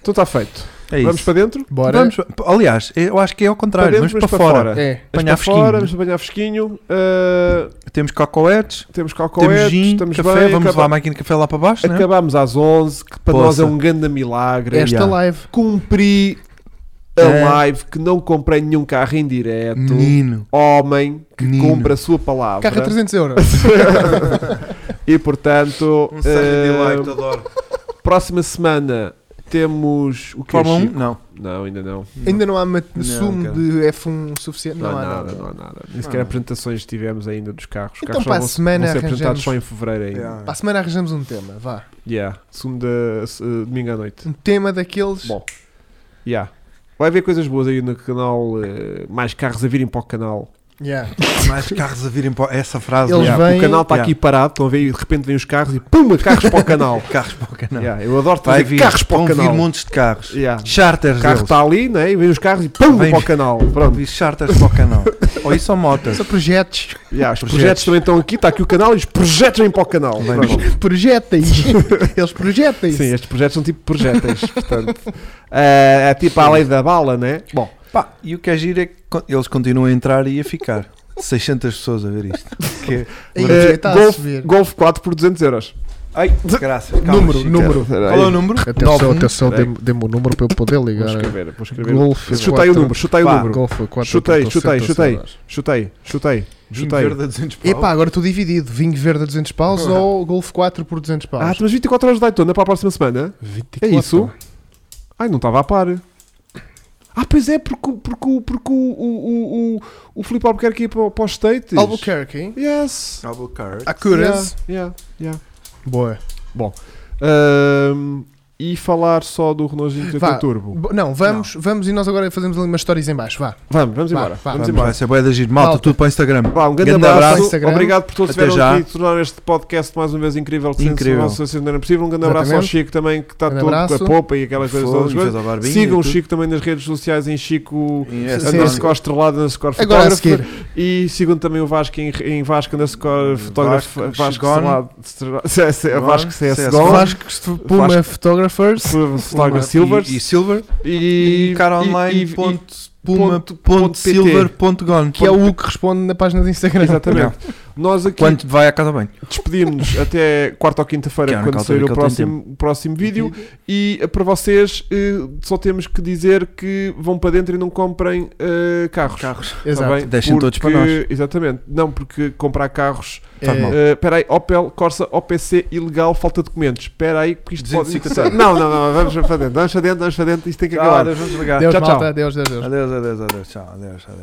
Speaker 1: Então está feito.
Speaker 2: É isso.
Speaker 1: Vamos para dentro?
Speaker 3: Bora.
Speaker 2: Vamos pa- aliás, eu acho que é ao contrário,
Speaker 1: Para
Speaker 2: vamos
Speaker 1: dentro,
Speaker 2: para,
Speaker 1: mas para
Speaker 2: fora.
Speaker 1: fora.
Speaker 3: É.
Speaker 1: Mas
Speaker 2: Apanhar
Speaker 1: para fora,
Speaker 2: fresquinho.
Speaker 1: vamos apanhar fresquinho. eh,
Speaker 2: Temos cocoetes,
Speaker 1: temos
Speaker 2: temos
Speaker 1: calcoetes,
Speaker 2: gin,
Speaker 1: estamos
Speaker 2: café,
Speaker 1: bem.
Speaker 2: vamos
Speaker 1: acaba-
Speaker 2: levar a máquina de café lá para baixo, né?
Speaker 1: Acabámos às 11, que para
Speaker 2: Poça.
Speaker 1: nós é um grande milagre.
Speaker 3: Esta
Speaker 2: Yeah.
Speaker 3: live.
Speaker 1: Cumpri a
Speaker 2: É.
Speaker 1: live que não comprei nenhum carro em direto.
Speaker 2: Menino.
Speaker 1: Homem que
Speaker 2: Menino.
Speaker 1: cumpre a sua palavra.
Speaker 3: Carro a 300 euros.
Speaker 1: e portanto,
Speaker 5: Um Saturday
Speaker 1: eh,
Speaker 5: Live, te adoro.
Speaker 1: próxima semana temos o que
Speaker 2: Fórmula 1? Não.
Speaker 1: Não, ainda não.
Speaker 3: Ainda não há ma-
Speaker 2: Não,
Speaker 3: sumo
Speaker 2: cara.
Speaker 3: de F1 suficiente.
Speaker 1: Não,
Speaker 3: Não,
Speaker 1: há
Speaker 3: há Ah.
Speaker 1: nada, não há nada. Nem
Speaker 2: Não
Speaker 1: sequer
Speaker 2: há.
Speaker 1: apresentações tivemos ainda dos carros. Os
Speaker 3: Então,
Speaker 1: carros só
Speaker 3: para a
Speaker 1: vão-
Speaker 3: semana
Speaker 1: vão ser apresentados
Speaker 3: arranjamos-
Speaker 1: só em fevereiro ainda.
Speaker 2: Yeah.
Speaker 3: Para a semana arranjamos um tema, vá.
Speaker 1: Yeah. Segunda, se- eh, domingo à noite.
Speaker 3: Um tema daqueles.
Speaker 1: Bom. Yeah. Vai haver coisas boas aí no canal. eh, mais carros a virem para o canal.
Speaker 3: Yeah.
Speaker 2: Mais carros a virem para essa frase.
Speaker 3: Eles
Speaker 2: já.
Speaker 1: Yeah,
Speaker 3: vêm-
Speaker 1: O canal está
Speaker 2: Yeah.
Speaker 1: aqui parado. Estão a ver e de repente vêm os carros e pum, carros para o canal.
Speaker 2: Carros para o canal.
Speaker 1: Yeah, Eu adoro
Speaker 2: Vai
Speaker 1: trazer
Speaker 2: vir,
Speaker 1: carros para o
Speaker 2: vão vir
Speaker 1: canal.
Speaker 2: montes de carros.
Speaker 1: Yeah.
Speaker 2: Charters
Speaker 1: O carro
Speaker 2: deles.
Speaker 1: está ali, né? e vêm os carros e pum,
Speaker 2: Vem-
Speaker 1: para o canal. Pronto.
Speaker 2: Vi charters para o canal. Ou isso ou motas.
Speaker 3: São projetos.
Speaker 1: Yeah, os projetos.
Speaker 2: Projetos.
Speaker 1: também estão aqui. Está aqui o canal e os projetos vêm para o canal.
Speaker 2: Vem
Speaker 1: Pronto.
Speaker 2: para o-
Speaker 3: Projetem. Eles projetem.
Speaker 1: Sim, estes projetos são tipo projetos, portanto. eh, é tipo a lei da bala, né? Bom,
Speaker 2: Pá, e o que é giro é que con- eles continuam a entrar e a ficar. 600 pessoas a ver isto. Que
Speaker 3: Aí,
Speaker 1: eh,
Speaker 3: está a
Speaker 1: Golf,
Speaker 3: subir.
Speaker 1: Golf 4 por 200 euros.
Speaker 2: Ai, graças. Calma,
Speaker 3: Número,
Speaker 2: Chico.
Speaker 3: número.
Speaker 2: Qual é o número?
Speaker 3: Atenção,
Speaker 2: Nove.
Speaker 3: atenção,
Speaker 1: Peraí.
Speaker 3: dê-me dê-me o número para eu poder
Speaker 1: Vou
Speaker 3: ligar.
Speaker 1: escrever, vou escrever.
Speaker 3: Golf
Speaker 1: chutei o
Speaker 3: quatro.
Speaker 1: número, chutei o
Speaker 2: Pá,
Speaker 1: número.
Speaker 3: Golf a 4
Speaker 1: Chutei, chutei, chutei, chutei, chutei,
Speaker 2: Vinho
Speaker 1: chutei.
Speaker 2: verde a 200 pau.
Speaker 3: Epá, agora estou dividido. Vinho verde a 200 paus ou Golf 4 por 200
Speaker 1: Ah,
Speaker 3: paus?
Speaker 1: temos 24 horas de Daytona para a próxima semana? É isso? Ai, não estava a par. Ah, pois é, porque, o- porque, o- porque o, o, o, o, o Filipe Albuquerque ia para, o- para os States.
Speaker 3: Albuquerque.
Speaker 1: Yes.
Speaker 2: Albuquerque.
Speaker 3: Ah, Acuras.
Speaker 1: Yeah, yeah.
Speaker 3: Boa.
Speaker 1: Ahm, e falar só do Renault 5
Speaker 3: Vá.
Speaker 1: Turbo.
Speaker 3: Bo- Não, vamos, vamos e nós agora fazemos ali umas stories em baixo. Vá.
Speaker 1: Vamos, vamos
Speaker 3: Vá,
Speaker 1: embora.
Speaker 3: vá.
Speaker 1: vamos
Speaker 2: Vamos,
Speaker 1: embora.
Speaker 2: vai ser boa da giro. Malta,
Speaker 3: Malta.
Speaker 2: tudo para o Instagram.
Speaker 1: Vá, um grande,
Speaker 2: Grande
Speaker 1: abraço.
Speaker 2: abraço.
Speaker 3: Instagram.
Speaker 1: Obrigado por todos que
Speaker 2: Até
Speaker 1: estiveram
Speaker 2: já.
Speaker 1: aqui e tornaram este podcast mais uma vez incrível. Sem
Speaker 2: Incrível.
Speaker 1: o nosso não era possível. Um grande abraço ao
Speaker 3: Exatamente.
Speaker 1: Chico também, que está
Speaker 3: Grande
Speaker 1: todo com a
Speaker 3: abraço.
Speaker 1: popa e aquelas coisas
Speaker 2: Fogo,
Speaker 1: todas.
Speaker 2: e
Speaker 1: as coisas.
Speaker 2: fez a barbinha
Speaker 1: Sigam
Speaker 2: e
Speaker 1: o
Speaker 2: tudo.
Speaker 1: Chico também nas redes sociais em Chico
Speaker 2: E é,
Speaker 3: Sim,
Speaker 2: sim,
Speaker 3: sim.
Speaker 1: underscore estrelado underscore
Speaker 3: Agora a
Speaker 1: fotógrafo.
Speaker 3: seguir.
Speaker 1: E sigam também o Vasco em, em Vasco underscore fotógrafo
Speaker 2: Vasco,
Speaker 1: Vasco
Speaker 2: Gon.
Speaker 1: Estrelado, Estrelado- CS Vasco CS
Speaker 2: Gon.
Speaker 1: Gon,
Speaker 3: Vasco Puma Photographers.
Speaker 1: Fotógrafo Silvers
Speaker 2: E, e Silver.
Speaker 1: e, e- e- ponto- ponto PT.
Speaker 2: caronline.puma.silver.gon.
Speaker 3: que é o Hugo que responde na página do Instagram.
Speaker 1: Exatamente. Nós aqui
Speaker 2: Quando vai à casa bem.
Speaker 1: despedimos-nos até quarta ou
Speaker 2: Que é
Speaker 1: quinta-feira,
Speaker 2: a única
Speaker 1: quando sair
Speaker 2: altura
Speaker 1: o
Speaker 2: que ele
Speaker 1: próximo, o próximo vídeo. E eh, para vocês, eh, só temos que dizer que vão para dentro e não comprem eh, carros.
Speaker 2: Carros.
Speaker 1: Tá
Speaker 3: Exato.
Speaker 1: bem?
Speaker 2: Deixem todos para nós.
Speaker 1: Exatamente. Não, porque comprar carros.
Speaker 2: Faz
Speaker 3: É,
Speaker 2: mal.
Speaker 1: eh, Espera aí, Opel, Corsa, OPC, ilegal, falta de documentos. Espera aí, porque isto pode.
Speaker 2: 250.
Speaker 1: Não, não, não, vamos para dentro, Tá, vamos para dentro, vamos para dentro, isto tem que acabar.
Speaker 2: vamos ligar.
Speaker 3: Deus,
Speaker 1: Tchau, tchau.
Speaker 3: malta. Deus, Deus, Deus.
Speaker 2: Adeus, adeus, adeus. Tchau, adeus, adeus.